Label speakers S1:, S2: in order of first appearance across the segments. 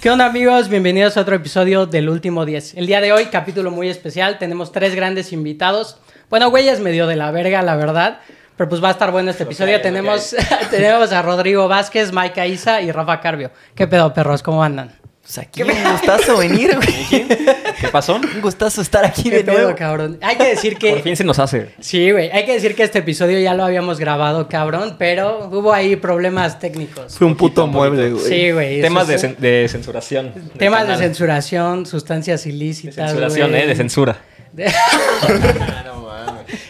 S1: ¿Qué onda amigos? Bienvenidos a otro episodio del último 10. El día de hoy, capítulo muy especial, tenemos tres grandes invitados. Bueno, güey, es medio de la verga, la verdad, pero pues va a estar bueno este episodio.
S2: hay, lo que
S1: tenemos, tenemos a Rodrigo Vázquez, Maika Isa y Rafa Carvio. ¿Qué pedo, perros? ¿Cómo andan?
S3: Pues aquí un gustazo venir, güey.
S2: ¿Qué pasó?
S3: Un gustazo estar aquí
S1: ¿Qué
S3: de
S1: pedo,
S3: nuevo.
S1: cabrón? Hay que decir que...
S2: Por fin se nos hace.
S1: Sí, güey, hay que decir que este episodio ya lo habíamos grabado, cabrón, pero hubo ahí problemas técnicos.
S3: Fue un puto mueble, güey.
S1: Sí, güey.
S2: Temas
S1: eso
S2: de,
S1: es-
S2: cen- de censuración. del
S1: Temas de
S2: canal.
S1: censuración, sustancias
S2: De
S1: ilícitas.
S2: censuración,
S1: güey.
S2: eh, de censura.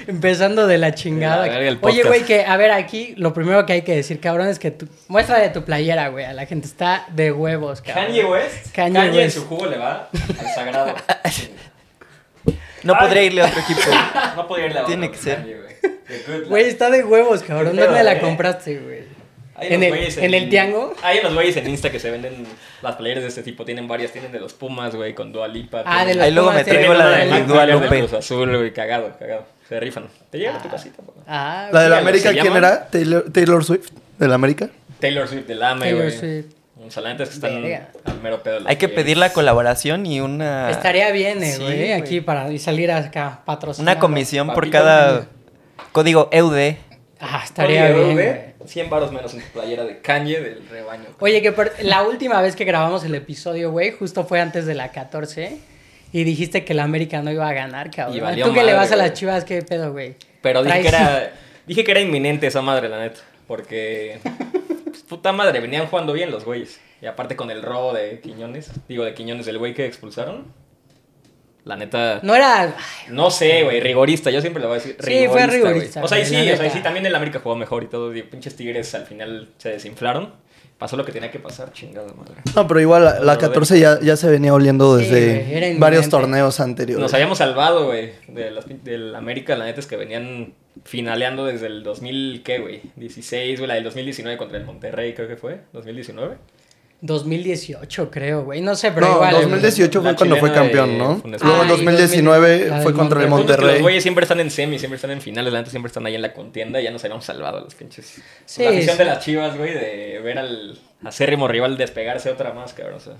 S1: Empezando de la chingada.
S2: De la verga el
S1: Oye,
S2: podcast.
S1: güey, que a ver aquí, lo primero que hay que decir, cabrón, es que tu... muestra de tu playera, güey, a la gente está de huevos, cabrón.
S2: West.
S1: Kanye Kanye en West. su
S2: jugo le va al sagrado.
S3: No
S2: Ay.
S3: podría irle a otro equipo. güey.
S2: No podía irle
S3: a Tiene otro que ser. Kanye,
S1: Güey, está de huevos, cabrón.
S2: Qué pedo,
S1: ¿Dónde la
S2: eh.
S1: compraste, güey? ¿En el, en el tiango?
S2: Hay unos güeyes en Insta que se venden las playeras de este tipo. Tienen varias. Tienen de los Pumas, güey, con Dua Lipa.
S1: Ah, de
S2: tienen-
S1: los
S3: Ahí luego
S1: Pumas
S3: me
S1: tienen
S3: traigo
S1: una
S3: la
S2: Tienen
S3: de
S2: una
S1: Mac-
S3: Luis Dual.
S2: Mac-
S3: Guadalupe.
S2: Cruz Azul, güey, cagado, cagado. Se rifan. Te llega a tu casita, papá.
S1: Ah,
S4: La de la
S2: Sí, güey,
S4: América,
S2: ¿se
S4: ¿quién
S2: llama?
S4: era? Ah, Taylor, Taylor Swift, de la América.
S2: Taylor Swift del AME,
S1: Taylor
S2: güey.
S1: Swift.
S2: O sea, la neta es que están
S1: Verga.
S2: al mero pedo. las
S3: Hay que
S2: playeras.
S3: pedir la colaboración y una.
S1: Estaría bien, eh,
S3: Sí,
S1: güey,
S3: güey.
S1: aquí para y salir acá patrocinando.
S3: Una comisión por
S2: Papito
S3: cada código E EUD.
S1: Ah, estaría
S2: Oye,
S1: bien.
S2: güey,
S1: güey.
S2: 100 baros menos en tu playera de Kanye del rebaño.
S1: Oye, que por- la última vez que grabamos el episodio, güey, justo fue antes de la 14 y dijiste que la América no iba a ganar, cabrón.
S2: Y valió
S1: Tú que le
S2: madre,
S1: vas a las
S2: güey.
S1: chivas, qué pedo, güey.
S2: Pero dije
S1: Traes-
S2: que, era, dije que era inminente esa madre, la neta. Porque, pues, puta madre, venían jugando bien los güeyes. Y aparte con el robo de Quiñones, digo, de Quiñones, del güey que expulsaron. La neta, no,
S1: No era.
S2: sé, güey, rigorista. Yo siempre lo voy a decir.
S1: Sí, fue
S2: güey.
S1: rigorista,
S2: O sea, y
S1: güey, la
S2: sí, o sea, y
S1: neta.
S2: sí, también el América jugó mejor y todo. Y pinches tigres al final se desinflaron. Pasó lo que tenía que pasar, chingada madre.
S4: No, pero igual la, la 14 ya, ya se venía oliendo
S1: Sí,
S4: desde
S1: güey, era inminente.
S4: varios torneos anteriores.
S2: Nos habíamos salvado, güey, de las pin- del América, la neta es que venían finaleando desde el 2000, ¿qué, güey? 16, güey, la del 2019 contra el Monterrey, creo que fue, 2019.
S1: 2018, creo, güey. No sé, pero
S4: no,
S1: igual.
S4: 2018
S2: La
S4: fue cuando fue
S2: chilena
S4: campeón,
S2: de
S4: ¿no?
S2: Funes
S4: Luego
S1: Mori. Ah,
S4: 2019
S1: y la
S4: fue
S1: del
S4: contra el
S2: El punto es que Los
S4: Monterrey.
S2: güeyes siempre están en semi, siempre están en finales, la neta siempre están ahí en la contienda y ya nos habíamos salvado a los pinches.
S1: Sí,
S2: la afición
S1: sí.
S2: de las chivas, güey, de ver al acérrimo rival despegarse otra más, cabrón, o sea,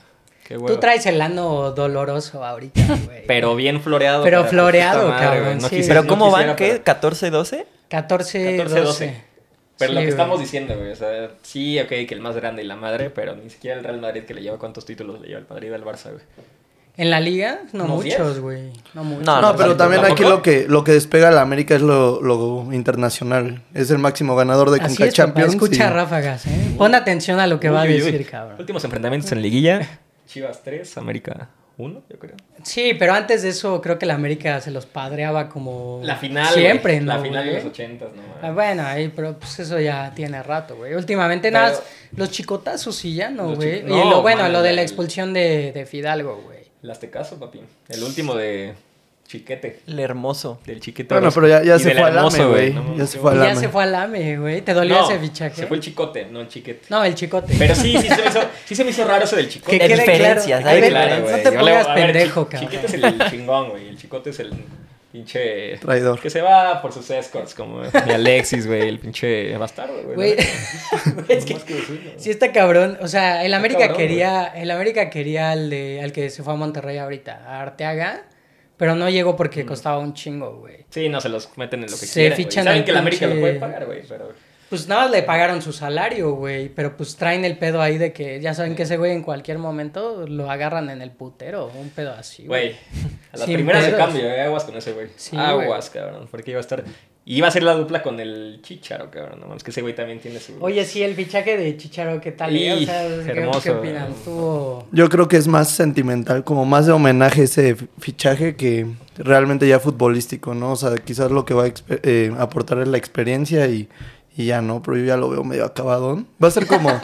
S2: qué
S1: Tú
S2: hueva.
S1: traes el ano doloroso ahorita, güey.
S2: Pero bien floreado.
S1: Pero
S2: para tu puta
S1: floreado, cabrón,
S2: güey, no
S1: sí.
S3: Pero
S2: quisiera- no
S3: ¿cómo van?
S2: quisiera,
S3: ¿Qué?
S2: pero-
S3: ¿14-12?
S1: 14,
S2: 14,
S1: 12.
S2: 12. Pero lo
S1: Sí,
S2: que
S1: güey.
S2: estamos diciendo, güey, o sea, sí, ok, que el más grande y la madre, pero ni siquiera el Real Madrid que le lleva cuántos títulos le lleva el Madrid al Barça, güey.
S1: En la liga, no
S2: ¿Unos
S1: muchos,
S2: 10?
S1: güey. No muchos.
S3: No,
S4: No, pero
S3: tampoco.
S4: también aquí
S2: ¿Tampoco?
S4: lo que, lo que despega a la América es lo, lo internacional. Es el máximo ganador de
S1: Así
S4: Conca
S1: es, papá.
S4: Champions.
S1: Escucha
S4: y-
S1: ráfagas, ¿eh? Pon atención a lo que va a
S2: Uy, uy, uy.
S1: decir, cabrón.
S2: Últimos enfrentamientos en liguilla. Chivas 3, América 1, yo creo.
S1: Sí, pero antes de eso creo que la América se los padreaba como...
S2: La final,
S1: Siempre,
S2: güey,
S1: ¿no?
S2: La final de
S1: güey?
S2: los 80, no mames.
S1: Ah, Bueno, ahí, pero pues eso ya tiene rato, güey. Últimamente
S2: Pero-
S1: nada, más los chicotazos y ya no,
S2: Los
S1: güey.
S2: chico-
S1: y lo
S2: no,
S1: bueno,
S2: man,
S1: lo de la
S2: el-
S1: expulsión de, de Fidalgo, güey.
S2: El Aztecaso, papi. El último de Chiquete.
S3: El hermoso.
S2: Del Chiquete.
S4: Bueno,
S2: Orozco.
S4: pero ya, ya
S2: Y
S4: se
S2: del
S4: fue al
S2: Hermoso,
S4: AME, güey.
S2: No,
S4: Ya se
S2: yo-
S4: fue
S1: Y
S4: al
S1: ya se
S4: AME.
S1: fue al AME, güey. ¿Te dolió
S2: No,
S1: ese fichaje?
S2: Se fue el Chicote, no el Chiquete.
S1: No, el chicote.
S2: Pero sí, sí se, me hizo, sí se me hizo raro eso del Chicote.
S3: Hay diferencias, hay
S1: que
S3: claro,
S1: quede-
S3: güey.
S1: no
S2: güey.
S1: te
S2: Yo le-
S1: pongas
S2: a ver,
S1: pendejo,
S2: Chi-
S1: cabrón.
S2: Chiquete es el chingón, güey. El chicote es el pinche.
S4: Traidor.
S2: Que se va por sus escorts, como mi Alexis, güey. El pinche bastardo, güey.
S1: Güey, es que sí está cabrón. O sea, el América
S2: cabrón,
S1: quería, el América quería al de, al que se fue a Monterrey ahorita, a Arteaga, pero no llegó
S2: Mm.
S1: porque costaba un chingo, güey.
S2: Sí, no se los meten en lo que
S1: Se
S2: quieran. güey.
S1: fichan al
S2: Saben que el América
S1: pinche-
S2: lo puede pagar, güey. Pero
S1: Pues nada más le pagaron su salario, güey, pero pues traen el pedo ahí de que ya saben que ese güey en cualquier momento lo agarran en el putero, un pedo así, güey.
S2: Güey, a las
S1: Sin
S2: primeras de
S1: pedos.
S2: cambio, eh, aguas con ese güey.
S1: Sí,
S2: aguas, cabrón, porque iba a estar... y Iba a ser la dupla con el Chicharo, cabrón. No mames, que ese güey también tiene su...
S1: Oye, sí, el fichaje de Chicharo, ¿qué tal? eh? O
S2: Y,
S1: sea, ¿qué- ¿qué,
S2: hermoso,
S1: opinan?
S2: güey.
S1: Estuvo-
S4: Yo creo que es más sentimental, como más de homenaje ese f- fichaje que realmente ya futbolístico, ¿no? O sea, quizás lo que va a expe- eh, aportar es la experiencia y, y ya, ¿no? Pero yo ya lo veo medio acabadón. Va a ser como...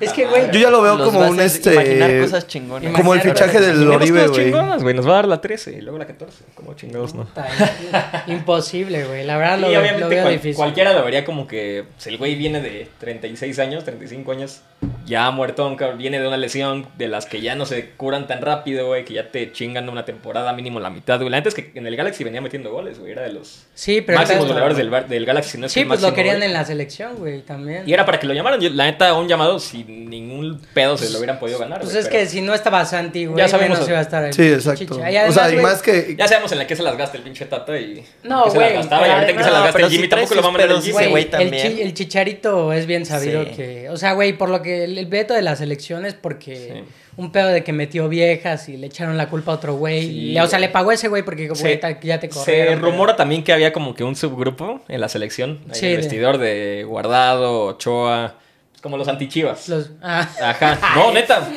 S1: Es que, güey,
S4: yo ya lo veo
S3: Los
S4: como
S3: vas
S4: un
S3: a
S4: este...
S3: Imaginar cosas chingonas.
S4: Como el
S1: Imaginar-
S4: fichaje del
S2: Tenemos
S4: Oribe,
S2: cosas
S4: güey.
S2: chingonas, güey. Nos va a dar la 13 y luego la 14. Como chingados, ¿no?
S1: puta, imposible, güey. La verdad
S2: Y
S1: Ah, lo, lo
S2: obviamente
S1: veo
S2: cual-
S1: difícil.
S2: cualquiera lo vería como que pues, el güey viene de 36 años, 35 años ya muertón, cabrón, viene de una lesión de las que ya no se curan tan rápido, güey, que ya te chingan una temporada mínimo la mitad, güey. La neta es que en el Galaxy venía metiendo goles, güey, era de los
S1: Sí, pero
S2: máximos
S1: ahorita-
S2: goleadores del, bar- del Galaxy, si no es que
S1: Sí,
S2: el
S1: pues
S2: máximo,
S1: lo querían
S2: güey.
S1: en la selección, güey, también.
S2: Y era para que lo llamaran, yo- la neta, un llamado sin ningún pedo se lo hubieran podido ganar,
S1: Pues
S2: güey,
S1: es
S2: pero
S1: que si no estaba Santi, güey,
S2: Ya sabemos
S1: menos
S2: el-
S1: iba a estar el
S4: Sí, exacto.
S1: Chicha. Y
S4: o sea,
S1: además,
S4: y
S1: güey,
S4: más que...
S2: Ya sabemos en la que se las gasta el pinche Tata y...
S1: No,
S2: que se las
S1: güey,
S2: gastaba y
S1: pero
S2: ahorita en que se
S3: además-
S2: las gasta el
S3: pero
S2: Jimmy
S3: si traes
S2: tampoco lo va a mandar el
S3: sus
S2: Jimmy,
S3: pedos, güey,
S2: güey.
S1: el
S3: también.
S1: chi- El, chicharito es bien sabido
S3: Sí.
S1: que. O sea, güey, por lo que el, el veto de la selección es porque
S2: Sí.
S1: un pedo de que metió viejas y le echaron la culpa a otro güey.
S2: Sí,
S1: y le- o sea,
S2: güey.
S1: le pagó ese güey porque, güey, ta- ya te corrieron.
S2: se rumora también que había como que un subgrupo en la selección. ahí
S1: Sí,
S2: en
S1: de-
S2: el vestidor de Guardado, Ochoa, pues como los antichivas.
S1: Los- ah,
S2: Ajá. No, neta.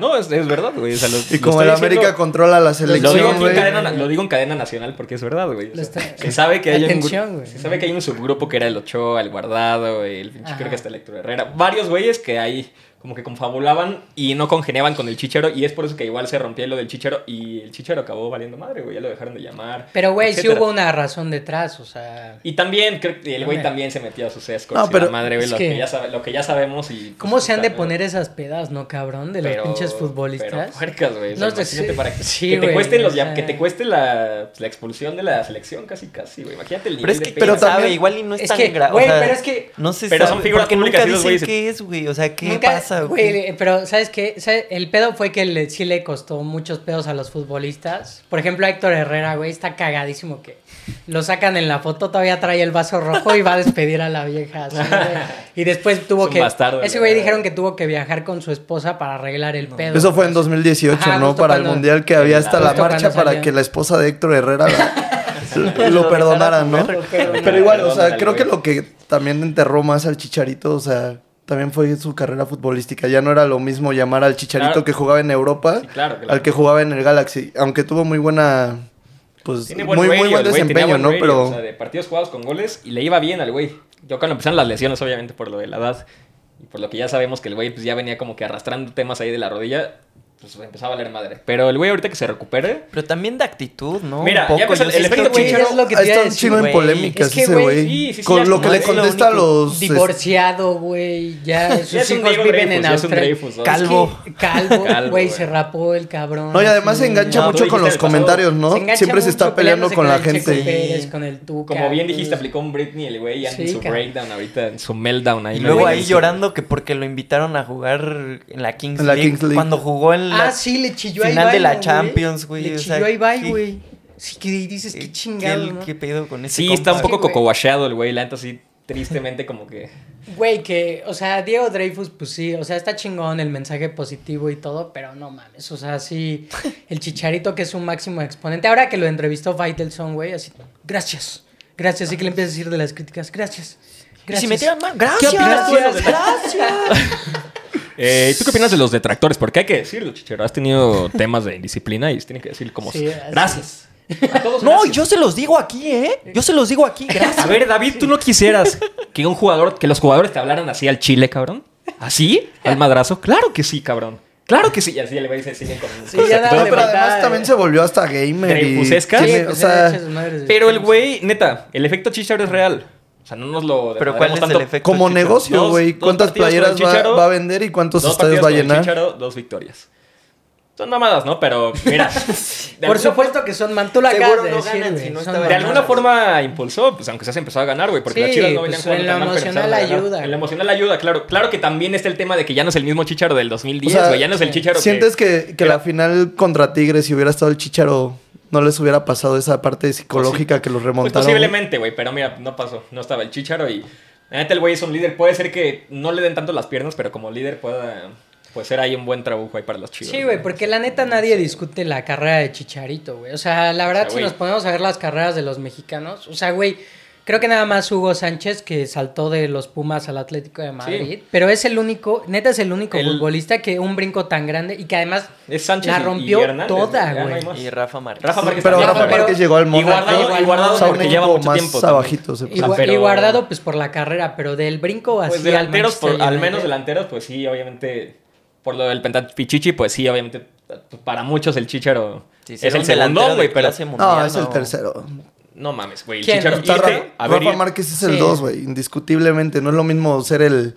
S2: No, es, es verdad, güey. o sea, los-
S4: Y
S2: lo
S4: como
S2: estoy
S4: el
S2: diciendo-
S4: América controla la
S2: Lo digo,
S4: selección,
S2: aquí en
S4: güey.
S2: cadena, lo digo en cadena nacional porque es verdad, güey. o
S1: Lo
S2: sea,
S1: está-
S2: se, sabe que hay un,
S1: Atención,
S2: gru-
S1: güey.
S2: se sabe que hay un subgrupo que era el Ochoa, el Guardado, el pinche,
S1: Ajá.
S2: creo que hasta el Héctor Herrera. Varios güeyes que ahí como que confabulaban y no congeniaban con el Chichero y es por eso que igual se rompía lo del Chichero y el Chichero acabó valiendo madre, güey. Ya lo dejaron de llamar.
S1: pero, güey, sí
S2: etcétera.
S1: hubo una razón detrás, o sea.
S2: Y también, creo que el güey
S1: Dame.
S2: también se metió a sus escorts.
S4: No,
S2: y la
S4: pero
S2: madre, güey,
S1: es
S2: lo,
S1: que-
S2: que ya sabe- lo que ya sabemos y... pues,
S1: ¿Cómo se han de
S2: Pero-
S1: poner esas pedas, no, cabrón? De los
S2: pero-
S1: pinches futbolistas.
S2: Pero puercas, güey. O sea,
S1: No, pues,
S2: imagínate
S1: sí.
S2: para que,
S1: Sí,
S2: que te
S1: güey,
S2: cueste, los,
S1: o
S2: ya-
S1: sea.
S2: que te cueste la, pues, la expulsión de la selección casi, casi, güey. Imagínate el nivel
S3: Pero es que,
S2: de
S3: pero
S2: pena.
S4: también-
S3: sabe, igual y no es,
S1: Es
S3: tan
S1: que,
S3: grave.
S1: güey, pero es que-
S3: No se
S2: Pero son
S3: sabe,
S2: figuras
S3: porque
S2: públicas
S3: nunca
S2: y los
S3: dicen
S2: güeyes-
S3: qué es, güey. O sea, ¿qué
S1: Nunca-
S3: pasa,
S1: güey?
S3: güey?
S1: le- Pero, ¿sabes qué? ¿Sabe- El pedo fue que le- sí le costó muchos pedos a los futbolistas. Por ejemplo, a Héctor Herrera, güey, está cagadísimo que lo sacan en la foto, todavía trae el vaso rojo y va a despedir a la vieja. así, güey. y después tuvo
S2: Es un
S1: que...
S2: bastardo,
S1: ese güey
S2: güey.
S1: dijeron que tuvo que viajar con su esposa para arreglar el pedo.
S4: Eso fue en 2018,
S1: Ajá,
S4: ¿no?
S1: justo
S4: Para el
S1: cuando-
S4: mundial que había hasta la
S1: Justo
S4: marcha
S1: cuando
S4: para
S1: salió.
S4: que la esposa de Héctor Herrera la- lo
S3: Lo
S4: perdonara, ¿no?
S3: dejara
S1: jugar.
S4: Pero igual, o sea,
S2: Perdónale,
S4: creo que
S2: güey.
S4: lo que también enterró más al Chicharito, o sea, también fue su carrera futbolística. Ya no era lo mismo llamar al Chicharito
S2: Claro.
S4: que jugaba en Europa
S2: Sí, claro, claro.
S4: al que jugaba en el Galaxy, aunque tuvo muy buena pues
S2: Tiene
S4: muy muy
S2: radio,
S4: buen
S2: el güey, tenía
S4: desempeño,
S2: buen
S4: ¿no?
S2: radio,
S4: Pero
S2: O sea, de partidos jugados con goles y le iba bien al güey. Yo cuando empezaron las lesiones, obviamente, por lo de la edad y por lo que ya sabemos que el güey pues, ya venía como que arrastrando temas ahí de la rodilla, pues empezaba a valer madre. Pero el güey ahorita que se recupere...
S3: Pero también de actitud, ¿no?
S2: Mira, ya
S3: un poco.
S2: empezó
S3: yo
S2: el
S3: siento
S2: efecto
S3: que-
S1: Güey, es lo que te iba a
S4: está un
S1: decir,
S4: chino en
S3: güey.
S4: polémicas
S1: Es que,
S4: ese
S1: güey,
S4: güey.
S2: sí, sí, sí,
S4: Con
S2: ya
S4: lo que
S2: no
S4: le
S2: es lo
S4: contesta a
S3: único.
S4: los este,
S1: Divorciado, güey, ya sus
S2: Ya es un
S1: hijos
S2: Diego
S1: viven
S2: Dreyfus,
S1: en
S2: ya es un
S1: Australia.
S2: Dreyfus, ¿no?
S3: Calvo.
S1: Calvo,
S2: Calvo,
S1: güey,
S2: güey.
S1: se rapó el cabrón.
S4: No, y además
S1: así.
S4: se engancha
S2: No, tú
S4: mucho con los
S2: dijiste el pasado.
S4: comentarios, ¿no?
S1: Se engancha
S4: Siempre se
S1: mucho
S4: está peleando
S1: peleándose
S4: con la
S1: el Checo
S4: gente.
S1: Pérez, con el Tuca,
S2: Como bien
S1: pues.
S2: dijiste, aplicó un Britney el güey ya en
S1: Sí,
S2: su
S1: cabrón.
S2: breakdown ahorita, en su meltdown ahí.
S3: Y luego
S2: Güey,
S3: ahí
S2: sí.
S3: llorando que porque lo invitaron a jugar en la Kings,
S4: En la
S3: League,
S4: Kings League.
S3: Cuando jugó en la...
S1: Ah, sí, le chilló a
S3: final
S1: Ibai.
S3: de la
S1: ¿no,
S3: Champions, güey,
S1: Le
S3: o
S1: chilló
S3: sea,
S1: a Ibai,
S3: qué-
S1: güey. Sí, que dices,
S3: eh,
S1: qué chingado,
S3: ¿Qué,
S1: ¿no?
S3: qué pedo con ese
S2: Sí, está un
S3: compa?
S2: poco
S1: Sí, güey.
S2: cocobacheado el güey, la neta sí, tristemente como que...
S1: Güey, que, o sea, Diego Dreyfus, pues sí, o sea, está chingón el mensaje positivo y todo, pero no mames, o sea, sí, el chicharito que es un máximo exponente. Ahora que lo entrevistó Faitelson, güey, así, gracias, gracias, y que le empieza a decir de las críticas, gracias,
S3: Y
S1: gracias.
S3: si metieran mal, gracias.
S1: opinas tú de los
S3: gracias.
S2: Eh, ¿Tú qué opinas de los detractores? Porque hay que decirlo, Chichero. Has tenido temas de indisciplina y tienen que decir como...
S1: Sí,
S2: gracias. A todos
S3: No,
S2: gracias.
S3: yo se los digo aquí, ¿eh? Yo se los digo aquí, gracias.
S2: A ver, David, ¿tú no quisieras que un jugador, que los jugadores te hablaran así al chile, cabrón? ¿Así? ¿Al madrazo? Claro que sí, cabrón. Claro que sí. Y así le vais a decir con...
S1: Sí,
S2: con-
S1: ya da-
S4: No, pero
S1: levantada,
S4: además
S1: eh.
S4: también se volvió hasta gamer y
S2: Dreyfusesca.
S1: Sí,
S4: tiene,
S1: pues,
S4: o
S1: se le echa
S4: sea,
S1: sus madres de-
S2: Pero el güey, neta, el efecto Chichero es real. O sea, no nos lo...
S3: Pero ¿cuál es
S2: demoramos tanto.
S3: el efecto?
S4: como
S3: Chicharo?
S4: negocio,
S2: Dos-
S4: güey,
S2: dos
S4: ¿cuántas
S2: partidos con el
S4: playeras va,
S2: Chicharo,
S4: va a vender y cuántos
S2: dos
S4: estadios
S2: partidos
S4: va a
S2: con el
S4: llenar?
S2: Chícharo, dos victorias. Son mamadas, ¿no? Pero mira. de
S1: Por
S2: alguna-
S1: supuesto que son man, tú lo
S3: Seguro
S1: acabas de
S3: no
S1: decir,
S3: ganan
S1: güey,
S3: si
S1: son
S3: no estaba
S2: De
S1: mamadas.
S2: alguna forma impulsó, pues aunque sea se empezó a ganar, güey, porque
S1: Sí,
S2: las chivas no venían
S1: pues,
S2: jugando
S1: en lo
S2: tan mal, pero
S1: emocional
S2: empezaron a ganar.
S1: ayuda.
S2: En lo emocional ayuda, claro. Claro que también está el tema de que ya no es el mismo Chicharo del 2010,
S4: O sea,
S2: güey, ya no es el Chicharo
S4: ¿Sientes que, que
S2: que-
S4: la final contra Tigres, si hubiera estado el Chicharo, no les hubiera pasado esa parte psicológica que los
S2: Pues
S4: remontaron?
S2: posiblemente, güey, pero mira, no pasó, no estaba el Chicharo y la neta el güey es un líder, puede ser que no le den tanto las piernas, pero como líder pueda pues ser ahí un buen trabajo ahí para los chivas.
S1: Sí, güey, porque la neta nadie discute la carrera de Chicharito, güey. O sea, la verdad,
S2: sea,
S1: si
S2: güey.
S1: nos ponemos a ver las carreras de los mexicanos, o sea, güey, creo que nada más Hugo Sánchez que saltó de los Pumas al Atlético de Madrid, pero es el único, neta es el único
S2: El-
S1: futbolista que un brinco tan grande y que además
S2: Es Sánchez
S1: la
S2: y- y
S1: rompió
S2: Hernández,
S1: toda,
S2: ya no hay
S1: güey.
S2: más.
S3: Y Rafa Márquez.
S2: Rafa Márquez
S4: Pero
S2: también,
S1: Rafa
S2: güey.
S1: Márquez
S4: llegó al
S2: Y
S4: Mónaco.
S2: guardado, y guardado
S1: O sea,
S2: porque
S4: un
S2: lleva
S4: equipo
S2: mucho
S4: más
S2: tiempo.
S4: abajito, se
S1: Y,
S2: O sea,
S1: gua- y
S2: pero-
S1: guardado pues por la carrera, pero del brinco así
S2: Pues delanteros,
S1: al
S2: por-
S1: Manchester
S2: al
S1: United.
S2: menos delanteros, pues sí, obviamente, por lo del Pentapichichi, pues sí, obviamente, para muchos el Chicharo
S3: Sí, sí, era
S2: es el
S3: un delantero
S2: segundo, güey,
S3: de
S2: pero...
S3: clase mundial,
S4: No, es el tercero.
S2: No mames, güey, el
S1: ¿Quién?
S2: Chicharo...
S1: Está
S2: y este,
S4: Está Ra-
S2: a ver,
S4: Rafa
S2: y-
S4: Márquez es
S1: Sí.
S4: el 2, güey, indiscutiblemente. No es lo mismo ser el,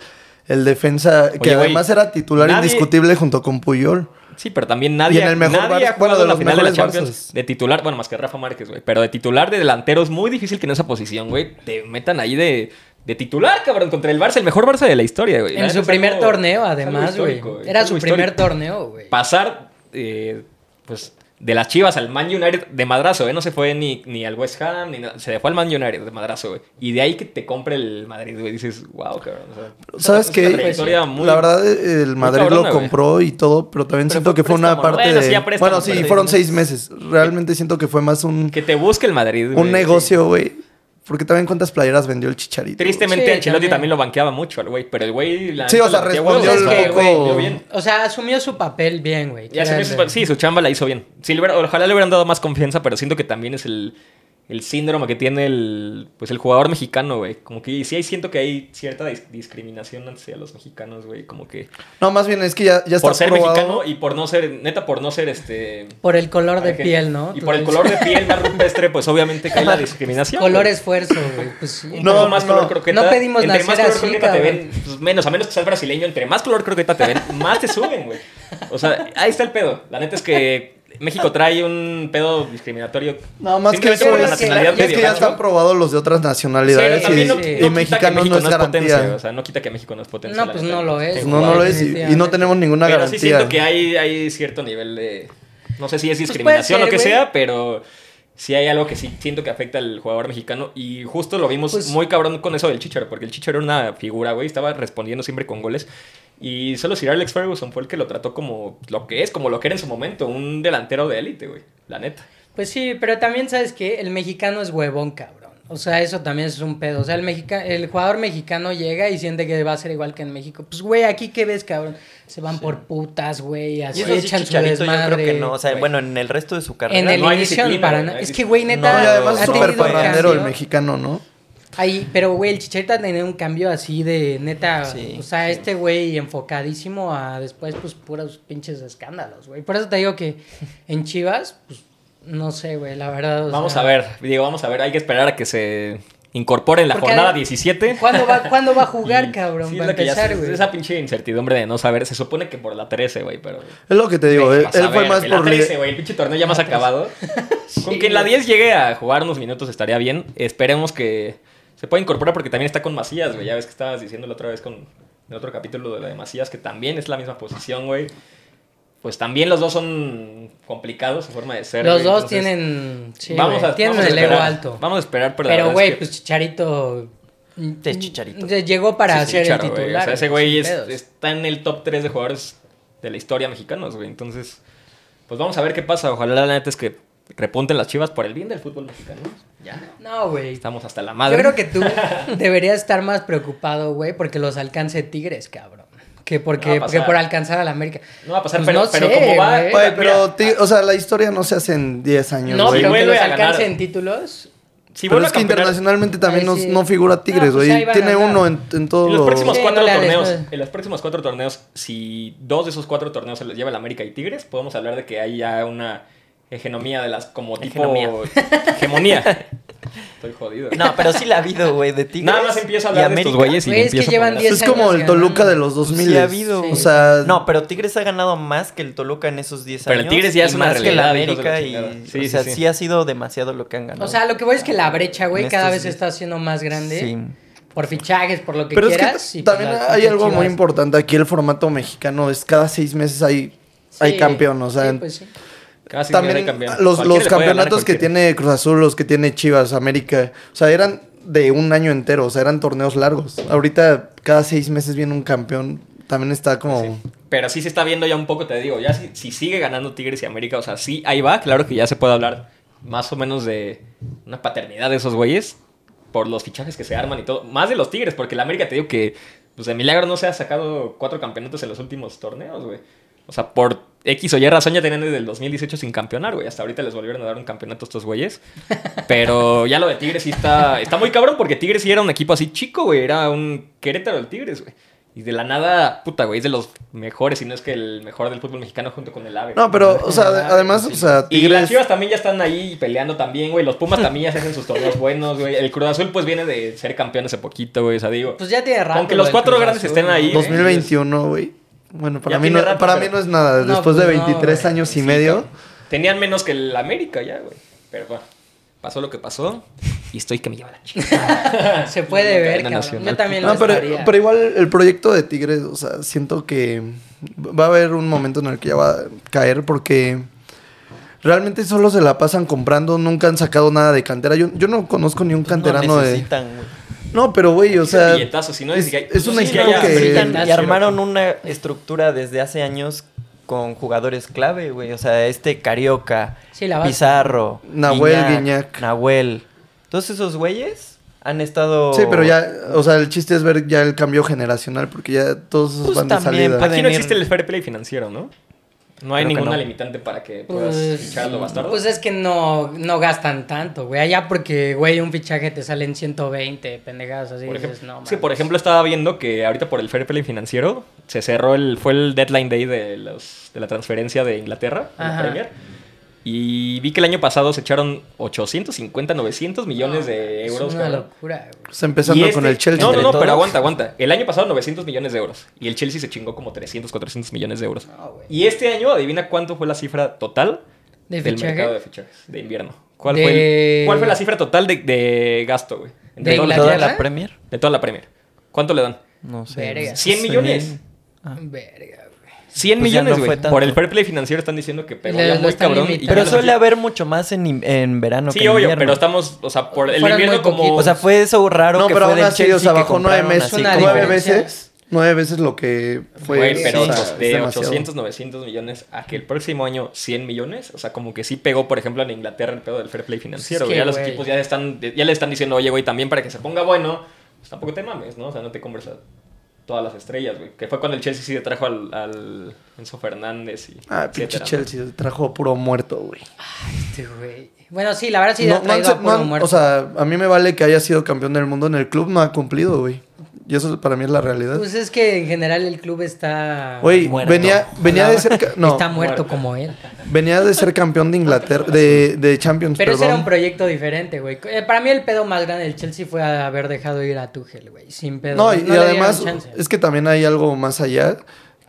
S4: el defensa, que
S2: Oye, güey,
S4: además era titular
S2: nadie-
S4: indiscutible junto con Puyol.
S2: Sí, pero también nadie,
S4: Y en el mejor
S2: nadie
S4: Barça-
S2: ha jugado
S4: bueno, de
S2: la
S4: los
S2: final de la
S4: mejores
S2: Champions
S4: Barças.
S2: de titular. Bueno, más que Rafa Márquez, güey. Pero de titular de delantero es muy difícil que en esa posición, güey, te metan ahí de, de titular, cabrón, contra el Barça, el mejor Barça de la historia, güey. La
S1: En
S2: neta
S1: su
S2: es
S1: primer
S2: algo-
S1: torneo,
S2: es algo
S1: además, güey.
S2: histórico, es
S1: Era
S2: algo
S1: su primer
S2: histórico.
S1: torneo, güey.
S2: Pasar, eh, pues, de las Chivas al Man United de madrazo, ¿eh? No se fue ni, ni al West Ham, ni nada. Se fue al Man United de madrazo, güey. Y de ahí que te compre el Madrid, güey. Dices, wow, cabrón. o sea,
S4: ¿Sabes
S2: es
S4: qué?
S2: una trayectoria muy-
S4: La verdad, eh, el Madrid
S2: cabrona,
S4: lo
S2: güey.
S4: compró y todo, pero también
S2: Pero
S4: siento
S2: fue
S4: que fue una
S2: préstamo, ¿no?
S4: parte
S2: Bueno,
S4: de...
S2: sí, ya préstamo,
S4: bueno, sí,
S2: pero-
S4: fueron seis meses. Realmente siento que fue más un,
S2: Que te busque el Madrid, güey.
S4: un negocio, güey. Porque también cuántas playeras vendió el Chicharito.
S2: Tristemente,
S1: Sí,
S2: Ancelotti
S1: también.
S2: también. lo banqueaba mucho al güey, pero el güey... la
S4: Sí,
S2: neta,
S4: o sea,
S2: lo banqueaba
S4: respondió
S2: un
S1: un
S2: montón,
S1: poco-
S2: güey, respondió bien.
S1: O sea, asumió su papel bien, güey.
S2: Y asumió
S1: Era
S2: su-
S1: el-
S2: sí, su chamba la hizo bien. Sí, le hubiera- ojalá le hubieran dado más confianza, pero siento que también es el, el síndrome que tiene el, pues el jugador mexicano, güey. Como que sí, ahí siento que hay cierta dis- discriminación hacia los mexicanos, güey. Como que
S4: No, más bien es que ya, ya está
S2: por ser
S4: probado.
S2: mexicano y por no ser, neta, por no ser este...
S1: Por el color de
S2: ángel.
S1: piel, ¿no?
S2: Y por el color de piel más rupestre, pues obviamente cae la discriminación. güey.
S1: Color esfuerzo, güey. Pues sí.
S2: Un
S4: No,
S2: poco más
S4: no.
S2: color croqueta.
S1: No pedimos
S2: entre más
S1: nacer
S2: color
S1: así,
S2: croqueta te
S1: cabrón.
S2: ven, pues, menos, a menos que seas brasileño, entre más color croqueta te ven, más te suben, güey. O sea, ahí está el pedo. La neta es que México trae un pedo discriminatorio.
S4: No, más que
S2: Simplemente
S4: eso
S2: por la
S4: es,
S2: nacionalidad
S4: es que
S2: medio
S4: ya
S2: gancho.
S4: están probados los de
S2: Sí,
S4: otras
S2: pero
S4: nacionalidades y,
S2: también no- no
S4: y
S2: quita que
S4: mexicano no
S2: México
S4: es garantía.
S2: potencia, o sea, no quita que México no es potencia.
S1: No,
S2: la
S1: pues
S2: neta.
S1: no lo es.
S2: Sí,
S4: Pues no, no lo es y, y no
S1: Definitivamente.
S4: tenemos ninguna
S2: Pero sí
S4: garantía.
S2: siento que hay, hay cierto nivel de. No sé si es
S1: Pues puede
S2: discriminación o
S1: ser,
S2: que
S1: güey.
S2: sea, pero sí hay algo que sí siento que afecta al jugador mexicano. Y justo lo vimos
S1: Pues-
S2: muy cabrón con eso del Chicharo, porque el Chicharo era una figura, güey, estaba respondiendo siempre con goles. Y solo Sir Alex Ferguson fue el que lo trató como lo que es, como lo que era en su momento, un delantero de élite, güey. La neta.
S1: Pues sí, pero también sabes que el mexicano es huevón, cabrón. O sea, eso también es un pedo. O sea, el, mexica- el jugador mexicano llega y siente que va a ser igual que en México. Pues, güey, aquí qué ves, cabrón. Se van por putas, güey.
S3: Y
S1: Así
S3: eso sí,
S1: echan su
S3: Chicharito, yo creo
S1: desmadre.
S3: que no. O sea,
S2: güey.
S3: bueno, en el resto de su carrera.
S1: en el
S2: no hay
S1: inicio,
S2: disciplina,
S1: para
S2: güey,
S1: na-
S2: no hay
S1: Es que, güey,
S2: disciplina.
S1: neta.
S4: No, y además
S1: ha
S4: es
S1: tenido
S4: súper
S1: un
S4: parrandero el
S1: cambio.
S4: mexicano, ¿no?
S1: Ahí, pero güey, el Chicharito ha tenido un cambio así de neta.
S3: Sí,
S1: o sea, este güey enfocadísimo a después, pues, puros pinches escándalos, güey. Por eso te digo que en Chivas, pues, no sé, güey, la verdad. o
S2: Vamos
S1: sea,
S2: a ver, digo, vamos a ver. Hay que esperar a que se incorpore en la
S1: Porque
S2: jornada
S1: adem-
S2: 17.
S1: ¿Cuándo va, ¿Cuándo va a jugar,
S2: Y-
S1: cabrón?
S2: sí, es
S1: para
S2: lo que ya
S1: empezar,
S2: sé,
S1: güey.
S2: Esa pinche incertidumbre de no saber. Se supone que por la 13, güey, pero.
S4: Es lo que te digo, él,
S2: Vas a
S4: él fue
S2: ver,
S4: más
S2: la
S4: por...
S2: 13,
S4: li-
S2: güey. El pinche torneo ya más acabado. Con que en la
S1: güey.
S2: 10 llegue a jugar unos minutos estaría bien. Esperemos que se pueda incorporar porque también está con Macías, güey. Ya ves que estabas diciendo la otra vez con el otro capítulo de la de Macías, que también es la misma posición, güey. Pues también los dos son complicados su forma de ser.
S1: Los
S2: güey.
S1: dos
S2: Entonces,
S1: tienen. Sí,
S2: vamos
S1: güey,
S2: a,
S1: tienen
S2: vamos a
S1: el ego
S2: esperar,
S1: alto.
S2: Vamos a esperar, pero, la
S1: pero,
S2: verdad es
S1: güey,
S2: que-
S1: pues Chicharito.
S3: Es Chicharito.
S1: mm, Llegó para
S2: Sí,
S1: ser
S2: Chicharo,
S1: el
S2: güey.
S1: titular.
S2: O sea, ese
S1: sin
S2: güey es-
S1: pedos.
S2: está en el top 3 de jugadores de la historia mexicanos, güey. Entonces, pues vamos a ver qué pasa. Ojalá la neta es que repunten las chivas por el bien del fútbol mexicano. Ya.
S1: No, güey.
S2: Estamos hasta la
S1: Yo
S2: madre.
S1: creo que tú deberías estar más preocupado, güey, porque los alcance Tigres, cabrón. Que
S2: No va
S1: porque,
S2: a
S1: porque
S2: pasar.
S1: por alcanzar a la América.
S2: No va a pasar,
S1: Pues
S2: pero,
S1: no
S2: pero
S1: sé,
S2: como va.
S1: güey.
S4: Güey,
S2: mira,
S4: pero, ti- o sea, la historia no se hace en 10 años,
S1: No,
S4: güey.
S1: pero que
S2: vuelve
S1: los
S2: a ganar.
S1: alcance en títulos.
S2: si
S4: pero
S2: vuelve
S4: es
S2: a
S4: que
S2: campeonar-
S4: internacionalmente también
S1: Ay,
S4: no,
S1: sí.
S4: no figura Tigres,
S1: No, pues
S4: güey.
S1: ahí van a
S4: Tiene
S1: ganar.
S4: uno en, en
S2: En
S4: todos
S2: los próximos
S1: Sí,
S2: cuatro
S1: no le hables,
S2: torneos,
S1: no.
S2: en los próximos cuatro torneos, si dos de esos cuatro torneos se los lleva el América y Tigres, podemos hablar de que hay ya una hegemonía de las como tipo
S3: Hegemonía.
S2: hegemonía. Estoy jodido.
S3: No, pero sí la ha habido, güey, de Tigres.
S2: Nada más empiezo
S3: y
S2: a hablar de estos
S3: América.
S2: güeyes y
S1: Güey, es que
S2: empiezo a
S1: llevan
S2: poner-
S4: Es como el
S1: años
S4: Toluca
S1: ganando.
S4: de los 2000.
S3: Sí ha habido.
S4: O sea,
S3: No, pero Tigres ha ganado más que el Toluca en esos 10
S2: Pero el
S3: años.
S2: Tigres ya
S3: y
S2: es una
S3: más
S2: realidad,
S3: que el
S2: hijos de la
S3: América y
S2: chingada. Sí,
S3: o
S2: sí,
S3: sea,
S2: sí.
S3: sí. ha sido demasiado lo que han ganado.
S1: O sea, lo que voy es que la brecha, güey,
S3: En
S1: cada
S3: estos
S1: vez
S3: días.
S1: está haciendo más grande.
S3: Sí.
S1: Por fichajes, por lo que
S4: pero es
S1: quieras.
S4: que
S1: y por
S4: también
S1: las
S4: hay
S1: pinches
S4: algo muy
S1: chivas.
S4: importante. Aquí el formato mexicano es cada seis meses hay, hay
S1: Sí,
S4: campeón. O sea,
S1: sí, pues sí.
S2: Casi
S4: también
S2: me cambian.
S4: los,
S2: Cualquiera le
S4: los
S2: puede ganar a
S4: campeonatos que
S2: cualquiera.
S4: tiene Cruz Azul, los que tiene Chivas, América, o sea, eran de un año entero, o sea, eran torneos largos. Ahorita cada seis meses viene un campeón, también está como...
S2: Pero sí se está viendo ya un poco, te digo, ya si, si sigue ganando Tigres y América, o sea, sí, ahí va, claro que ya se puede hablar más o menos de una paternidad de esos güeyes por los fichajes que se arman y todo. Más de los Tigres, porque el América te digo que, pues de milagro no se ha sacado cuatro campeonatos en los últimos torneos, güey. O sea, por X o Y razón ya tenían desde el 2018 sin campeonar, güey. Hasta ahorita les volvieron a dar un campeonato a estos güeyes. Pero ya lo de Tigres sí está, está muy cabrón porque Tigres sí era un equipo así chico, güey. Era un Querétaro el Tigres, güey. Y de la nada, puta, güey, es de los mejores, si no es que el mejor del fútbol mexicano junto con el AVE.
S4: No, pero, o sea, ade- además, o sea,
S2: Y las
S4: Tigres.
S2: Chivas también ya están ahí peleando también, güey. Los Pumas también ya se hacen sus torneos buenos, güey. El Cruz Azul pues viene de ser campeón hace poquito, güey. O sea, digo,
S1: Pues ya tiene rato.
S2: Aunque
S1: lo
S2: los
S1: del
S2: cuatro
S1: Cruz
S2: grandes
S1: Azul,
S2: estén
S1: ¿no?
S2: ahí,
S4: 2021, güey. Bueno, para,
S2: ¿eh? Ya
S4: mí no,
S2: tiene rato,
S4: para
S2: pero-
S4: mí no es nada.
S1: No,
S4: Después de
S1: pues no,
S4: 23
S1: güey.
S4: años y
S2: Sí,
S4: medio.
S2: cabrón. Tenían menos que el América ya, güey. Pero bueno, pasó lo que pasó y estoy que me lleva la chica.
S1: Se puede
S2: La
S1: ver,
S2: cadena
S1: cabrón. Yo
S2: nacional.
S1: también
S4: No,
S1: lo
S4: pero,
S1: estaría.
S4: pero igual el proyecto de Tigres, o sea, siento que va a haber un momento en el que ya va a caer porque realmente solo se la pasan comprando, nunca han sacado nada de cantera. Yo, yo no conozco ni un canterano
S3: no
S4: de...
S3: necesitan, güey.
S4: No, pero güey, o
S2: Ese
S4: sea...
S2: billetazo, si no,
S4: es,
S2: es que hay-
S4: es un
S2: sí,
S4: equipo
S2: ya, ya,
S4: que...
S2: ahorita-
S3: Necesitan- Y armaron una estructura desde hace años con jugadores clave, güey. O sea, este Carioca,
S1: Sí, la base.
S3: Pizarro,
S4: Nahuel, Guiñac.
S3: Nahuel. Todos esos güeyes han estado.
S4: Sí, pero ya, o sea, el chiste es ver ya el cambio generacional porque ya todos esos
S3: Pues
S4: van de
S3: también,
S4: salida.
S3: pues,
S2: Aquí no
S3: Pueden ir.
S2: existe el fair play financiero, ¿no? No hay
S3: Creo que
S2: ninguna
S3: no.
S2: limitante para que puedas
S1: Pues,
S2: ficharlo bastardo.
S1: pues es que no, no gastan tanto, güey. Allá porque, güey, un fichaje te salen 120 pendejadas así.
S2: por
S1: dices,
S2: ejemplo,
S1: no,
S2: es que,
S1: mames.
S2: por ejemplo, estaba viendo que ahorita por el fair play financiero se cerró el. Fue el deadline day de, los- de la transferencia de Inglaterra, de la
S1: Ajá.
S2: Premier. Y vi que el año pasado se echaron 850, 900 millones de
S1: Es
S2: euros.
S1: una
S2: cabrón.
S1: locura, güey.
S4: Pues, empezando
S2: Y
S4: con
S2: este-
S4: el Chelsea.
S2: No, no,
S4: entre
S2: no,
S4: todos.
S2: pero aguanta, aguanta. El año pasado 900 millones de euros. Y el Chelsea se chingó como 300, 400 millones de euros.
S1: No, güey.
S2: y este año, adivina cuánto fue la cifra total
S1: ¿De
S2: del
S1: fichaje?
S2: mercado de fichajes de invierno. ¿Cuál,
S1: De-
S2: fue, el- cuál fue la cifra total de, de gasto, güey?
S1: ¿De
S2: Entre todos los-
S3: toda
S1: Inglaterra?
S3: la Premier.
S2: de toda la Premier. ¿Cuánto le dan?
S3: No sé.
S1: Verga.
S2: 100 millones.
S3: Ah.
S1: Verga, güey.
S2: 100
S3: Pues ya
S2: millones,
S3: no
S2: güey.
S3: fue tanto.
S2: por el fair play financiero están diciendo que pegó
S1: Le-
S2: ya
S1: lo
S2: muy
S1: están
S2: cabrón. y
S1: limitando.
S2: ya
S3: Pero
S2: no-
S3: suele haber mucho más en, in- en verano que
S2: Sí,
S3: en
S2: obvio,
S3: invierno.
S2: pero estamos, o sea, por el
S1: Fueron
S2: invierno
S1: muy
S2: como...
S1: poquitos.
S3: O sea, fue eso raro
S4: No,
S3: que
S4: pero
S3: fue
S4: aún
S3: del
S4: así,
S3: Chelsea
S4: o sea,
S3: que
S4: bajó nueve
S3: compraron
S4: meses,
S3: así
S1: una
S3: como-
S4: nueve
S1: diferencia.
S4: veces, nueve veces lo que fue.
S2: Güey, pero
S4: o sea,
S2: pues,
S4: es
S2: de
S4: demasiado.
S2: 800, 900 millones a que el próximo año 100 millones. O sea, como que sí pegó, por ejemplo, en Inglaterra el pedo del fair play financiero.
S1: Es
S2: güey.
S1: que,
S2: ya los
S1: güey.
S2: equipos ya, están, ya le están diciendo, oye, güey, también para que se ponga bueno, pues tampoco te mames, ¿no? O sea, no te compres a todas las estrellas, güey. Que fue cuando el Chelsea sí se trajo al, al Enzo Fernández y.
S4: Ah, pinche
S2: etcétera, ¿no?
S4: Chelsea trajo puro muerto, güey.
S1: Este, güey. Bueno, sí, la verdad sí
S4: No,
S1: ha
S4: no han
S1: traído
S4: se-
S1: a puro
S4: no han-
S1: muerto.
S4: o sea, a mí me vale que haya sido campeón del mundo en el club, no ha cumplido, güey. Y eso para mí es la realidad.
S1: pues es que en general el club está...
S4: Güey,
S3: muerto.
S4: venía, venía de ser ca- no,
S1: está muerto como él.
S4: venía de ser campeón de Inglaterra, de, de Champions,
S1: Pero ese era
S4: Pues perdón.
S1: un proyecto diferente, güey. Eh, Para mí el pedo más grande del Chelsea fue haber dejado ir a Tuchel, güey. Sin pedo.
S4: no, y, y
S1: le dieron
S4: además
S1: chance.
S4: es que también hay algo más allá.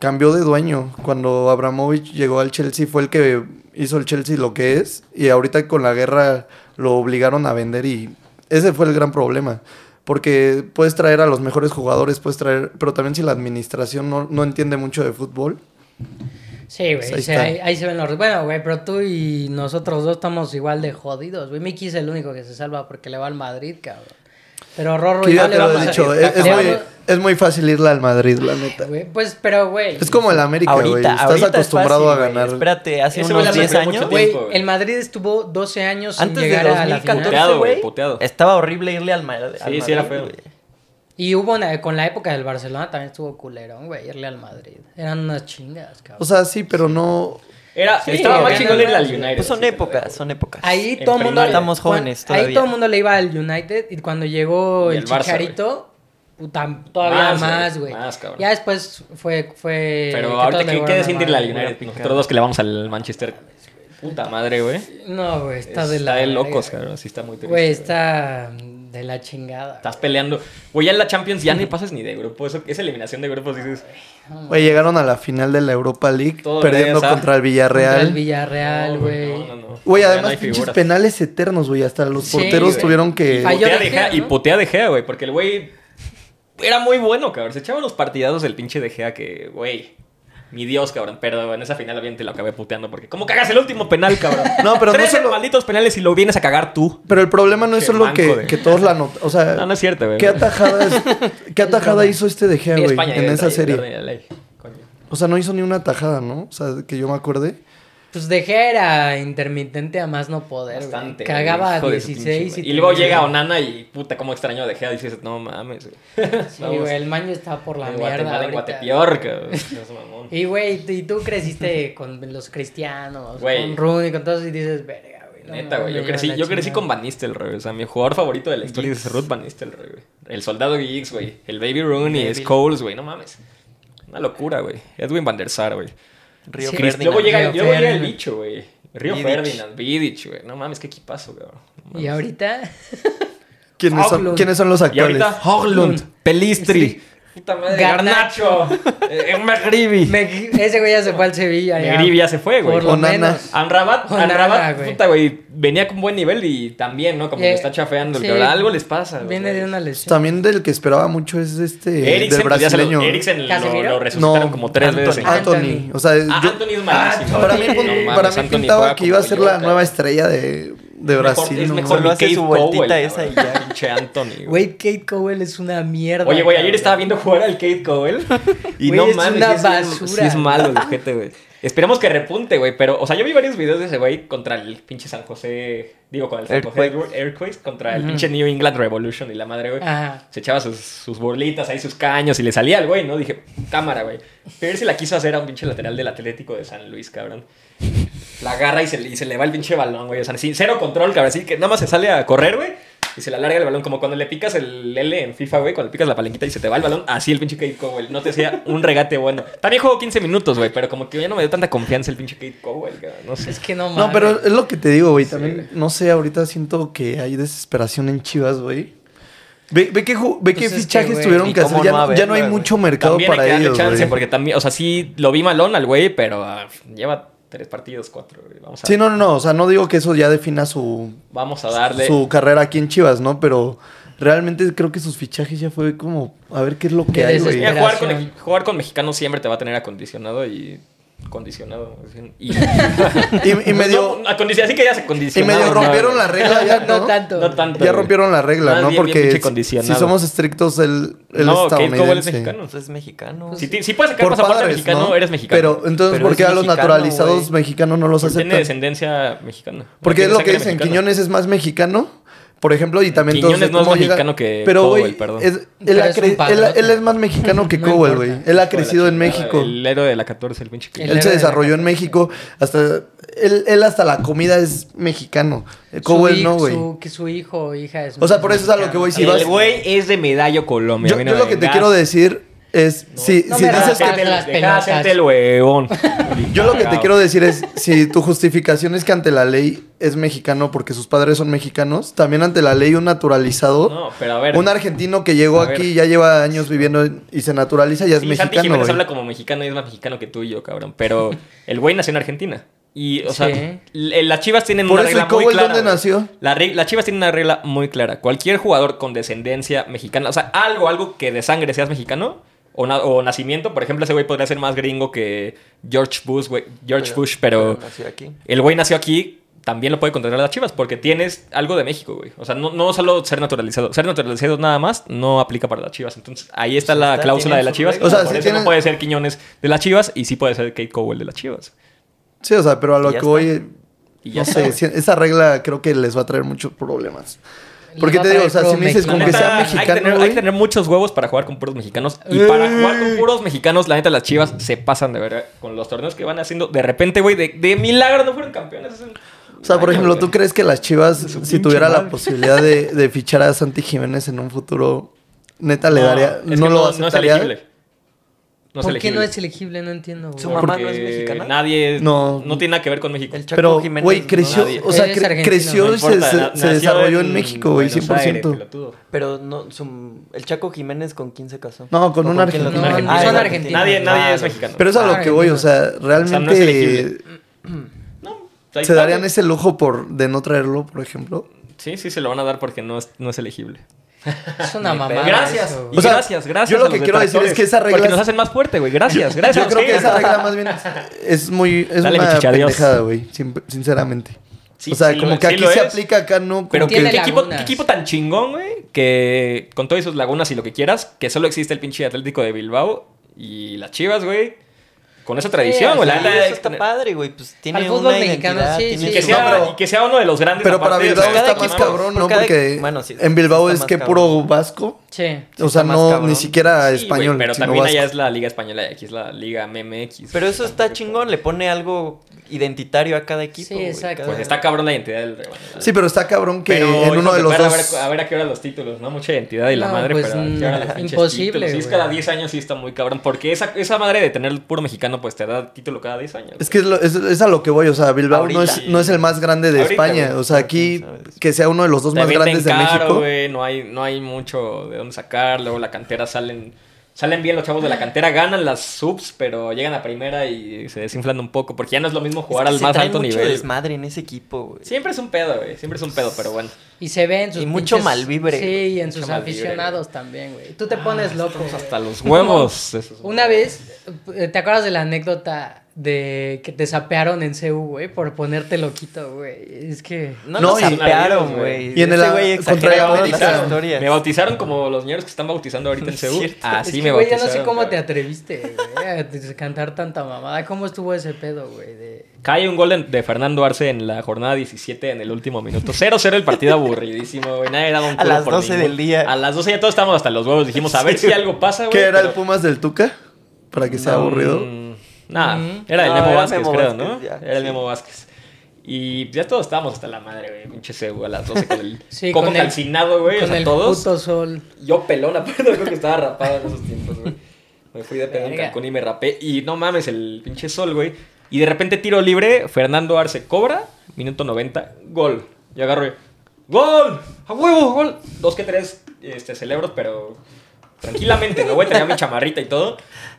S4: Cambió de dueño. Cuando Abramovich llegó al Chelsea fue el que hizo el Chelsea lo que es y ahorita con la guerra lo obligaron a vender y ese fue el gran problema. Porque puedes traer a los mejores jugadores, puedes traer, pero también si la administración no, no entiende mucho de fútbol.
S1: Sí, güey.
S4: Pues ahí
S1: se-
S4: está.
S1: ahí, ahí se ven los. Bueno, güey, pero tú y nosotros dos estamos igual de jodidos, güey. Miki es el único que se salva porque le va al Madrid, cabrón. Pero Rorro
S4: Que ya
S1: igual
S4: te
S1: le
S4: lo
S1: vamos
S4: he
S1: a-
S4: dicho,
S1: le
S4: es, es
S1: vamos-
S4: muy, es muy fácil irle al Madrid, la neta.
S1: güey, Pues, pero, güey.
S4: Es como el América, güey.
S3: Ahorita,
S4: Estás
S3: ahorita es
S4: acostumbrado
S3: fácil,
S4: a
S3: güey.
S4: ganar.
S3: Espérate, hace
S2: Ese
S3: unos
S2: güey la
S3: 10
S2: perdió mucho
S3: años.
S2: tiempo,
S1: Güey,
S2: tiempo, güey.
S1: el Madrid estuvo 12 años sin
S3: Antes de
S1: llegar a la
S3: 2014,
S1: final.
S2: Puteado, güey,
S3: güey,
S2: puteado.
S3: estaba horrible irle al, ma- al
S2: Sí,
S3: Madrid.
S2: sí, era feo.
S3: güey.
S1: Y hubo una- con la época del Barcelona también estuvo culerón, güey, irle al Madrid. Eran unas chingas, cabrón.
S4: O sea, sí, pero no.
S2: Era,
S1: Sí,
S2: estaba más
S1: ganan
S2: chingón en la
S1: más, güey.
S2: United.
S3: Pues
S2: sí,
S3: son
S2: te lo
S3: épocas,
S2: dejo.
S3: son épocas.
S1: Ahí
S2: En
S1: todo el mundo.
S2: primaria.
S3: Estamos
S1: cuan-
S3: jóvenes
S1: Ahí
S3: todavía.
S1: todo el mundo le iba al United y cuando llegó
S2: Y
S1: el
S2: el Barça,
S1: Chicharito, puta, todavía
S2: Más,
S1: más,
S2: güey,
S1: güey.
S2: más, cabrón.
S1: ya después fue. fue que
S2: Pero
S1: todos
S2: ahorita,
S1: le
S2: ¿qué,
S1: volaron
S2: qué
S1: la
S2: decir de
S1: mano,
S2: la
S1: güey.
S2: United? Nosotros dos que le vamos al Manchester. Puta madre, güey.
S1: No, güey, está,
S2: Está
S1: de la.
S2: de locos,
S1: verga,
S2: cabrón. Sí, está muy triste.
S1: Güey,
S2: güey.
S1: está de la chingada.
S2: Estás peleando. Güey, ya en la Champions ya ni pasas ni de grupo. Eso, esa eliminación de grupos dices.
S4: Güey, llegaron a la final de la Europa League
S2: Todo
S4: perdiendo
S2: regresa.
S4: contra
S1: Contra
S4: el
S1: el
S4: Villarreal.
S1: Villarreal,
S2: "No, güey,
S1: güey.
S2: no, no, no".
S4: Güey,
S2: Ya no
S4: además
S2: hay
S4: pinches
S2: figuras.
S4: penales eternos, güey. Hasta los
S1: Sí,
S4: porteros
S1: güey.
S4: tuvieron
S2: Y
S4: que.
S1: Ay, yo
S2: putea
S1: de
S2: de
S1: Gea,
S2: Gea, y
S1: ¿no?
S2: putea de Gea, güey, porque el güey era muy bueno, cabrón. Se echaban los partidados del pinche de Gea que, güey, mi Dios, cabrón. Pero en esa final obviamente lo acabé puteando porque, ¿cómo cagas el último penal, cabrón?
S4: No, pero no
S2: Tres
S4: solo-
S2: malditos penales y lo vienes a cagar tú.
S4: Pero el problema no es
S2: Qué
S4: solo
S2: manco
S4: que,
S2: de-
S4: que todos la notan. O sea,
S2: No, no es cierto, güey.
S4: ¿qué atajada, es- qué atajada hizo este de Gea,
S2: Sí,
S4: güey,
S2: España,
S4: en
S2: ya
S4: esa
S2: está, ya está,
S4: serie?
S2: ya la ley, coño.
S4: O sea, no hizo ni una atajada, ¿no? O sea, que yo me acuerde.
S1: Pues dejé era intermitente a más no poder. güey.
S2: Bastante.
S1: Cagaba a
S2: hijo de su
S1: 16
S2: pinche
S1: y,
S2: madre. y luego
S1: terminaba.
S2: llega Onana y puta, cómo extraño de Gea. Dices, no mames, güey.
S1: Sí, güey, el maño está por la
S2: En
S1: mierda.
S2: Guatemala, en
S1: ahorita,
S2: Guatepeor, cabrón. No es mamón.
S1: Y güey, tú- y tú creciste con los cristianos,
S2: Güey.
S1: con Rooney, con todos y dices, verga, güey.
S2: güey.
S1: No,
S2: Neta,
S1: me
S2: güey. Yo
S1: lleva
S2: crecí,
S1: la
S2: yo crecí
S1: chingada.
S2: con Van Nistelrooy. O sea, mi jugador favorito de la historia es Ruth Van Nistelrooy, güey. El soldado Giggs, güey. El Baby Rooney,
S3: Baby.
S2: Scholes, güey. No mames. Una locura, güey. Edwin Van der Sar, güey.
S3: Río
S1: Sí.
S2: Crist-
S3: Ferdinand.
S2: Luego llega,
S1: Río
S2: luego llega el
S1: Ferdinand.
S2: bicho, güey. Río
S3: Vidic.
S2: Ferdinand, Vidic, güey. No mames, qué equipazo, cabrón. No
S1: Y
S2: mames.
S1: ahorita.
S4: ¿Quiénes, son,
S1: Hoglund.
S4: ¿quiénes son los
S2: Ah, Y
S4: actuales?
S2: ahorita,
S1: Hoglund,
S2: Pelistri. Puta madre,
S1: Garnacho.
S2: Garnacho. Eh, McGrivy.
S1: Me- ese güey ya se fue al Sevilla. ya.
S2: McGrivy ya se fue, güey.
S1: Por lo
S4: Onana.
S1: menos.
S2: Anrabat,
S1: O nada,
S2: Anrabat,
S1: güey.
S2: puta, güey, venía con buen nivel y también, ¿no? Como
S1: Eh,
S2: que está chafeando.
S1: sí.
S2: pero algo les pasa. los
S1: Viene de
S2: güeyes.
S1: una lesión.
S4: Pues También del que esperaba mucho es este.
S2: Eriksen,
S4: del
S2: pues, ya se lo-
S4: brasileño.
S2: Eriksen lo,
S1: ¿Casemiro?
S2: lo resucitaron
S4: No,
S2: como tres
S3: Anthony.
S2: veces.
S1: Ah,
S4: Anthony.
S1: Anthony.
S4: O sea, yo-
S2: Ah, Anthony es malísimo.
S1: Anthony.
S4: para mí,
S1: Sí.
S4: pun-
S1: No mames,
S4: para mí
S2: Anthony
S4: pintaba
S2: juega
S4: que iba a
S2: como
S4: ser la
S2: idiota.
S4: nueva estrella de, de
S2: Mejor-
S4: Brasil.
S2: es
S4: ¿no?
S2: mejor
S3: Solo hace
S2: Kate
S3: su vueltita
S2: Cowell,
S3: esa y
S2: cabrón.
S3: ya.
S2: Pinche Anthony, güey.
S1: Güey, Kate Cowell es una mierda.
S2: Oye, güey, ayer
S1: cabrón.
S2: estaba viendo jugar al Kate Cowell. Y
S1: Güey,
S2: no
S1: es
S2: mames.
S1: una
S2: sí bien-
S1: basura.
S2: sí es malo el ojete, güey. Esperemos que repunte, güey. Pero, o sea, yo vi varios videos de ese güey contra el pinche San José. Digo, con el San José
S3: Earthquakes.
S2: Earthquakes contra el
S1: Ujú.
S2: pinche New England Revolution y la madre, güey.
S1: Ajá.
S2: Se echaba sus, sus bolitas ahí, sus caños y le salía al güey, ¿no? Dije, cámara, güey. Pero él se la quiso hacer a un pinche lateral del Atlético de San Luis, cabrón. La agarra y se, le- y se le va el pinche balón, güey. O sea, sin cero control, cabrón. Así que nada más se sale a correr, güey. Y se le alarga el balón. Como cuando le picas el L en FIFA, güey. Cuando le picas la palanquita y se te va el balón. Así el pinche Kate Cowell. No te hacía un regate bueno. También jugó 15 minutos, güey. Pero como que ya no me dio tanta confianza el pinche Kate Cowell, cabrón. No sé.
S1: Es que no mames.
S4: No, pero es lo que te digo, güey. También, no sé, ahorita siento que hay desesperación en Chivas, güey. Ve, ve qué, ju- ve
S1: Pues
S4: qué
S1: es que,
S4: fichajes
S1: güey,
S4: tuvieron
S3: ¿y
S4: que
S3: cómo
S4: hacer. Ya
S3: no
S4: no, ya no hay
S3: haberla,
S4: mucho mercado
S2: también
S4: para
S2: hay que darle
S4: ellos,
S2: chance,
S4: güey.
S2: porque también, o sea, sí lo vi malón al güey, pero ah, lleva tres partidos, cuatro, güey. Vamos a,
S4: Sí, no, no, no. O sea, no digo que eso ya defina su,
S2: vamos a darle.
S4: su carrera aquí en Chivas, ¿no? Pero realmente creo que sus fichajes ya fue como a ver qué es lo que
S1: De
S4: hay, güey.
S2: Sí, a jugar, con,
S1: Operación.
S2: jugar con mexicanos siempre te va a tener acondicionado y. Condicionado. más bien. Y,
S4: Y, y medio,
S2: Pues No, acondici- así que ya se
S4: y
S2: condicionaron.
S4: medio
S2: ¿no?
S4: rompieron la regla ya, ¿no?
S1: No tanto.
S2: No tanto.
S4: Ya
S2: güey.
S4: rompieron la regla,
S2: Más
S4: ¿no?
S2: bien, bien
S4: Porque
S2: pinche
S4: si- si,
S2: condicionado.
S4: somos estrictos, el, el
S2: no, Kate
S4: estadounidense.
S2: Cowell es mexicano.
S3: Pues es mexicano.
S2: Si, ti- si puedes sacar
S4: Por
S2: pasaporte
S4: padres,
S2: mexicano,
S4: ¿no?
S2: eres mexicano.
S4: Pero entonces,
S3: Pero
S4: ¿por qué
S3: es
S4: a los
S3: mexicano,
S4: naturalizados
S3: güey.
S4: mexicanos no los
S2: Porque tiene
S4: aceptan?
S2: descendencia mexicana.
S4: Porque es lo que
S2: Tiene
S4: dicen,
S2: sangre mexicana.
S4: Quiñones es más mexicano, por ejemplo, y también
S2: Quiñones
S4: entonces,
S2: no es
S4: ¿cómo llega?
S2: mexicano que
S4: Pero,
S2: Cowell,
S4: güey,
S2: perdón.
S4: es- él,
S1: Pero
S4: ha
S1: es un
S4: cre- él,
S1: padrote.
S4: él es más mexicano que
S1: No
S4: Cowell,
S1: importa.
S4: güey. Él
S2: Hijo
S4: ha
S2: de la
S4: crecido en
S2: chingada,
S4: México.
S2: El héroe de la 14, el pinche Kate.
S1: El
S4: Él se
S1: héroe de la
S4: desarrolló en
S1: catorce.
S4: México, hasta él, él hasta la comida es mexicano. Eh, Cowell
S1: Su
S4: no,
S1: hij-
S4: güey.
S1: su- que su hijo o hija es.
S4: O sea, por eso es a lo que voy, si vas-
S2: El güey es de Medallo, Colombia.
S4: Yo,
S2: a mí no me
S4: yo lo que te
S2: vengas.
S4: quiero decir es, si,
S1: No
S4: si
S1: me
S4: dices
S1: rajes.
S4: que
S2: Dejá de hacerte
S1: las
S2: el- dejá de hacerte
S1: pelotas.
S2: el huevón. Ah,
S4: Yo lo que te quiero decir es, si tu justificación es que ante la ley es mexicano porque sus padres son mexicanos, también ante la ley un naturalizado,
S2: No, pero a ver.
S4: un argentino que llegó
S2: A ver.
S4: aquí y ya lleva años viviendo en- y se naturaliza ya es
S2: Sí, Santi
S4: mexicano,
S2: Jiménez
S4: güey.
S2: habla como mexicano y es más mexicano que tú y yo, cabrón. Pero el güey nació en Argentina. Y, o sea,
S1: Sí.
S2: l- las chivas tienen
S4: Por
S2: una
S4: eso, ¿y
S2: regla muy
S4: Cowell
S2: clara.
S4: dónde
S2: güey.
S4: nació?
S2: La reg- las chivas tienen una regla muy clara. Cualquier jugador con descendencia mexicana, o sea, algo, algo que de sangre seas mexicano. O, na- o nacimiento, por ejemplo, ese güey podría ser más gringo que George Bush, güey. George Bush, pero
S3: nació aquí.
S2: el güey nació aquí, también lo puede contratar las chivas, porque tienes algo de México, güey. O sea, no, no solo ser naturalizado. Ser naturalizado nada más no aplica para las chivas. Entonces, ahí está
S3: Pues
S2: la
S3: está,
S2: cláusula
S3: tienen
S2: de las
S3: su
S2: chivas.
S3: regla.
S2: O
S4: O sea,
S2: sea, por
S4: sí
S2: eso
S4: tienen-
S2: no puede ser Quiñones de las chivas y sí puede ser Kate Cowell de las chivas.
S4: Sí, o sea, pero a lo
S3: Y ya
S4: que voy,
S3: está.
S2: Y ya
S4: no
S2: está,
S4: sé,
S2: güey.
S4: si- esa regla creo que les va a traer muchos problemas.
S1: Les
S4: Porque
S1: va
S4: te
S1: a
S4: digo,
S1: traer
S4: o sea,
S1: pro
S4: si me dices
S2: La
S4: con que
S1: mexicano.
S4: sea
S2: neta, hay, que
S4: mexicano,
S2: tener, hay que
S4: güey.
S2: tener muchos huevos para jugar con puros mexicanos. Y para jugar con puros mexicanos, la neta, las chivas se pasan de verga con los torneos que van haciendo. De repente, güey, de, de milagro no fueron campeones. hace un
S4: O sea, por
S2: año,
S4: ejemplo,
S2: güey.
S4: ¿tú crees que las Chivas, si tuviera la posibilidad de, de fichar a Santi Jiménez en un futuro, neta le
S2: No,
S4: daría,
S2: es que
S4: no lo
S2: no es
S4: aceptaría?
S2: elegible. No es
S1: ¿Por qué no
S2: elegible.
S1: es elegible? No entiendo. güey.
S3: Su mamá
S2: Porque
S3: no es mexicana.
S2: Nadie.
S4: No.
S2: No. tiene nada que ver con México.
S3: El Chaco
S4: Pero,
S3: Jiménez,
S4: güey,
S3: ¿no?
S4: creció,
S2: Nadie.
S4: o sea,
S1: Él es
S4: cre-
S1: argentino,
S4: creció
S1: no
S4: y se, se-
S2: na-
S4: se
S2: nació
S4: desarrolló en, México, güey,
S2: Buenos
S4: 100%.
S2: Aires, pelotudo.
S3: Pero no, su- el Chaco Jiménez con quién se casó.
S4: No, con
S3: ¿O
S4: un
S3: quién
S4: argentino.
S1: No,
S3: lo tuvo?
S1: son
S3: Ah, el
S1: argentinos.
S2: Nadie, nadie
S3: Ah,
S2: es
S3: no.
S2: mexicano.
S4: Pero es a lo
S1: Ah,
S4: que voy, o sea,
S2: no es
S4: realmente
S2: elegible. No, ahí
S4: se
S2: está,
S4: darían
S2: güey.
S4: ese lujo por de no traerlo, por ejemplo.
S2: Sí, sí, se lo van a dar porque no es, no es elegible.
S1: Es una mamada.
S2: gracias.
S1: eso, güey.
S2: y
S4: O sea,
S2: gracias, gracias.
S4: yo lo
S2: a los
S4: que quiero decir
S2: detractores,
S4: es que esa regla
S2: Porque
S4: es-
S2: nos hacen más fuerte, güey. Gracias, gracias.
S4: Yo creo
S2: sí.
S4: que esa regla más bien es muy es
S2: Dale,
S4: una
S2: Michi, adiós.
S4: pendejada, güey, sin- sinceramente.
S2: Sí,
S4: o sea,
S2: sí
S4: como
S2: lo-
S4: que
S2: sí
S4: aquí
S2: lo
S4: se
S2: es.
S4: aplica, acá no.
S2: Pero
S4: como
S2: ¿qué,
S4: que-
S1: Tiene
S2: qué equipo,
S1: lagunas.
S2: qué equipo tan chingón, güey, que con todas sus lagunas y lo que quieras, que solo existe el pinche Atlético de Bilbao y las Chivas, güey, con esa tradición,
S1: o
S2: güey.
S3: Sí,
S2: la neta
S3: eso
S2: es-
S3: está padre, güey. Pues tiene
S1: Al fútbol
S3: una
S1: mexicano,
S3: identidad.
S1: sí,
S3: tiene
S1: sí.
S2: y,
S3: que
S2: que sea, y que sea uno de los grandes.
S4: Pero para
S2: aparte de-
S4: Bilbao
S2: o sea,
S4: está
S3: cada
S4: más
S3: equipo-
S4: cabrón, ¿no?
S3: por cada-
S4: Porque
S3: bueno, sí,
S4: en
S3: está
S4: Bilbao
S3: más
S4: es que
S3: cabrón.
S4: puro vasco.
S1: Che.
S4: O sea,
S3: está más
S4: no,
S3: cabrón.
S4: ni siquiera
S2: Sí, güey,
S4: español.
S2: pero
S4: sino
S2: también allá
S4: vasco.
S2: es la Liga Española y aquí es la Liga MMX.
S3: Pero eso está chingón, le pone algo identitario a cada equipo.
S1: Sí,
S3: güey,
S1: exacto.
S3: cada-
S2: Pues está cabrón la identidad del rebaño.
S4: Sí, pero está cabrón que
S2: Pero,
S4: en uno
S2: hijos
S4: de los
S2: perra, A
S4: dos.
S2: ver, a ver a qué hora los títulos, ¿no? Mucha identidad y la
S1: No,
S2: madre,
S1: pues,
S2: pero a qué hora los pinches
S1: imposible,
S2: títulos. Sí, es
S1: güey.
S2: cada 10 años sí está muy cabrón. Porque esa, esa madre de tener puro mexicano, pues te da título cada 10 años.
S4: Es que es, lo- es- es a lo que voy, o sea, Bilbao no
S3: Ahorita.
S4: es, no es el más grande de
S2: Ahorita,
S4: España.
S2: güey.
S4: O sea, aquí
S3: ¿Sabes?
S4: que sea uno de los dos
S2: Te
S4: más
S2: venden
S4: grandes de
S2: caro,
S4: México.
S2: güey, no hay, no hay mucho de dónde sacar. Luego la cantera salen. Salen bien los chavos de la cantera, ganan las subs, pero llegan a primera y se desinflan un poco, porque ya no es lo mismo jugar
S3: Es que
S2: al
S3: se
S2: más
S3: trae
S2: alto
S3: mucho
S2: nivel.
S3: desmadre en ese equipo, güey.
S2: Siempre es un pedo, güey. Siempre es un pedo, pero bueno.
S1: Y se ve en sus
S3: Y mucho
S1: pinches-
S3: malvibre,
S1: Sí,
S3: güey,
S1: y en
S2: mucho
S1: sus
S2: malvibre, Ah,
S1: aficionados también, güey. Tú te pones loco. güey.
S2: Hasta los huevos.
S1: Una vez, eh, ¿te acuerdas de la anécdota de que te sapearon en CU, güey? Por ponerte loquito, güey. Es que...
S3: No,
S4: No,
S3: nos
S4: y-
S3: sapearon, güey.
S2: güey.
S4: Y en el-
S3: Ese güey
S4: contra
S3: exagera
S4: el
S3: todas
S4: América.
S3: las historias.
S2: Me bautizaron como los niños que están bautizando ahorita en
S3: Es
S2: Seúl.
S3: cierto.
S2: Así
S1: es que,
S2: Ah, me
S1: güey, yo
S2: bautizaron.
S1: no sé cómo te
S2: cabrón.
S1: atreviste, güey, a t- cantar tanta mamada. ¿Cómo estuvo ese pedo, güey? De...
S2: Cae un gol en- de Fernando Arce en la jornada 17 en el último minuto. 0-0 el partido aburridísimo, güey. Nadie daba un
S3: A
S2: culo
S3: las
S2: por
S3: 12
S2: ningún-
S3: del día.
S2: A las 12 ya todos estábamos hasta los huevos. Dijimos, a ver si algo pasa, güey.
S4: ¿Qué era el
S2: pero-
S4: Pumas del Tuca? Para que sea aburrido.
S2: Mm, Nada,
S1: Mm.
S2: era el
S3: No,
S2: Memo
S3: era
S2: Vázquez,
S3: Memo
S2: creo,
S3: Vázquez,
S2: ¿no?
S3: ya,
S2: era el
S3: sí.
S2: Memo Vázquez. Y ya todos estábamos hasta la madre, güey. Pinche Seúl a las 12 con el
S1: Sí,
S2: coco
S1: con el-
S2: calcinado, güey. O
S1: con
S2: sea,
S1: el
S2: todos.
S1: puto sol.
S2: Yo pelón, aparte creo que estaba rapado en esos tiempos, güey. Me fui de pedo en
S1: Verga.
S2: Cancún y me rapé. Y no mames, el pinche sol, güey. Y de repente tiro libre, Fernando Arce cobra, minuto 90, gol. Yo agarro, y, ¡gol! ¡A huevo, gol! Dos que tres este, celebros, pero tranquilamente, ¿no, güey? Tenía mi chamarrita y todo.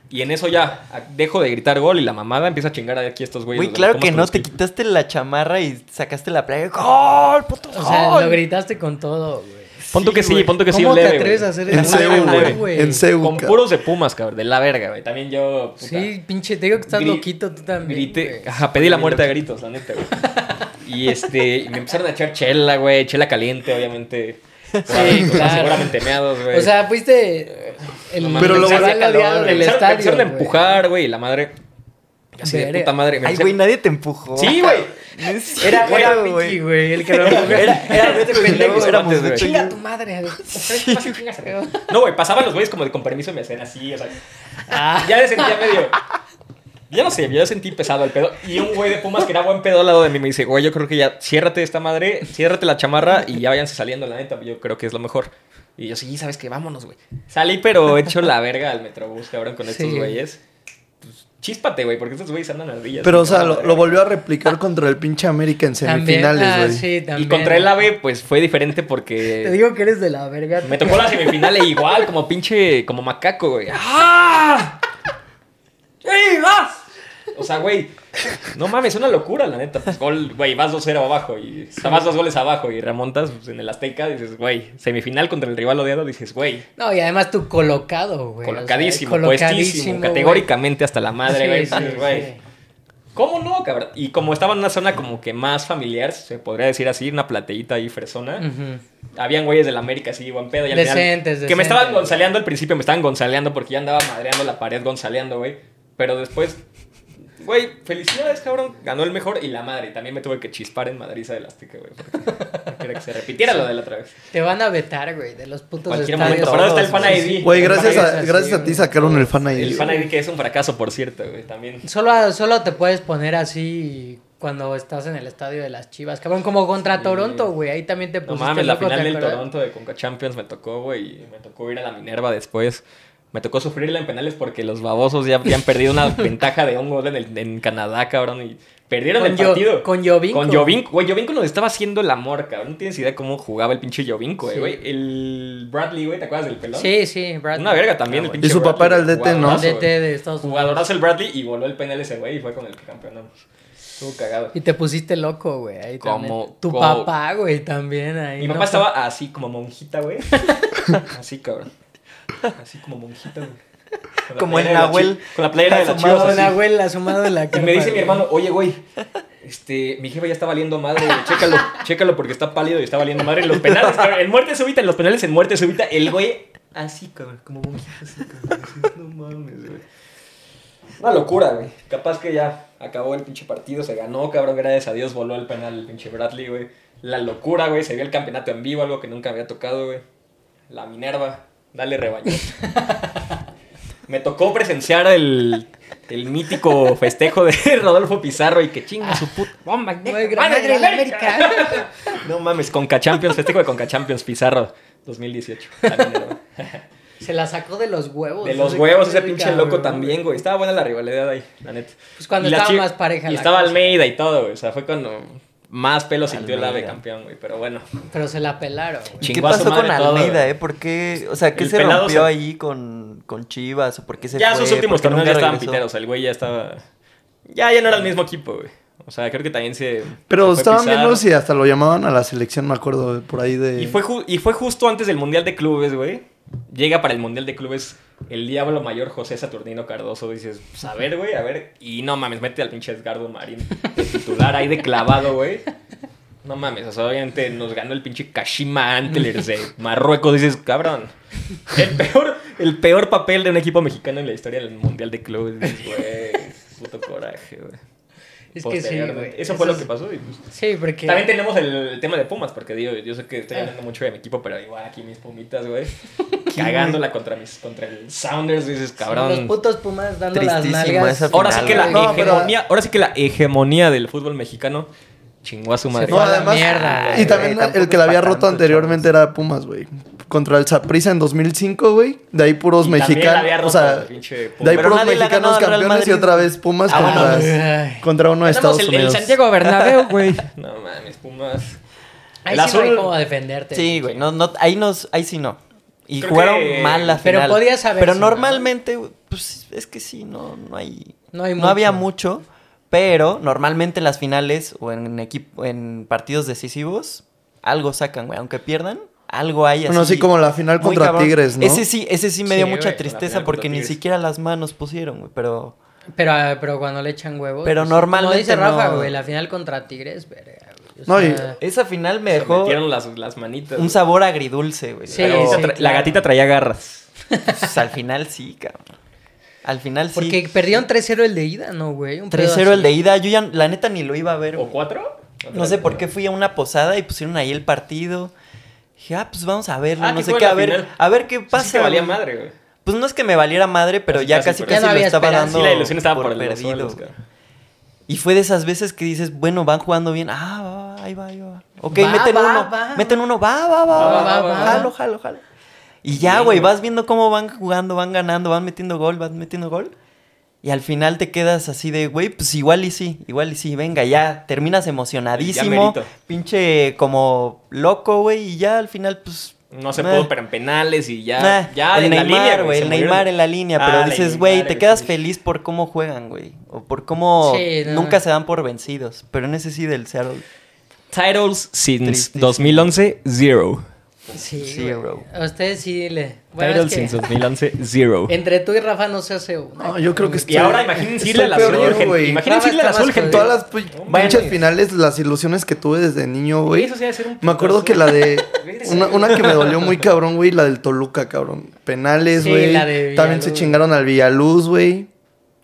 S2: Y en eso ya a- dejo de gritar gol y la mamada empieza a chingar aquí a estos güeyes.
S3: Güey,
S2: los
S3: claro
S2: Pumas
S3: que
S2: con
S3: no,
S2: los
S3: te quitaste la chamarra y sacaste la playa. ¡Gol, puto
S1: O sea,
S3: gol!
S1: lo gritaste con todo, güey.
S2: Pon tú que sí,
S3: güey.
S2: pon tú que sí,
S1: ¿Cómo
S2: un leve,
S1: te atreves
S2: güey.
S1: a hacer
S4: En
S1: eso?
S2: Seúl,
S4: CEU,
S2: güey.
S4: güey. En CEU.
S2: Con
S4: ca-
S2: puros de Pumas, cabrón, de la verga, güey. También yo. puta,
S1: Sí, pinche, te digo que estás
S2: Gri-
S1: loquito tú también.
S2: Grité,
S1: güey.
S2: ajá, pedí la muerte a gritos, la neta, güey. Y este, y me empezaron a echar chela, güey, chela caliente, obviamente. Seguramente-
S1: claro.
S2: Seguramente meados, güey.
S1: O sea, fuiste el
S2: No mames,
S4: Pero lo
S1: principal
S4: bueno-
S1: aliado
S4: en
S2: me
S1: del
S2: empezaron, me
S1: estadio.
S2: empezaron a
S1: güey.
S2: empujar, güey, y la madre. y Así de
S1: Verga.
S2: puta madre. me
S3: Ay, güey,
S2: empezaron-
S3: nadie te empujó.
S2: Sí, güey.
S1: Era,
S3: Güey,
S1: era
S3: güey.
S1: Mickey, güey, el que lo empujó.
S3: Era- era-
S2: Vete, pendejo,
S3: éramos
S2: éramos
S3: mucho
S2: güey.
S3: yo-
S1: Chinga tu madre. a ver.
S2: No, güey, pasaban los güeyes como de con permiso me hacían así, o sea.
S1: Ah,
S2: Ya le sentía medio. Ya no sé, yo sentí pesado el pedo. Y un güey de Pumas que era buen pedo al lado de mí me dice, güey, yo creo que ya ciérrate esta madre, ciérrate la chamarra y ya váyanse saliendo, la neta. Yo creo que es lo mejor. Y yo, sí, sabes que vámonos, güey. Salí, pero hecho la verga al metrobús que abran con estos
S1: Sí.
S2: güeyes. Pues, Chíspate, güey, porque estos güeyes andan a ardillas.
S4: Pero,
S2: güey,
S4: o sea,
S2: cabrón,
S4: lo,
S2: güey.
S4: lo volvió a replicar contra el pinche América en
S1: también.
S4: semifinales,
S1: Ah,
S4: güey.
S1: sí, también.
S2: Y contra el
S1: la
S2: AVE, pues fue diferente
S1: Te
S2: porque.
S1: digo que eres de la verga.
S2: Me tocó la semifinal e igual, como pinche, como macaco, güey. ¡Ah! ¡Ey, vas! O sea, güey, no mames, es una locura, la neta. Pues gol, güey, vas 2-0 abajo y o sea, vas dos goles abajo y remontas pues, en el Azteca, dices, güey, semifinal contra el rival odiado, dices, güey,
S1: No, y además tú colocado, güey. o sea,
S2: colocadísimo,
S1: colocadísimo,
S2: puestísimo,
S1: güey.
S2: categóricamente hasta la madre,
S1: Sí,
S2: güey.
S1: sí,
S2: dices, güey,
S1: sí.
S2: ¿Cómo no, cabrón? Y como estaba en una zona como que más familiar, se podría decir así, una plateíta ahí fresona.
S1: Ujú.
S2: Habían güeyes del América, sí, buen pedo. Y al
S1: Decentes,
S2: final, Que
S1: decentes,
S2: me estaban
S1: güey.
S2: gonzaleando al principio, me estaban gonzaleando porque ya andaba madreando la pared gonzaleando, güey. Pero después, güey, felicidades, cabrón. Ganó el mejor y la madre. Y También me tuve que chispar en Madriza del Azteca, güey. porque no Quería que se repitiera lo de la otra vez.
S1: Te van a vetar, güey, de los putos
S2: Cualquier
S1: estadios.
S2: momento. Pero ahora está el fan
S1: Sí, sí.
S2: ID.
S4: Güey, gracias,
S1: Parece
S4: a,
S1: así,
S4: gracias a
S1: güey.
S4: ti sacaron el fan ID.
S2: El fan
S4: güey.
S2: ID que es un fracaso, por cierto, güey. También.
S1: Solo, solo te puedes poner así cuando estás en el estadio de las Chivas, cabrón, como contra
S2: Sí.
S1: Toronto, güey, ahí también te
S2: No
S1: pusiste
S2: mames, la
S1: loco,
S2: final
S1: ¿te
S2: del
S1: acuerdas?
S2: Toronto de Conca Champions me tocó, güey. y Me tocó ir a la Minerva después. Me tocó sufrirla en penales porque los babosos ya habían perdido una ventaja de un gol en, el- en Canadá, cabrón. Y perdieron
S1: Con
S2: el
S1: Yo-
S2: partido.
S1: con Jovinko.
S2: Con Jovinko. Güey, Jovinko nos estaba haciendo el amor, cabrón. No tienes idea cómo jugaba el pinche Jovinko, eh,
S1: Sí.
S2: güey. El Bradley, güey, ¿te acuerdas del pelón?
S1: Sí, Ah, sí, Brad.
S2: Una verga también, el pinche
S4: Y su papá
S2: Bradley,
S4: era el DT, ¿no?
S2: jugadorazo,
S1: DT
S2: güey.
S1: de Estados Unidos.
S2: Jugadorazo el Bradley y voló el penal ese, güey. Y fue con el que campeonamos. Estuvo cagado.
S1: Y te pusiste loco, güey, ahí
S2: Como-
S1: también. Tu
S2: como-
S1: papá, güey, también ahí.
S2: Mi
S1: ¿no?
S2: papá estaba así como monjita, güey. Así, cabrón. Así como monjita, güey. Con la
S3: Como el
S2: playera de la
S3: Nahuel.
S2: chi- Con la playera de la
S3: Asomado
S2: chivas.
S1: Asomado de
S2: así.
S1: la abuela, asomado de la
S2: Y
S1: cama,
S2: me dice mi
S1: güey.
S2: hermano, oye, güey, este, mi jefe ya está valiendo madre, güey, chécalo, chécalo porque está pálido y está valiendo madre en los penales, cabrón. En muerte súbita, en los penales en muerte súbita, el güey así, cabrón, como monjita, así, cabrón. así, No mames, güey. Una locura, güey. Capaz que ya acabó el pinche partido, se ganó, cabrón, gracias a Dios voló el penal el pinche Bradley, güey. La locura, güey, se vio el campeonato en vivo, algo que nunca había tocado, güey. La Minerva, dale rebaño. Me tocó presenciar el, el mítico festejo de Rodolfo Pizarro y que chinga su puta bomba.
S1: Güey, gran madre de la América.
S2: No mames, Conca Champions, festejo de Conca Champions Pizarro 2018. También, ¿no?
S1: Se la sacó de los
S3: Pues,
S1: huevos.
S2: De los
S1: Ese
S2: huevos,
S1: cabrón,
S2: ese pinche
S1: cabrón.
S2: loco también, güey. Estaba buena la rivalidad ahí, la neta.
S1: Pues cuando
S2: Y la
S1: estaba
S2: chi-
S1: más pareja
S2: Y
S1: la
S2: estaba
S1: cosa.
S2: Almeida y todo, güey. O sea, fue cuando más pelo sintió el ave
S3: Almeida.
S2: campeón, güey. Pero bueno,
S1: Pero se la pelaron, güey.
S3: ¿Qué
S2: chingó a su
S3: pasó con
S2: madre todo,
S3: Almeida,
S2: güey.
S3: eh? ¿Por qué? O sea, ¿qué
S2: El
S3: se
S2: pelado
S3: rompió
S2: se-
S3: ahí con, con Chivas? ¿O por qué Pues, se
S2: ya
S3: fue?
S2: sus últimos
S3: ¿Por qué
S2: torneos ya
S3: nunca
S2: estaban
S3: regresó?
S2: piteros. El güey ya estaba. Ya, ya no era el mismo equipo, güey. O sea, creo que también se. se
S4: Pero
S2: fue
S4: estaban
S2: Pizarro.
S4: viendo si hasta lo llamaban a la selección, me acuerdo, por ahí de...
S2: Y fue, ju- y fue justo antes del Mundial de Clubes, güey. Llega para el Mundial de Clubes el diablo mayor José Saturnino Cardoso. Dices, pues a ver, güey, a ver. Y no mames, mete al pinche Edgardo Marín de titular ahí de clavado, güey. No mames, o sea, obviamente nos ganó el pinche Kashima Antlers de Marruecos. Dices, cabrón. El peor, el peor papel de un equipo mexicano en la historia del Mundial de Clubes. Dices, güey, puto coraje, güey.
S1: Es que sí,
S2: Posteriormente.
S1: güey.
S2: Eso, fue lo
S1: es-
S2: que pasó. Y pues,
S1: Sí, porque...
S2: también tenemos el tema de Pumas, porque digo, yo sé que estoy hablando mucho de mi equipo, pero igual aquí mis pumitas, güey. cagándola contra mis, contra el Sounders, dices,
S1: Los
S2: cabrón.
S1: putos pumas dando las
S3: Tristísima
S1: nalgas.
S3: esa
S2: Ahora sí
S3: final,
S2: que la
S4: güey. No, pero-
S2: hegemonía, ahora sí que la hegemonía del fútbol mexicano chingó a su madre.
S1: fue a la mierda,
S4: Y
S1: güey,
S4: también
S3: tampoco
S4: el que la
S3: es
S4: había
S3: pa'
S4: roto
S3: tanto,
S4: anteriormente era Pumas, güey. Contra el Saprissa en 2005, güey. De ahí puros
S2: Y también la
S4: mexicanos.
S2: había roto
S4: o sea,
S2: el pinche Pumas.
S4: de ahí
S3: Pero
S4: puros
S3: nadie le ganó
S4: mexicanos
S3: al Real
S4: campeones y
S3: Madrid.
S4: otra vez Pumas
S3: Ah,
S4: contra,
S1: bueno. Ay.
S4: contra uno de
S2: Tenemos
S4: Estados
S2: el, el
S4: Unidos.
S2: Santiago Bernabéu, güey. No mames, Pumas.
S1: Ahí
S2: El
S1: sí no hay
S2: azul-
S1: cómo defenderte.
S3: Sí, güey. No, no, ahí, nos, ahí sí no. Y
S2: Creo
S3: jugaron
S2: que-
S3: mal la
S1: Pero
S3: final.
S1: podías haber
S3: Pero
S1: sido, ¿no?
S3: normalmente, pues es que sí, no, no hay.
S1: No hay
S3: no
S1: mucho.
S3: había mucho. Pero normalmente en las finales o en equipo, en partidos decisivos, algo sacan, güey. Aunque pierdan, algo hay así.
S4: Bueno, sí, como la final
S3: muy
S4: contra
S3: cabrón.
S4: Tigres, ¿no?
S3: Ese sí, ese sí me
S1: Sí,
S3: dio
S1: güey,
S3: mucha
S2: la
S3: tristeza
S2: final
S3: porque
S2: contra
S3: ni
S2: Tigres.
S3: siquiera las manos pusieron, güey. Pero
S1: Pero, ah, pero cuando le echan huevos.
S3: Pero
S1: pues,
S3: normalmente
S1: Como dice Rafa,
S3: no.
S1: güey, la final contra Tigres, verga, güey, o
S4: No, y-
S1: sea,
S3: esa final me
S2: Se
S3: dejó
S2: metieron las, las manitas.
S3: un sabor agridulce, güey.
S1: Sí,
S2: Pero
S3: pero,
S1: sí,
S2: tra- La
S1: claro.
S2: gatita traía garras.
S3: pues, al final sí, cabrón. Al final sí.
S1: Porque perdieron 3-0 el de ida, ¿no, güey? Un pedo
S3: 3-0 el
S1: así.
S3: de ida, yo ya la neta ni lo iba a ver.
S2: ¿O
S3: güey.
S2: cuatro?
S3: No sé por qué fui a una posada y pusieron ahí el partido. Dije, ah, pues vamos a verlo,
S2: Ah,
S3: no
S2: que
S3: sé
S2: fue
S3: qué,
S2: la
S3: a ver,
S2: final.
S3: a ver qué
S2: Pasa.
S3: pasa.
S2: Sí, que valía
S3: güey.
S2: madre, güey.
S3: Pues no es que me valiera madre, pero
S2: Casi,
S3: ya
S2: casi,
S3: casi
S2: pero-
S3: casi,
S1: Ya no
S3: lo
S1: había
S3: estaba
S1: esperanza.
S3: dando.
S2: Sí, la ilusión estaba por,
S3: por,
S2: el
S3: perdido. güey. Y fue de esas veces que dices, bueno, van jugando bien. Ah, va, va, ahí va, ahí va. Ok,
S1: Va,
S3: meten
S1: va,
S3: uno.
S1: va.
S3: Meten uno, va, va, va,
S1: Va,
S3: va,
S1: va,
S3: va,
S1: va.
S3: Jalo, jalo, jalo. Y ya, güey, vas viendo cómo van jugando, van ganando, van metiendo gol, van metiendo gol. Y al final te quedas así de, güey, pues igual y sí, igual y sí, venga, ya. Terminas
S2: Ya
S3: emocionadísimo,
S2: merito.
S3: pinche como loco, güey, y ya al final, pues.
S2: No se
S3: meh.
S2: pudo, pero en penales y ya.
S3: Nah,
S2: ya
S3: el
S2: en la línea,
S3: Neymar, güey,
S2: se
S3: el
S2: murieron.
S3: Neymar en la línea, pero
S2: Ah,
S3: dices,
S2: Neymar,
S3: güey, te
S2: güey,
S3: quedas
S2: sí.
S3: feliz por cómo juegan, güey, o por cómo
S1: Sí, no.
S3: nunca se dan por vencidos, pero en ese sí del Seattle.
S2: Titles since
S3: Tristísimo.
S2: 2011, zero.
S1: Sí,
S3: Zero.
S1: güey. A ustedes sí le... Bueno, es
S2: Titles
S1: que
S2: since 2011, zero.
S1: entre tú y Rafa no se hace uno.
S4: No, yo creo que
S2: Y
S4: estoy-
S2: ahora imagínense irle
S4: estoy
S2: al azul,
S4: peor,
S2: gente.
S4: güey.
S2: Imagínense irle al
S1: Rafa
S2: azul,
S1: está
S2: gente.
S1: más
S4: Todas las pu-
S2: mames.
S4: pinches finales, las ilusiones que tuve desde niño, güey.
S2: Eso sí debe ser un
S4: Me acuerdo
S2: putazo.
S4: que la de.
S2: Regresa.
S4: Una, una que me dolió muy cabrón, güey, la del Toluca, cabrón. Penales,
S1: Sí,
S4: güey.
S1: la de
S4: También se
S1: Villaluz.
S4: chingaron al Villaluz, güey.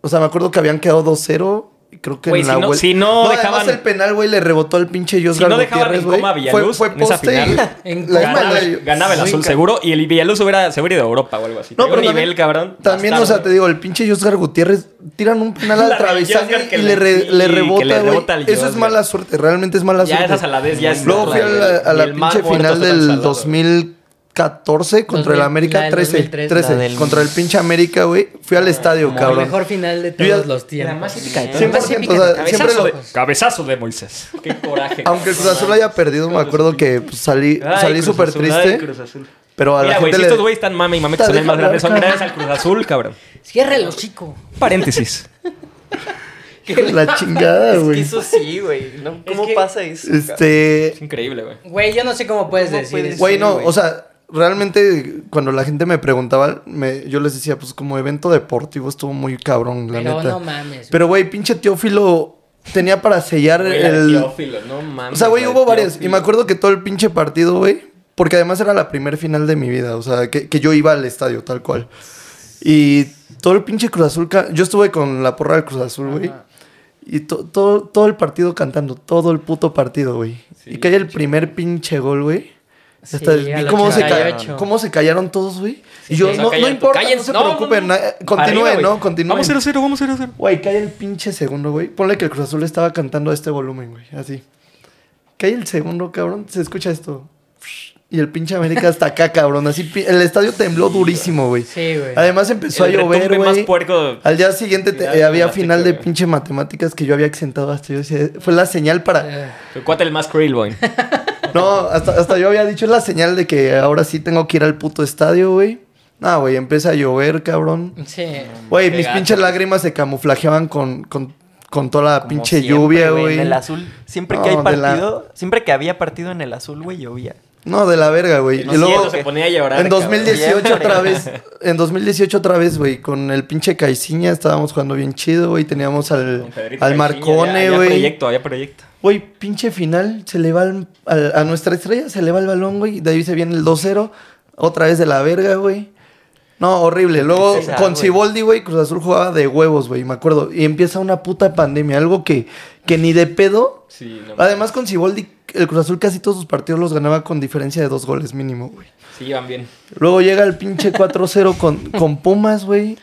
S4: O sea, me acuerdo que habían quedado 2-0. y Creo que
S2: Güey,
S4: en
S2: si
S4: la
S2: no-
S4: vuelta-
S2: si no dejaban-
S4: Además, el penal, güey, le rebotó al pinche Josgar
S2: no dejaban
S4: Gutiérrez,
S2: en
S4: güey.
S2: coma a Villaluz
S4: Fue, fue
S2: en esa
S4: poste. y-
S2: final,
S1: en coma,
S4: la misma
S2: Ganaba,
S4: de-
S2: ganaba el
S4: Sí,
S2: azul
S4: ca-
S2: seguro y el Villaluz hubiera, se hubiera ido a Europa o algo así.
S4: No,
S2: Traía
S4: pero
S2: un nivel,
S4: también-
S2: cabrón.
S4: También, o
S2: bastardo,
S4: sea, te digo, el pinche Josgar Gutiérrez tiran un penal
S2: La
S4: al
S2: de
S4: travesaño
S2: Josgar que
S4: y le,
S2: le-
S4: re-
S2: y-
S4: le
S2: que le
S4: rebota, güey.
S2: rebota al
S4: Eso es
S2: Josgar.
S4: mala suerte, realmente es mala
S2: Ya
S4: suerte.
S2: esas a la vez ya es
S4: Luego fui a
S2: otra,
S4: la,
S2: güey.
S4: a la
S2: Y el mal
S4: pinche
S2: muerto
S4: final
S2: está
S4: del
S2: ensalado, güey.
S4: 2014 contra
S1: 2000,
S4: el
S1: la
S4: América
S1: del
S4: 13.
S1: 2013,
S4: 13,
S3: la del-
S4: Contra el pinche América, güey. Fui al estadio,
S1: La
S4: cabrón.
S1: mejor final de
S4: Yo ya-
S1: todos los tiempos.
S2: La más épica de todas.
S1: La más
S4: 100%,
S1: épica
S4: o sea,
S1: de todas.
S4: siempre lo-
S1: Cabezazos.
S2: Cabezazo de Moisés. Qué coraje.
S4: Aunque el Cruz Azul haya perdido, me acuerdo que pues, salí
S2: Ay,
S4: salí
S2: Cruz
S4: súper
S2: Azul, ay,
S4: triste.
S2: Cruz Azul.
S4: Pero a la
S2: Mira, güey,
S4: gente
S2: si
S4: le...
S2: estos güeyes están mame y mame que
S4: Puta,
S2: son el más
S4: déjame
S2: grande, son
S4: hablar,
S2: gracias al Cruz Azul, cabrón.
S1: Cierra el hocico.
S2: Paréntesis.
S4: Hijo de la chingada,
S3: Es que
S4: Ah, güey.
S3: eso sí, güey, ¿no? ¿cómo
S1: que-
S3: pasa eso? cabrón?
S2: Es
S4: Este...
S2: increíble, güey.
S1: Güey, yo no sé cómo puedes
S3: ¿Cómo
S1: decir
S3: puedes-
S1: eso.
S4: Güey, no,
S3: güey.
S4: o sea... Realmente, cuando la gente me preguntaba, me- yo les decía, pues como evento deportivo estuvo muy cabrón, la
S1: Pero
S4: neta.
S1: no mames.
S4: Pero, güey, pinche Teófilo tenía para sellar
S2: Güey, la de
S4: el,
S2: Teófilo, no mames.
S4: O sea, güey,
S2: la de
S4: hubo varias. Y
S2: Teófilo.
S4: me acuerdo que todo el pinche partido, güey. Porque además era la primer final de mi vida. O sea, que, que yo iba al estadio, tal cual. Y todo el pinche Cruz Azul. ca- Yo estuve con la porra del Cruz Azul, güey. Y to- todo, todo el partido cantando. Todo el puto partido, güey.
S2: Sí,
S4: y que haya el primer pinche gol, güey. Esta-
S1: Sí,
S4: vi
S1: al
S4: cómo se, ca-
S1: 88.
S4: cómo se callaron todos, güey.
S1: Sí,
S4: y yo,
S1: sí.
S4: no, no
S2: Cállense,
S4: importa, no
S2: cállense,
S4: se
S2: no,
S4: preocupen.
S2: no, no.
S4: eh, Continúen,
S2: Arriba, güey.
S4: ¿no? Continúen.
S2: Vamos 0-0, vamos 0-0.
S4: Güey, cae el pinche segundo, güey. Ponle que el Cruz Azul estaba cantando a este volumen, güey. Así. Cae el segundo, cabrón. Se escucha esto. Y el pinche América hasta acá, cabrón. Así, pi- el estadio tembló durísimo, güey.
S1: Sí, güey.
S4: Además empezó
S2: El
S4: a llover,
S2: retumbe más
S4: güey.
S2: puerco.
S4: Al día siguiente te-
S2: Ya,
S4: eh, había
S2: matemática,
S4: final de
S2: güey.
S4: pinche matemáticas que yo había exentado hasta yo decía, fue la señal para...
S1: Eh,
S2: Tu cuate el más krill, boy.
S4: No, hasta, hasta yo había dicho, es la señal de que ahora sí tengo que ir al puto estadio, güey. No, güey, empieza a llover, cabrón.
S1: Sí.
S4: Güey,
S2: Qué
S4: mis
S2: gacho,
S4: pinches
S2: güey.
S4: lágrimas se camuflajeaban con, con, con toda la
S3: Como
S4: pinche
S3: siempre,
S4: lluvia, güey.
S3: En el azul. Siempre que
S4: No,
S3: hay
S4: de la-
S3: partido, siempre que había partido en el azul, güey, llovía.
S4: No, de la verga, güey.
S2: No
S4: y luego,
S2: se ponía a llorar.
S4: en 2018
S3: Siempre.
S4: otra vez, en 2018 otra vez, güey, con el pinche Caiciña estábamos jugando bien chido, güey. Teníamos al, al Marcone,
S2: Había
S4: güey.
S2: proyecto, había proyecto.
S4: Güey, pinche final, se le va al- al- a nuestra estrella, se le va el balón, güey. De ahí se viene el 2-0, otra vez de la verga, güey. No, horrible. Luego,
S3: tristeza,
S4: con
S3: güey.
S4: Ciboldi, güey, Cruz Azul jugaba de huevos, güey, me acuerdo. Y empieza una puta pandemia, algo que, que ni de pedo.
S2: Sí, no,
S4: Además, con Ciboldi, el Cruz Azul casi todos sus partidos los ganaba con diferencia de dos goles mínimo, güey.
S2: Sí, iban bien.
S4: Luego llega el pinche 4-0 con, con Pumas, güey.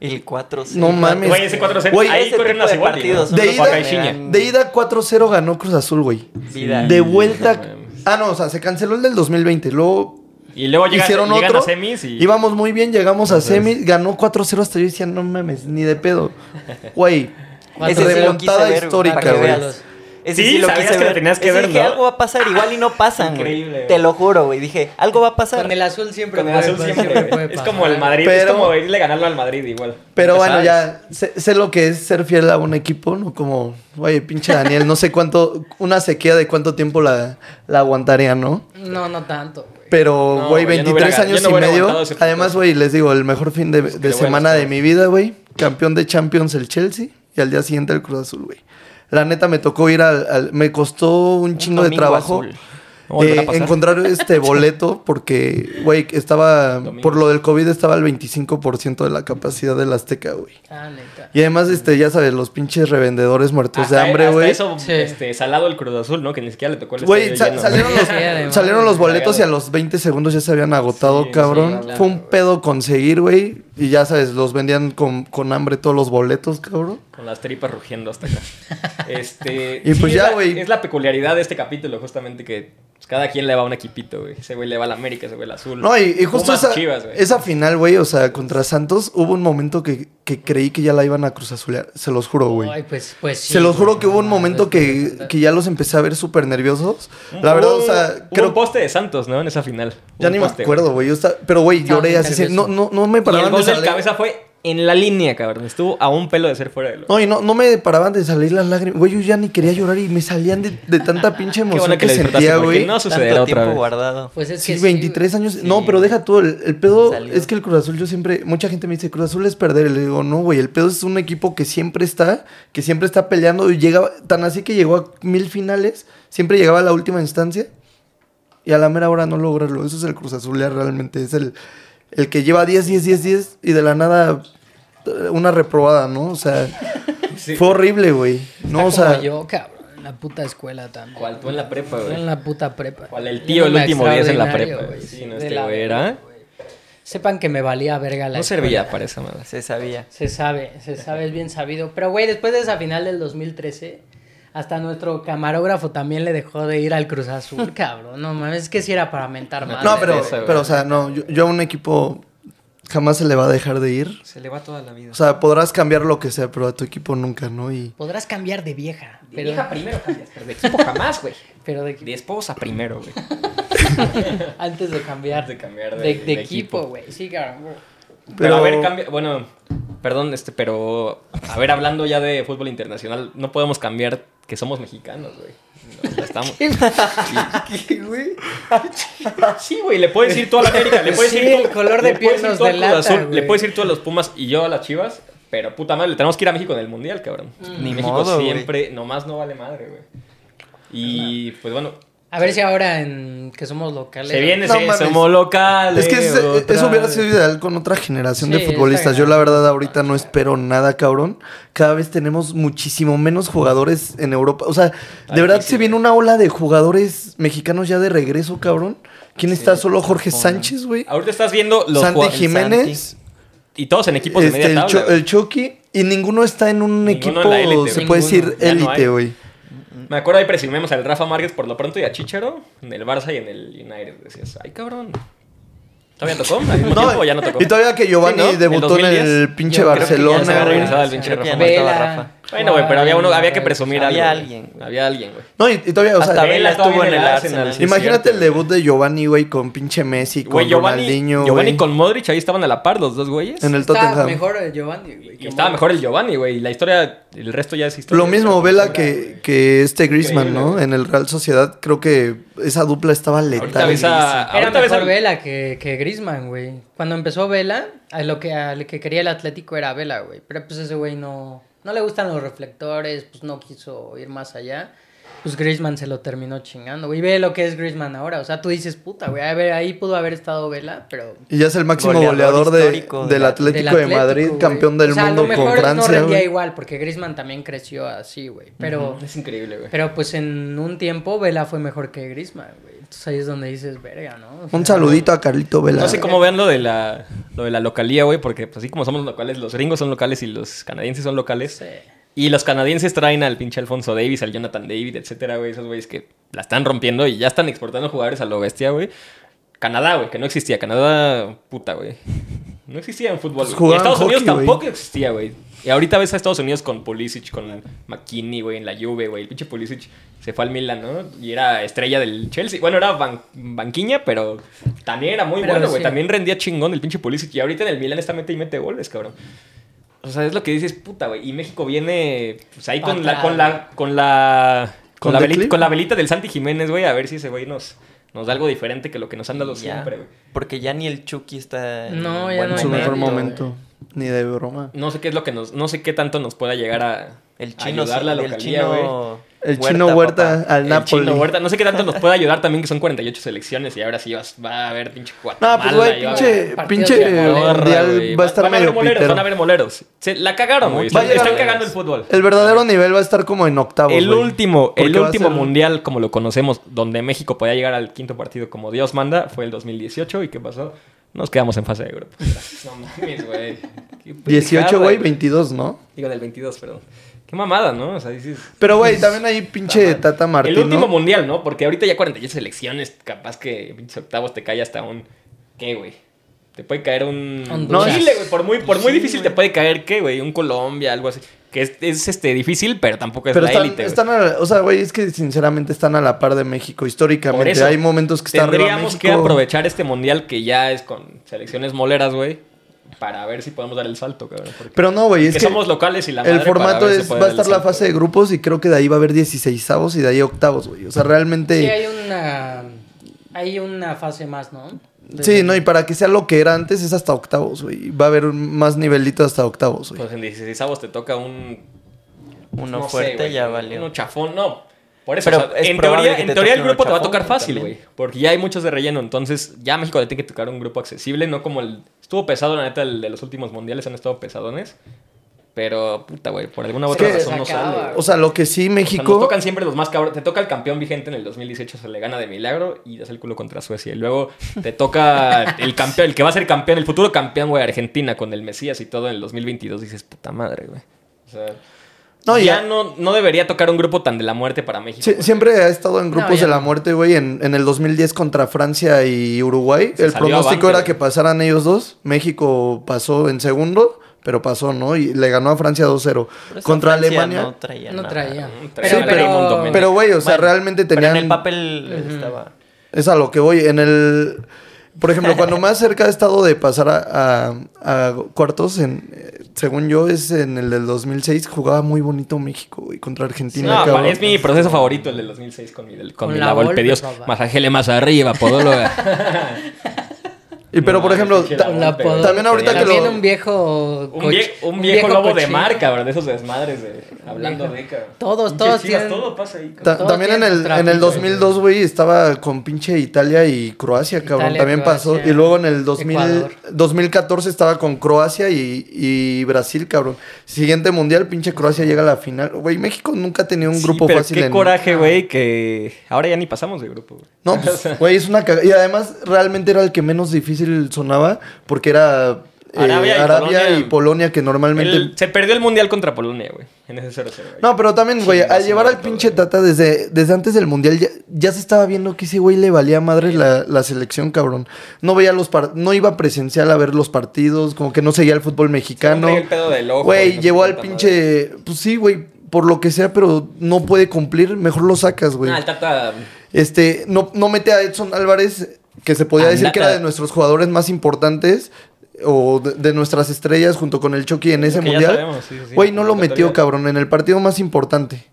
S3: El 4-0.
S4: No mames.
S2: Güey, ese 4-0.
S4: Güey,
S2: ahí
S3: ese
S2: corrieron
S3: tipo
S2: las
S3: de
S2: igual.
S3: partidos,
S2: ¿no?
S4: De
S2: Para
S4: ida-
S2: Caixinha.
S4: De ida 4-0 ganó Cruz Azul, güey.
S3: Vida.
S4: De
S2: no
S4: vuelta.
S2: mames.
S4: Ah, no, o sea, se canceló el del 2020. Luego
S2: Y luego llegan,
S4: hicieron
S2: llegan
S4: otro.
S2: a semis y...
S4: Íbamos muy bien, llegamos a semis. Ganó 4-0 hasta yo decía, no mames, ni de pedo. Güey.
S3: Ese sí lo quise
S4: Remontada
S3: ver,
S4: histórica,
S3: para que
S4: güey.
S3: veas. Ese
S2: Sí,
S3: sí, lo
S2: sabías
S3: quise
S2: que lo
S3: ver.
S2: tenías que
S3: Ese
S2: ver,
S3: dije,
S2: ¿no?
S3: algo va a pasar, igual y no pasan,
S2: Increíble,
S3: güey.
S2: güey.
S3: Te lo juro, güey. Dije, algo va a pasar.
S1: Con el azul siempre
S2: Con el
S1: puede
S2: azul
S1: pasar,
S2: siempre,
S1: siempre
S2: güey.
S1: puede
S2: Es
S1: pasar.
S2: como el Madrid,
S4: Pero-
S2: es como irle a ganarlo al Madrid igual.
S4: Pero
S2: Ya
S4: bueno,
S2: sabes.
S4: ya sé, sé lo que es ser fiel a un equipo, ¿no? Como, güey, pinche Daniel, no sé cuánto, una sequía de cuánto tiempo la, la aguantaría, ¿no?
S1: No, no tanto, güey.
S4: Pero,
S2: No,
S4: güey,
S2: güey, yo no
S4: 23
S2: hubiera- yo
S4: años
S2: no
S4: y
S2: hubiera
S4: medio.
S2: aguantado ese punto.
S4: Además, güey, les digo, el mejor fin de, de
S2: le voy a
S4: semana
S2: los
S4: de
S2: Cavs.
S4: mi vida, güey. Campeón de Champions el Chelsea y al día siguiente el Cruz Azul, güey. La neta me tocó ir al, al- me costó un chingo de
S3: domingo
S4: trabajo
S3: azul.
S2: volverá a
S4: eh,
S2: pasar.
S4: encontrar este boleto porque, güey, estaba
S2: Domingo.
S4: por lo del COVID estaba al 25% de la capacidad del Azteca, güey.
S1: Ah, neta.
S4: Y además, este, ya sabes, los pinches revendedores muertos
S2: Hasta-
S4: pues, de hambre,
S2: hasta
S4: güey.
S2: eso,
S1: Sí.
S2: este, salado el Cruz Azul, ¿no? Que ni siquiera le tocó el
S4: Güey,
S2: estadio lleno,
S4: sa- salieron,
S1: güey.
S4: los,
S1: Sí, además.
S4: salieron los boletos y a los 20 segundos ya se habían agotado,
S2: Sí,
S4: cabrón.
S1: sí,
S4: Fue un pedo conseguir, güey. Y ya sabes, los vendían con, con hambre todos los boletos, cabrón.
S2: Con las tripas rugiendo hasta acá. Este,
S4: Y pues
S2: es
S4: ya,
S2: la-
S4: güey.
S2: Es la peculiaridad de este capítulo, justamente, que pues, cada quien le va a un equipito, güey. Ese güey le va al América, ese güey al azul.
S4: No, y, y justo
S2: Pumas,
S4: esa,
S2: Chivas, güey.
S4: esa final, güey, o sea, contra Santos, hubo un momento que, que creí que ya la iban a cruzazulear. Se los juro, güey.
S1: Ay, pues, pues sí,
S4: se los
S1: güey,
S4: juro que hubo un
S1: no, no,
S4: momento
S1: no,
S4: que,
S1: no, no.
S4: que ya los empecé a ver súper nerviosos.
S2: Un-
S4: La verdad,
S2: hubo
S4: o
S2: un-
S4: sea,
S2: hubo
S4: creo
S2: un poste de Santos, ¿no? En esa final.
S4: Ya
S2: Hubo
S4: ni
S2: un
S4: me
S2: poste,
S4: acuerdo, güey. Yo estaba- Pero, güey,
S1: Estaba
S4: lloré
S1: muy
S4: así.
S1: nervioso.
S4: No, no, no me
S2: Y
S4: paraban
S2: el gol
S4: de
S2: del
S4: salir.
S2: cabeza fue en la línea, cabrón. Estuvo a un pelo de ser fuera de lo.
S4: No, y no, no me paraban de salir las lágrimas. Güey, yo ya ni quería llorar y me salían de, de tanta pinche
S2: Qué
S4: emoción
S2: bueno
S4: que,
S2: que le disfrutaste,
S4: sentía,
S2: porque
S4: güey.
S2: No sucederá
S3: Tanto
S2: otra
S3: tiempo
S2: vez.
S3: guardado.
S1: Pues es
S4: Sí,
S1: que
S4: 23 años.
S2: Sí.
S4: No, pero deja tú. El, el pedo
S3: Salió.
S4: es que el Cruz Azul, yo siempre. Mucha gente me dice, Cruz Azul es perder. Y le digo, no, güey. El pedo es un equipo que siempre está. Que siempre está peleando. Y llega. Tan así que llegó a mil finales. Siempre llegaba a la última instancia. Y a la mera hora no lograrlo. Eso es el Cruz Azul, ya realmente. Es el, el que lleva 10, 10, 10, 10. Y de la nada. eh, Una reprobada, ¿no? O sea.
S2: Sí.
S4: Fue horrible, güey. No, o sea.
S1: yo, cabrón, en la puta escuela también.
S2: ¿Cuál? Tú en la prepa,
S1: Yo
S2: güey.
S1: en la puta prepa.
S2: ¿Cuál? El
S1: Yo
S2: tío, el
S1: era
S2: último día es en la
S1: extraordinario,
S2: prepa, güey. Sí, no,
S1: de
S2: este
S1: la
S2: güey
S1: verga,
S2: era-
S1: güey. Sepan que me valía verga la
S2: No servía
S1: escuela.
S2: para esa madre.
S3: Se sabía.
S1: Se sabe, se sabe, es bien sabido. Pero, güey, después de esa final del 2013, hasta nuestro camarógrafo también le dejó de ir al Cruz Azul, cabrón. No mames, es que sí era para mentar más.
S4: No, pero,
S2: Esa, güey.
S4: pero o sea, no, yo, yo a un equipo jamás se le va a dejar de ir.
S2: Se le va toda la vida.
S4: O sea, podrás cambiar lo que sea, pero a tu equipo nunca, ¿no? Y
S1: Podrás cambiar de vieja.
S2: De
S1: Pero
S2: vieja primero cambias, pero de equipo jamás, güey.
S1: pero de-
S2: De esposa primero, güey.
S1: antes de cambiar
S2: De cambiar de-
S1: de,
S2: de
S1: de
S2: equipo.
S1: equipo, güey. Sí, cabrón.
S2: Pero,
S4: Pero-
S2: a ver, cambia. Bueno, perdón, este, pero. A ver, hablando ya de fútbol internacional, no podemos cambiar que somos mexicanos, güey. No, ya estamos. Sí, güey, le puedes ir tú a la América, le puedes
S1: Sí,
S2: ir tú-
S1: el color de
S2: le puedes
S1: piel
S2: ir
S1: nos
S2: tú al Cruz
S1: delata,
S2: Azul,
S1: güey.
S2: Le puedes ir tú a los Pumas y yo a las Chivas, pero puta madre, le tenemos que ir a México en el Mundial, cabrón.
S3: Ni
S2: México
S3: modo, güey.
S2: siempre, nomás no vale madre, güey. Y pues bueno,
S1: A ver si ahora en que somos locales.
S2: Se viene,
S4: No
S2: se,
S4: mames.
S2: somos locales.
S4: Es que es-
S2: otra
S4: eso hubiera
S2: vez.
S4: sido ideal con otra generación de
S1: Sí, está
S4: futbolistas. Yo
S1: cabrón.
S4: la verdad ahorita no espero nada, cabrón. Cada vez tenemos muchísimo menos jugadores en Europa. O sea, de
S2: Ay,
S4: verdad
S2: sí,
S4: se
S2: sí.
S4: viene una ola de jugadores mexicanos ya de regreso, cabrón. ¿Quién está? Solo Jorge
S3: Ojalá.
S4: Sánchez, güey.
S2: Ahorita estás viendo los
S4: Santi
S2: jugad-
S4: Jiménez,
S2: Y todos en equipos de
S4: este,
S2: media
S4: el,
S2: tabla.
S4: Cho-
S2: güey.
S4: el Chucky. Y ninguno está en un
S2: Ninguno
S4: equipo,
S2: en la élite,
S4: se
S1: güey.
S4: puede
S1: Ninguno.
S4: decir,
S2: Ya no hay.
S4: élite, güey.
S2: Me acuerdo ahí presumimos al Rafa Márquez por lo pronto y a Chichero en el Barça y en el United. Decías, ay cabrón. ¿Todavía tocó? ¿Al mismo tiempo o ya no tocó?
S4: y todavía que Giovanni
S2: Sí, ¿no? En
S4: debutó en
S2: 2010.
S4: el pinche
S1: Yo creo que ya se
S4: Barcelona,
S1: había
S4: güey.
S2: regresado al pinche
S3: Creo que ya
S2: Rafa
S3: no
S2: Márquez.
S3: estaba
S1: Vela,
S3: Rafa.
S2: Bueno, güey, pero había uno, había que
S1: Juárez.
S2: presumir algo.
S3: Había
S2: güey.
S3: alguien, güey.
S2: Había alguien, güey.
S4: No, y, y todavía, o sea,
S3: Hasta Vela
S2: todavía
S3: estuvo en el Arsenal.
S2: sí,
S3: sí,
S2: es
S4: Imagínate
S2: cierto,
S4: el debut
S2: güey.
S4: de Giovanni, güey, con pinche Messi, con
S2: Güey, Giovanni,
S4: Ronaldinho,
S2: Giovanni
S4: güey.
S2: con Modric, ahí estaban a la par los dos güeyes.
S4: En el
S1: Está
S4: Tottenham.
S1: mejor el Giovanni, güey.
S2: Y estaba mejor el Giovanni, güey. y La historia, el resto ya es historia.
S4: Lo mismo Vela
S2: Ahorita
S4: que, que este Griezmann,
S2: Increíble,
S4: ¿no?
S2: güey.
S4: En el Real Sociedad creo que esa dupla estaba letal.
S2: ves a-
S1: Era
S2: Ahorita ves
S1: mejor
S2: al-
S1: Vela que, que Grisman, güey. Cuando empezó Vela, a lo que, al que quería el Atlético era Vela, güey. Pero pues ese güey no, no le gustan los reflectores, pues no quiso ir más allá. Pues Grisman se lo terminó chingando, güey. Ve lo que es Grisman ahora. O sea, tú dices, puta, güey. A ver, ahí pudo haber estado Vela, pero.
S4: Y ya es el máximo
S3: Goleador
S4: goleador, de-
S3: histórico
S4: del
S3: del
S4: Atlético de
S1: Atlético,
S4: Madrid,
S1: güey.
S4: campeón del
S1: O sea,
S4: mundo
S1: a lo mejor
S4: con
S1: no
S4: Francia.
S1: rendía
S4: güey.
S1: igual, porque Grisman también creció así, güey. Pero.
S2: Es increíble, güey.
S1: Pero pues en un tiempo Vela fue mejor que Grisman, güey. Entonces ahí es donde dices, verga, ¿no? O sea,
S4: Un saludito a Carlito Vela.
S2: No sé cómo vean lo de la, lo de la localía, güey, porque pues, así como somos locales, los gringos son locales y los canadienses son locales.
S1: sí.
S2: Y los canadienses traen al pinche Alfonso Davis, al Jonathan David, etcétera, güey. Esos güeyes que la están rompiendo y ya están exportando jugadores a lo bestia, güey. Canadá, güey, que no existía. Canadá, puta, güey. No existía en fútbol.
S4: Pues
S2: güey. y
S4: jugaban
S2: Estados Unidos
S4: hockey, güey.
S2: tampoco existía, güey. Y ahorita ves a Estados Unidos con Pulisic, con McKinney, güey, en la Juve, güey. El pinche Pulisic se fue al Milan, ¿no? Y era estrella del Chelsea. Bueno, era ban- banquiña, pero también era muy
S1: Pero
S2: bueno, güey.
S1: sí.
S2: También rendía chingón el pinche Pulisic. Y ahorita en el Milan está mete y mete goles, cabrón. O sea, es lo que dices, puta, güey. Y México viene, pues ahí con la,
S1: Atrás,
S2: con la, con la, con
S4: ¿Con
S2: la,
S4: The
S2: velita,
S4: Clip?
S2: con la velita del Santi Jiménez, güey, a ver si ese güey nos, nos da algo diferente que lo que nos han dado
S3: Ya,
S2: siempre, güey.
S3: Porque ya ni el Chucky está en
S1: No,
S3: un
S1: ya
S3: buen
S1: no
S4: En
S1: hay
S4: su mejor
S1: medio,
S4: momento. Ni de broma.
S2: No sé qué es lo que nos, no sé qué tanto nos pueda llegar a
S3: El
S2: a
S3: chino,
S2: ayudar la
S3: sí, el
S2: localía, güey.
S3: chino,
S4: El chino Huerta
S3: papá.
S4: al
S2: El
S4: Napoli.
S2: chino Huerta, no sé qué tanto nos puede ayudar también que son 48 selecciones y ahora sí vas, va a haber pinche Guatemala.
S4: No, pues güey,
S2: y va a
S4: pinche,
S2: haber
S1: partidos
S4: pinche
S1: de
S2: Andorra,
S4: mundial
S2: güey.
S4: va a estar
S2: van
S4: medio
S2: haber moleros,
S4: pitero.
S2: Van a haber moleros. Se, la cagaron, güey.
S4: Va a
S2: Están,
S4: llegar-
S2: están cagando el fútbol.
S4: El verdadero nivel va a estar como en octavos.
S2: El
S4: güey.
S2: último,
S4: Porque
S2: el
S4: va a
S2: último
S4: ser-
S2: mundial como lo conocemos, donde México podía llegar al quinto partido como Dios manda, fue el 2018 y qué pasó? Nos quedamos en fase de grupos. No mames, güey. Qué
S4: 18,
S2: pendejada,
S4: güey, 22, ¿no?
S2: Digo del 22, perdón. Qué mamada, ¿no? O sea, dices
S4: Pero, güey, también ahí pinche
S2: Está mal.
S4: Tata Martino.
S2: el último mundial, ¿no? Porque ahorita ya 48 selecciones, capaz que pinches octavos te cae hasta un ¿qué, güey? Te puede caer un
S1: Honduras.
S2: No, Chile, güey, por muy por muy difícil te puede caer qué, güey, un Colombia, algo así, que es, es, este difícil, pero tampoco es
S4: pero
S2: la
S4: están,
S2: élite. güey.
S4: están a la- o sea, güey, es que sinceramente están a la par de México
S2: Por
S4: históricamente.
S2: eso,
S4: Hay momentos que están arriba
S2: Tendríamos que
S4: México.
S2: aprovechar este mundial que ya es con selecciones moleras, güey, para ver si podemos dar el salto, cabrón. porque-
S4: Pero no, güey, es
S2: que
S4: que
S2: somos locales y la
S4: el
S2: madre para
S4: formato
S2: ver si
S4: es
S2: puede
S4: va a
S2: dar el
S4: estar la
S2: salto.
S4: fase de grupos y creo que de ahí va a haber 16avos y de ahí octavos, güey. O sea, realmente
S1: Sí, hay una. Hay una fase más, ¿no? De-
S4: Sí, no, y para que sea lo que era antes es hasta octavos, güey. Va a haber un- más nivelito hasta octavos, güey.
S2: Pues en 16 avos te toca un
S3: Uno
S2: no sé,
S3: fuerte
S2: güey,
S3: ya
S2: un-
S3: valió.
S2: Uno chafón, no. Por eso,
S3: Pero
S2: o sea,
S3: es
S2: en
S3: probable
S2: teoría,
S3: que
S2: en
S3: te
S2: teoría
S3: toque
S2: el grupo
S3: uno
S2: te va a
S3: chafón
S2: tocar fácil,
S3: también.
S2: güey. Porque ya hay muchos de relleno. Entonces, ya México le tiene que tocar un grupo accesible, no como el. Estuvo pesado, la neta, el de los últimos mundiales han estado pesadones. Pero, puta, güey, por alguna u
S1: Es
S2: otra
S4: que-
S2: razón no
S1: Sacaba,
S2: sale. güey.
S1: güey.
S4: O sea, lo que sí
S2: O sea, nos
S4: México
S2: tocan siempre los más cabrones. Te toca el campeón vigente en el 2018, se le gana de milagro y das el culo contra Suecia. Y luego te toca el campeón, el que va a ser campeón, el futuro campeón, güey, Argentina, con el Mesías y todo en el 2022. Dices, puta madre, güey. O sea,
S4: No,
S2: ya
S4: ya-
S2: no, no debería tocar un grupo tan de la muerte para México.
S4: Sí,
S2: güey.
S4: siempre ha estado en grupos
S1: No, ya
S4: de la
S1: no.
S4: muerte, güey. En, en el 2010 contra Francia y Uruguay,
S2: Se
S4: el
S2: salió avante,
S4: pronóstico era
S2: güey.
S4: que pasaran ellos dos. México pasó en segundo, pero pasó, ¿no? Y le ganó a Francia 2-0.
S3: Pero esa
S4: Contra
S3: Francia
S4: Alemania.
S3: No traía.
S1: No
S3: nada.
S1: traía.
S2: traía
S1: Pero,
S2: a Raymond
S1: pero,
S2: Domenech.
S4: Pero, güey, o sea,
S3: Bueno,
S4: realmente
S3: Pero
S4: tenían.
S3: en el papel estaba.
S4: Es a lo que voy. En el. Por ejemplo, cuando más cerca ha estado de pasar a, a- a cuartos, en, eh, según yo, es en el del 2006. Jugaba muy bonito México, güey, contra Argentina.
S2: No,
S4: cabrón.
S2: es mi proceso favorito, el de 2006 con mi, del- con
S1: Con
S2: mi
S1: la
S2: la golpe
S1: Volpe,
S2: Dios.
S1: papá.
S2: Masajele más arriba, podóloga.
S4: Y, pero,
S2: No,
S4: por ejemplo,
S2: pinche
S4: ta-
S2: labón,
S1: La
S2: pero-
S1: apodo.
S4: También ahorita que lo-
S1: También un viejo...
S2: Un,
S1: coch-
S2: vie- un viejo lobo de
S1: cochino.
S2: mar, cabrón, de esos desmadres, de, hablando
S1: viejo.
S2: de, cabrón.
S1: Todos,
S2: Pinche
S1: todos
S2: Chivas,
S1: tienen-
S2: Todo pasa ahí, cabrón.
S4: Ta-
S1: Todo
S4: también en
S1: tiene
S4: el,
S1: su tráfico,
S4: en el 2002, güey, estaba con pinche Italia y Croacia, cabrón.
S1: Italia,
S4: también pasó.
S1: Croacia,
S4: Y luego en el 2000
S1: Ecuador.
S4: 2014 estaba con Croacia y, y Brasil, cabrón. Siguiente mundial, pinche Croacia llega a la final. Güey, México nunca ha tenido un
S2: Sí,
S4: grupo
S2: pero
S4: fácil
S2: qué
S4: en-
S2: coraje, güey, que ahora ya ni pasamos de grupo, güey.
S4: No, pues, güey, es una cagada. Y además, realmente era el que menos difícil sonaba porque era eh,
S2: Arabia
S4: Arabia,
S2: y
S4: y,
S2: Polonia.
S4: Polonia. que normalmente.
S2: El- se perdió el mundial contra Polonia, güey, en ese 0-0. güey.
S4: No, pero también, güey,
S2: Chingas,
S4: al llevar al
S2: todo,
S4: pinche
S2: güey.
S4: Tata desde, desde antes del Mundial ya, ya se estaba viendo que ese güey le valía madre la, la selección, cabrón. No veía los par- no iba presencial a ver los partidos, como que no seguía el fútbol mexicano.
S2: Siempre el pedo del ojo, y
S4: Güey,
S2: no sé
S4: llevó al
S2: cuánta
S4: pinche, pues sí, güey, por lo que sea, pero no puede cumplir, mejor lo sacas, güey.
S2: Ah, el Tata...
S4: Este, no, no mete a Edson Álvarez, que se podía
S2: Ah,
S4: decir que
S2: nada.
S4: era de nuestros jugadores más importantes o de, de nuestras estrellas junto con el Chucky en ese
S2: que ya
S4: mundial.
S2: sabemos, sí, sí, sí,
S4: Güey, no lo
S2: convocatoria.
S4: metió, cabrón, en el partido más importante.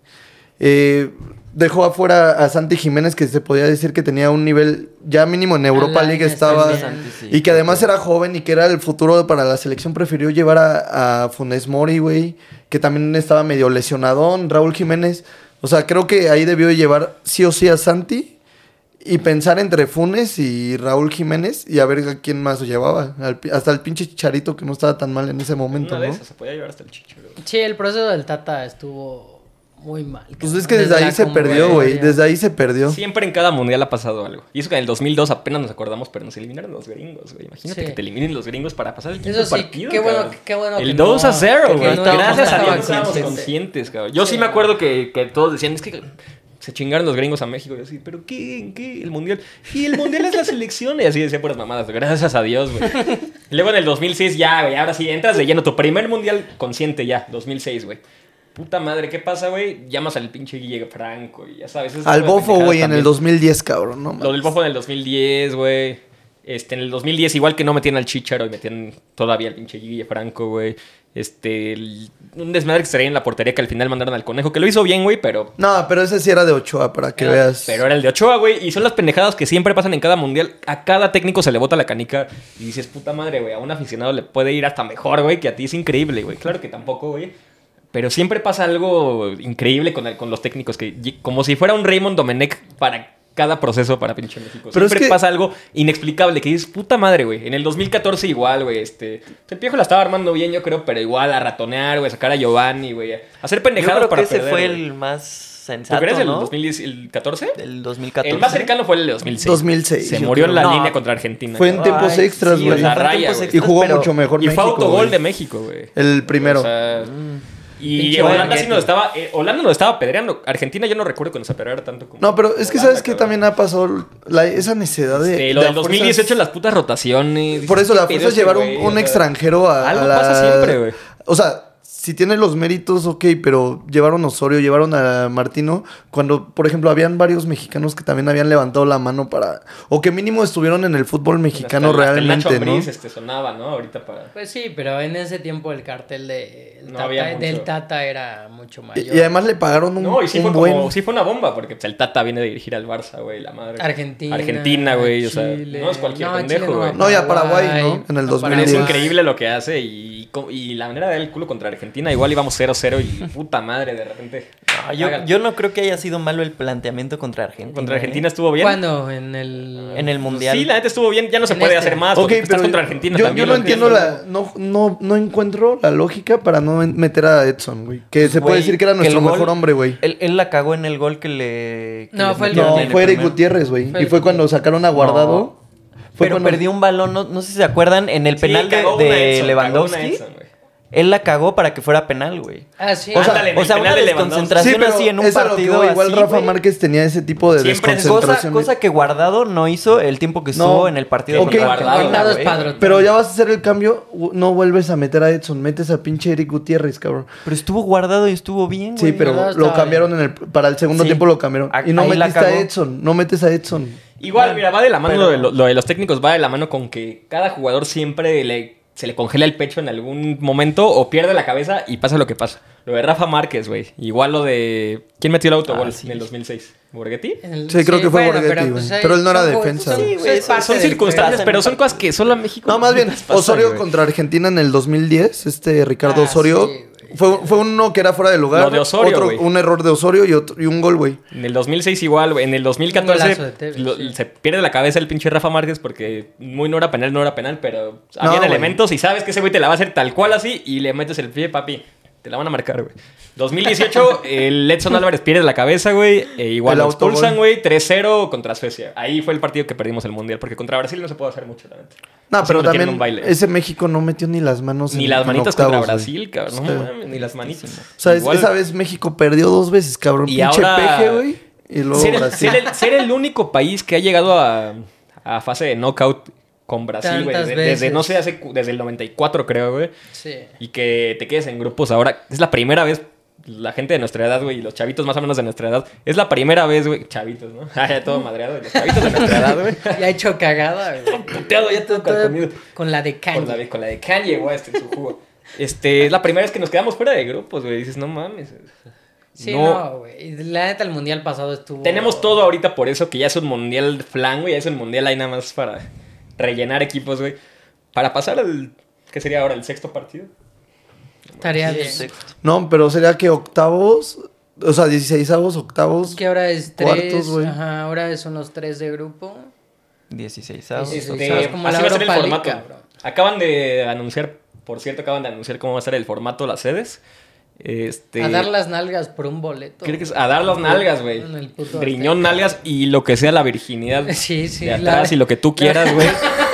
S4: Eh, dejó afuera a Santi Jiménez, que se podía decir que tenía un nivel ya mínimo en Europa
S1: Alain
S4: League
S1: está
S4: estaba.
S1: bien. Santi,
S3: sí,
S4: y que además era joven y que era el futuro para la selección. Prefirió llevar a, a Funes Mori, güey, que también estaba medio lesionadón. Raúl Jiménez. O sea, creo que ahí debió llevar sí o sí a Santi. Y pensar entre Funes y Raúl Jiménez y a ver a quién más lo llevaba. Al pi- hasta el pinche Charito que no estaba tan mal en ese momento,
S2: Una de
S4: ¿no?
S2: esas, se podía llevar hasta el chicho, güey.
S1: Sí, el proceso del Tata estuvo muy mal.
S4: Pues
S1: cabrón.
S4: es que desde
S1: la
S4: ahí se perdió, güey.
S1: convocatoria.
S4: Desde ahí se perdió.
S2: Siempre en cada mundial ha pasado algo. Y eso que en el 2002 apenas nos acordamos, pero nos eliminaron los gringos, güey. Imagínate
S1: Sí.
S2: que te eliminen los gringos para pasar el quinto
S1: Eso sí,
S2: partido.
S1: qué bueno-
S2: cabrón.
S1: qué bueno que
S2: El
S1: no-
S2: 2 a 0,
S1: que
S2: güey.
S1: no
S2: Gracias a Dios no
S1: estábamos
S2: estábamos
S1: conscientes.
S2: conscientes, cabrón. Yo sí,
S1: Sí.
S2: me acuerdo que, que todos decían, es que se chingaron los gringos a México. Y yo así, ¿pero qué? ¿En qué? ¿El mundial? Y el mundial es la selección. Y así decía puras mamadas. Gracias a Dios, güey. Y Luego en el 2006 ya, güey. Ahora sí, entras de lleno. Tu primer mundial consciente ya, 2006, güey. Puta madre, ¿qué pasa, güey? Llamas al pinche Guille Franco y ya sabes. esas
S4: Al
S2: cosas
S4: bofo, güey,
S2: pendejadas
S4: en
S2: también.
S4: el 2010, cabrón, no
S2: Lo del
S4: mames.
S2: Bofo en el 2010, güey. Este, en el 2010, igual que no metían al Chicharo y metían todavía al pinche Guille Franco, güey. Este, el- un desmadre que se traía en la portería que al final mandaron al conejo, que lo hizo bien, güey, pero.
S4: No, pero ese sí era de Ochoa, para que
S2: era-
S4: veas.
S2: Pero era el de Ochoa, güey. Y son las pendejadas que siempre pasan en cada mundial. A cada técnico se le bota la canica y dices, puta madre, güey. A un aficionado le puede ir hasta mejor, güey, que a ti es increíble, güey. Claro que tampoco, güey. Pero siempre pasa algo increíble con, el- con los técnicos, que y- como si fuera un Raymond Domenech para cada proceso para pinche México.
S4: Pero es
S2: siempre
S4: que-
S2: pasa algo inexplicable, que dices, puta madre, güey. En el 2014 igual, güey, este... El viejo la estaba armando bien, yo creo, pero igual a ratonear, güey, sacar a Giovanni, güey. a Hacer
S3: Yo
S2: pendejadas
S3: creo que
S2: para
S3: ese
S2: perder,
S3: fue
S2: güey.
S3: el más
S2: ¿Tú
S3: sensato,
S2: crees el
S3: ¿no?
S2: 2014?
S3: El 2014.
S2: El más cercano fue el de 2006.
S4: 2006,
S2: Se
S4: yo
S2: murió en la
S3: creo.
S2: línea
S3: No.
S2: contra Argentina.
S4: Fue en
S2: cabrón.
S4: tiempos
S3: Ay,
S4: extras,
S3: sí,
S4: güey.
S2: o sea,
S3: fue en
S2: raya,
S3: tiempos
S2: güey.
S4: y
S3: extras,
S4: jugó
S3: pero-
S4: mucho mejor
S2: Y fue
S4: México,
S2: autogol
S4: güey.
S2: de México, güey.
S4: El primero.
S2: O sea, y
S1: Pinche
S2: Mm. Holanda
S1: Benedetti.
S2: sí nos estaba... eh, Holanda nos estaba pedreando. Argentina yo no recuerdo que nos apedreara tanto como...
S4: No, pero es que
S2: Holanda,
S4: sabes que
S2: cabrón.
S4: también ha pasado la- esa necesidad de.
S2: Este, lo
S4: de
S2: del
S4: a fuerzas-
S2: 2018, las putas rotaciones.
S4: Por eso
S2: ¿Qué
S4: la
S2: pedo
S4: fuerza es
S2: este
S4: llevar un,
S2: güey?
S4: un
S2: O sea,
S4: extranjero a.
S2: algo
S4: a la-
S2: pasa siempre, güey.
S4: O sea, si tiene los méritos, ok, pero llevaron a Osorio, llevaron a Martino. Cuando, por ejemplo, habían varios mexicanos que también habían levantado la mano para. O que mínimo estuvieron en el fútbol mexicano
S2: hasta el- hasta el
S4: realmente,
S2: Nacho
S4: ¿no?
S2: Ambriz, este, sonaba, ¿no? Ahorita para...
S1: Pues sí, pero en ese tiempo el cartel de, el
S2: No
S1: Tata-
S2: había mucho.
S1: del Tata era mucho mayor.
S4: Y, y además le pagaron un,
S2: No, y sí
S4: un
S2: fue,
S4: buen.
S2: como, sí fue una bomba, porque pues, el Tata viene de dirigir al Barça, güey, la madre.
S1: Argentina.
S2: Argentina, güey, o sea,
S1: Chile.
S2: no es cualquier
S1: No, a Chile
S2: pendejo,
S1: no,
S2: güey.
S4: No, y a Paraguay, ¿no? En el
S1: a
S4: 2010.
S2: Pero es
S1: Paraguay.
S2: increíble lo que hace y, co- y la manera de dar el culo contra Argentina. Igual íbamos 0-0 y puta madre, de repente.
S3: No, Ah, yo,
S2: Hágalo.
S3: yo no creo que haya sido malo el planteamiento contra Argentina.
S2: Contra
S3: ¿eh?
S2: Argentina estuvo bien.
S1: ¿Cuándo? En el...
S3: En el Mundial.
S2: Pues Sí, la neta estuvo bien. Ya no se
S1: En
S2: puede
S1: este.
S2: hacer más.
S4: Ok,
S2: porque estás
S4: pero
S2: contra Argentina
S4: yo,
S2: también.
S4: yo no
S2: lo que
S4: entiendo
S2: es,
S4: la... No, no, no encuentro la lógica para no en- meter a Edson, güey. Que se puede
S3: Güey,
S4: decir que era
S3: el
S4: nuestro
S3: gol-
S4: mejor hombre, güey.
S3: Él, él la cagó en el gol que le. que
S1: No,
S3: les
S1: fue el-
S3: metieron
S4: No,
S3: en el
S4: fue Eric
S3: primero.
S4: Gutiérrez, güey.
S1: Fue
S4: Y fue
S1: Eric
S4: cuando sacaron a Guardado. Fue
S3: Pero
S4: cuando-
S3: perdió un balón, no, no sé si se acuerdan, en el
S2: Sí,
S3: penal de-
S2: cagó
S3: de,
S2: una Edson, cagó una
S3: Lewandowski.
S2: Edson, güey.
S3: Él la cagó para que fuera penal, güey.
S1: Ah, sí.
S4: O sea,
S1: Ándale.
S2: en el
S3: O sea,
S2: penal
S3: una
S2: de Lewandowski.
S4: Sí,
S3: desconcentración
S4: pero
S3: así en un
S4: es a lo que
S3: partido.
S4: voy. Igual
S3: así,
S4: Rafa
S3: güey.
S4: Márquez tenía ese tipo de
S2: Siempre
S3: Cosa,
S2: es
S4: desconcentración.
S3: cosa que Guardado no hizo el tiempo que
S4: No.
S3: estuvo en el partido.
S4: Ok,
S3: contra
S2: Guardado,
S3: Argentina,
S1: Guardado es
S3: güey.
S1: padrón.
S4: Pero ya vas a hacer el cambio, u- no vuelves a meter a Edson, metes a pinche Eric Gutiérrez, cabrón.
S3: Pero estuvo guardado y estuvo bien,
S4: Sí,
S3: güey.
S1: no
S4: pero
S1: estaba
S4: lo cambiaron en el, para el segundo
S3: Sí.
S4: tiempo lo cambiaron.
S3: A-
S4: Y no
S3: ahí la
S4: metiste a
S3: cagó.
S4: Edson, no metes a Edson.
S2: Igual, mira, va de la mano
S3: pero-
S2: lo, de lo- lo de los técnicos, va de la mano con que cada jugador siempre le, se le congela el pecho en algún momento o pierde la cabeza y pasa lo que pasa. Lo de Rafa Márquez, güey. Igual lo de. ¿Quién metió el autogol
S3: Ah, sí.
S2: en el 2006? ¿Borghetti?
S1: El-
S4: Sí, creo que fue Borghetti,
S1: pero,
S4: güey.
S1: ahí
S4: Pero él no era
S1: son gol-
S4: defensa.
S1: son-
S4: Sí,
S1: son
S3: güey,
S1: parte
S2: Son
S1: del
S2: circunstancias,
S1: juego.
S2: pero son cosas que solo a México.
S4: No, más bien,
S2: les pasan,
S4: Osorio
S2: güey.
S4: contra Argentina en el 2010, este Ricardo
S1: Ah, sí,
S4: Osorio.
S1: güey.
S4: fue, fue uno que era fuera de lugar.
S2: Lo de Osorio,
S4: otro-
S2: güey.
S4: un error de Osorio y, otro- y un gol, güey.
S2: En el 2006 igual, güey. En el
S1: Un golazo de
S2: 2014
S1: Tevez,
S2: lo-
S1: sí.
S2: se pierde la cabeza el pinche Rafa Márquez porque muy no era penal, no era penal, pero habían
S4: güey.
S2: elementos y sabes que ese güey te la va a hacer tal cual así y le metes el pie, papi. Te la van a marcar, güey. 2018, el Edson Álvarez pierde la cabeza, güey. e igual
S4: El
S2: lo
S4: autogol.
S2: expulsan, güey. 3-0 contra Suecia. Ahí fue el partido que perdimos el Mundial porque contra Brasil no se puede hacer mucho, la neta.
S4: No,
S2: Así
S4: pero
S2: nos metieron
S4: también
S2: un baile.
S4: ese México no metió ni las manos
S2: Ni
S4: en-
S2: las
S4: en
S2: manitas
S4: octavos,
S2: contra
S4: güey.
S2: Brasil, cabrón. No
S4: Sí.
S2: mames, ni las manitas.
S4: O sea, es-
S2: Igual-
S4: esa vez México perdió dos veces, cabrón.
S2: Y
S4: Pinche
S2: ahora-
S4: peje, güey. Y luego
S2: ser, el,
S4: Brasil.
S2: ser el- ser el único país que ha llegado a, a fase de knockout con Brasil, güey.
S1: Tantas
S2: Desde,
S1: veces.
S2: desde, no sé, hace cu- desde el 94, creo, güey.
S1: Sí.
S2: Y que te quedes en grupos ahora. Es la primera vez, la gente de nuestra edad, güey, y los chavitos más o menos de nuestra edad. Es la primera vez, güey. Chavitos, ¿no? Ah, ya todo madreado. Los chavitos de nuestra edad, güey.
S1: Ya he hecho cagada, güey.
S2: Puteado, ya todo carcomido.
S1: Con la de
S2: Con
S1: Kanye.
S2: la, de- con la de Kanye, güey, este, en su jugo. Este, es la primera vez que nos quedamos fuera de grupos, güey. Dices, no mames.
S1: Sí, no, güey. la neta, el mundial pasado estuvo.
S2: Tenemos todo ahorita por eso que ya es un mundial flan, güey. Ya es un mundial ahí nada más para rellenar equipos, güey. Para pasar al. ¿Qué sería ahora? ¿El sexto partido?
S1: Tarea de.
S3: Sí.
S4: No, pero sería que octavos. O sea, 16avos, octavos.
S1: Que ahora es
S4: Cuartos,
S1: tres.
S4: güey.
S1: ajá, ahora son los tres de grupo.
S3: 16
S1: Sí, sí,
S2: Este,
S1: sí. ¿Sabes cómo
S2: así
S1: la
S2: va a ser el
S1: Europa League,
S2: formato.
S1: cabrón?
S2: Acaban de anunciar, por cierto, acaban de anunciar cómo va a ser el formato, las sedes. Este,
S1: A dar las nalgas por un boleto.
S2: creo que es a dar las nalgas, güey.
S1: En el puto
S2: Riñón, nalgas y lo que sea la virginidad
S1: Sí, sí,
S2: de
S1: la-
S2: atrás y lo que tú quieras, güey.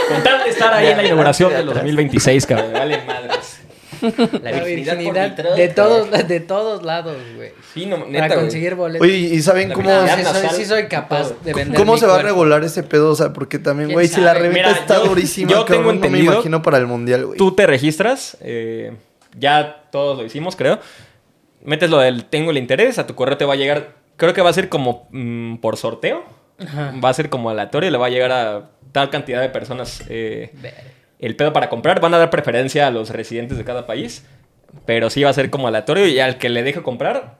S2: Con tal de estar ahí en la inauguración del 2026, cabrón. Vale madres.
S1: La,
S2: por
S1: virginidad,
S2: detrás,
S1: de,
S2: cabrón.
S1: todos, de todos lados, güey.
S2: Sí, no, neta,
S1: Para
S2: güey.
S1: conseguir boletos.
S4: Oye, ¿y saben
S2: La
S4: cómo,
S1: No,
S2: verdad,
S1: sí,
S2: nasal,
S1: soy, sí soy capaz
S2: todo.
S1: de vender.
S4: cómo
S1: mi
S4: se va a
S1: cuerpo.
S4: regular ese pedo? O sea, porque también,
S1: ¿Quién
S4: güey, si la
S1: sabe?
S4: reventa
S2: Mira,
S4: está
S2: yo-
S4: durísima,
S2: yo tengo
S4: cabrón, no me
S2: entendido-
S4: imagino para el mundial, güey.
S2: Tú te registras, eh, ya todos lo hicimos, creo. Metes lo del tengo el interés, a tu correo te va a llegar, creo que va a ser como mm, por sorteo,
S1: Ajá.
S2: va a ser como aleatorio, le va a llegar a tal cantidad de personas eh,
S1: Ver.
S2: el pedo para comprar, van a dar preferencia a los residentes de cada país, pero sí va a ser como aleatorio y al que le deje comprar,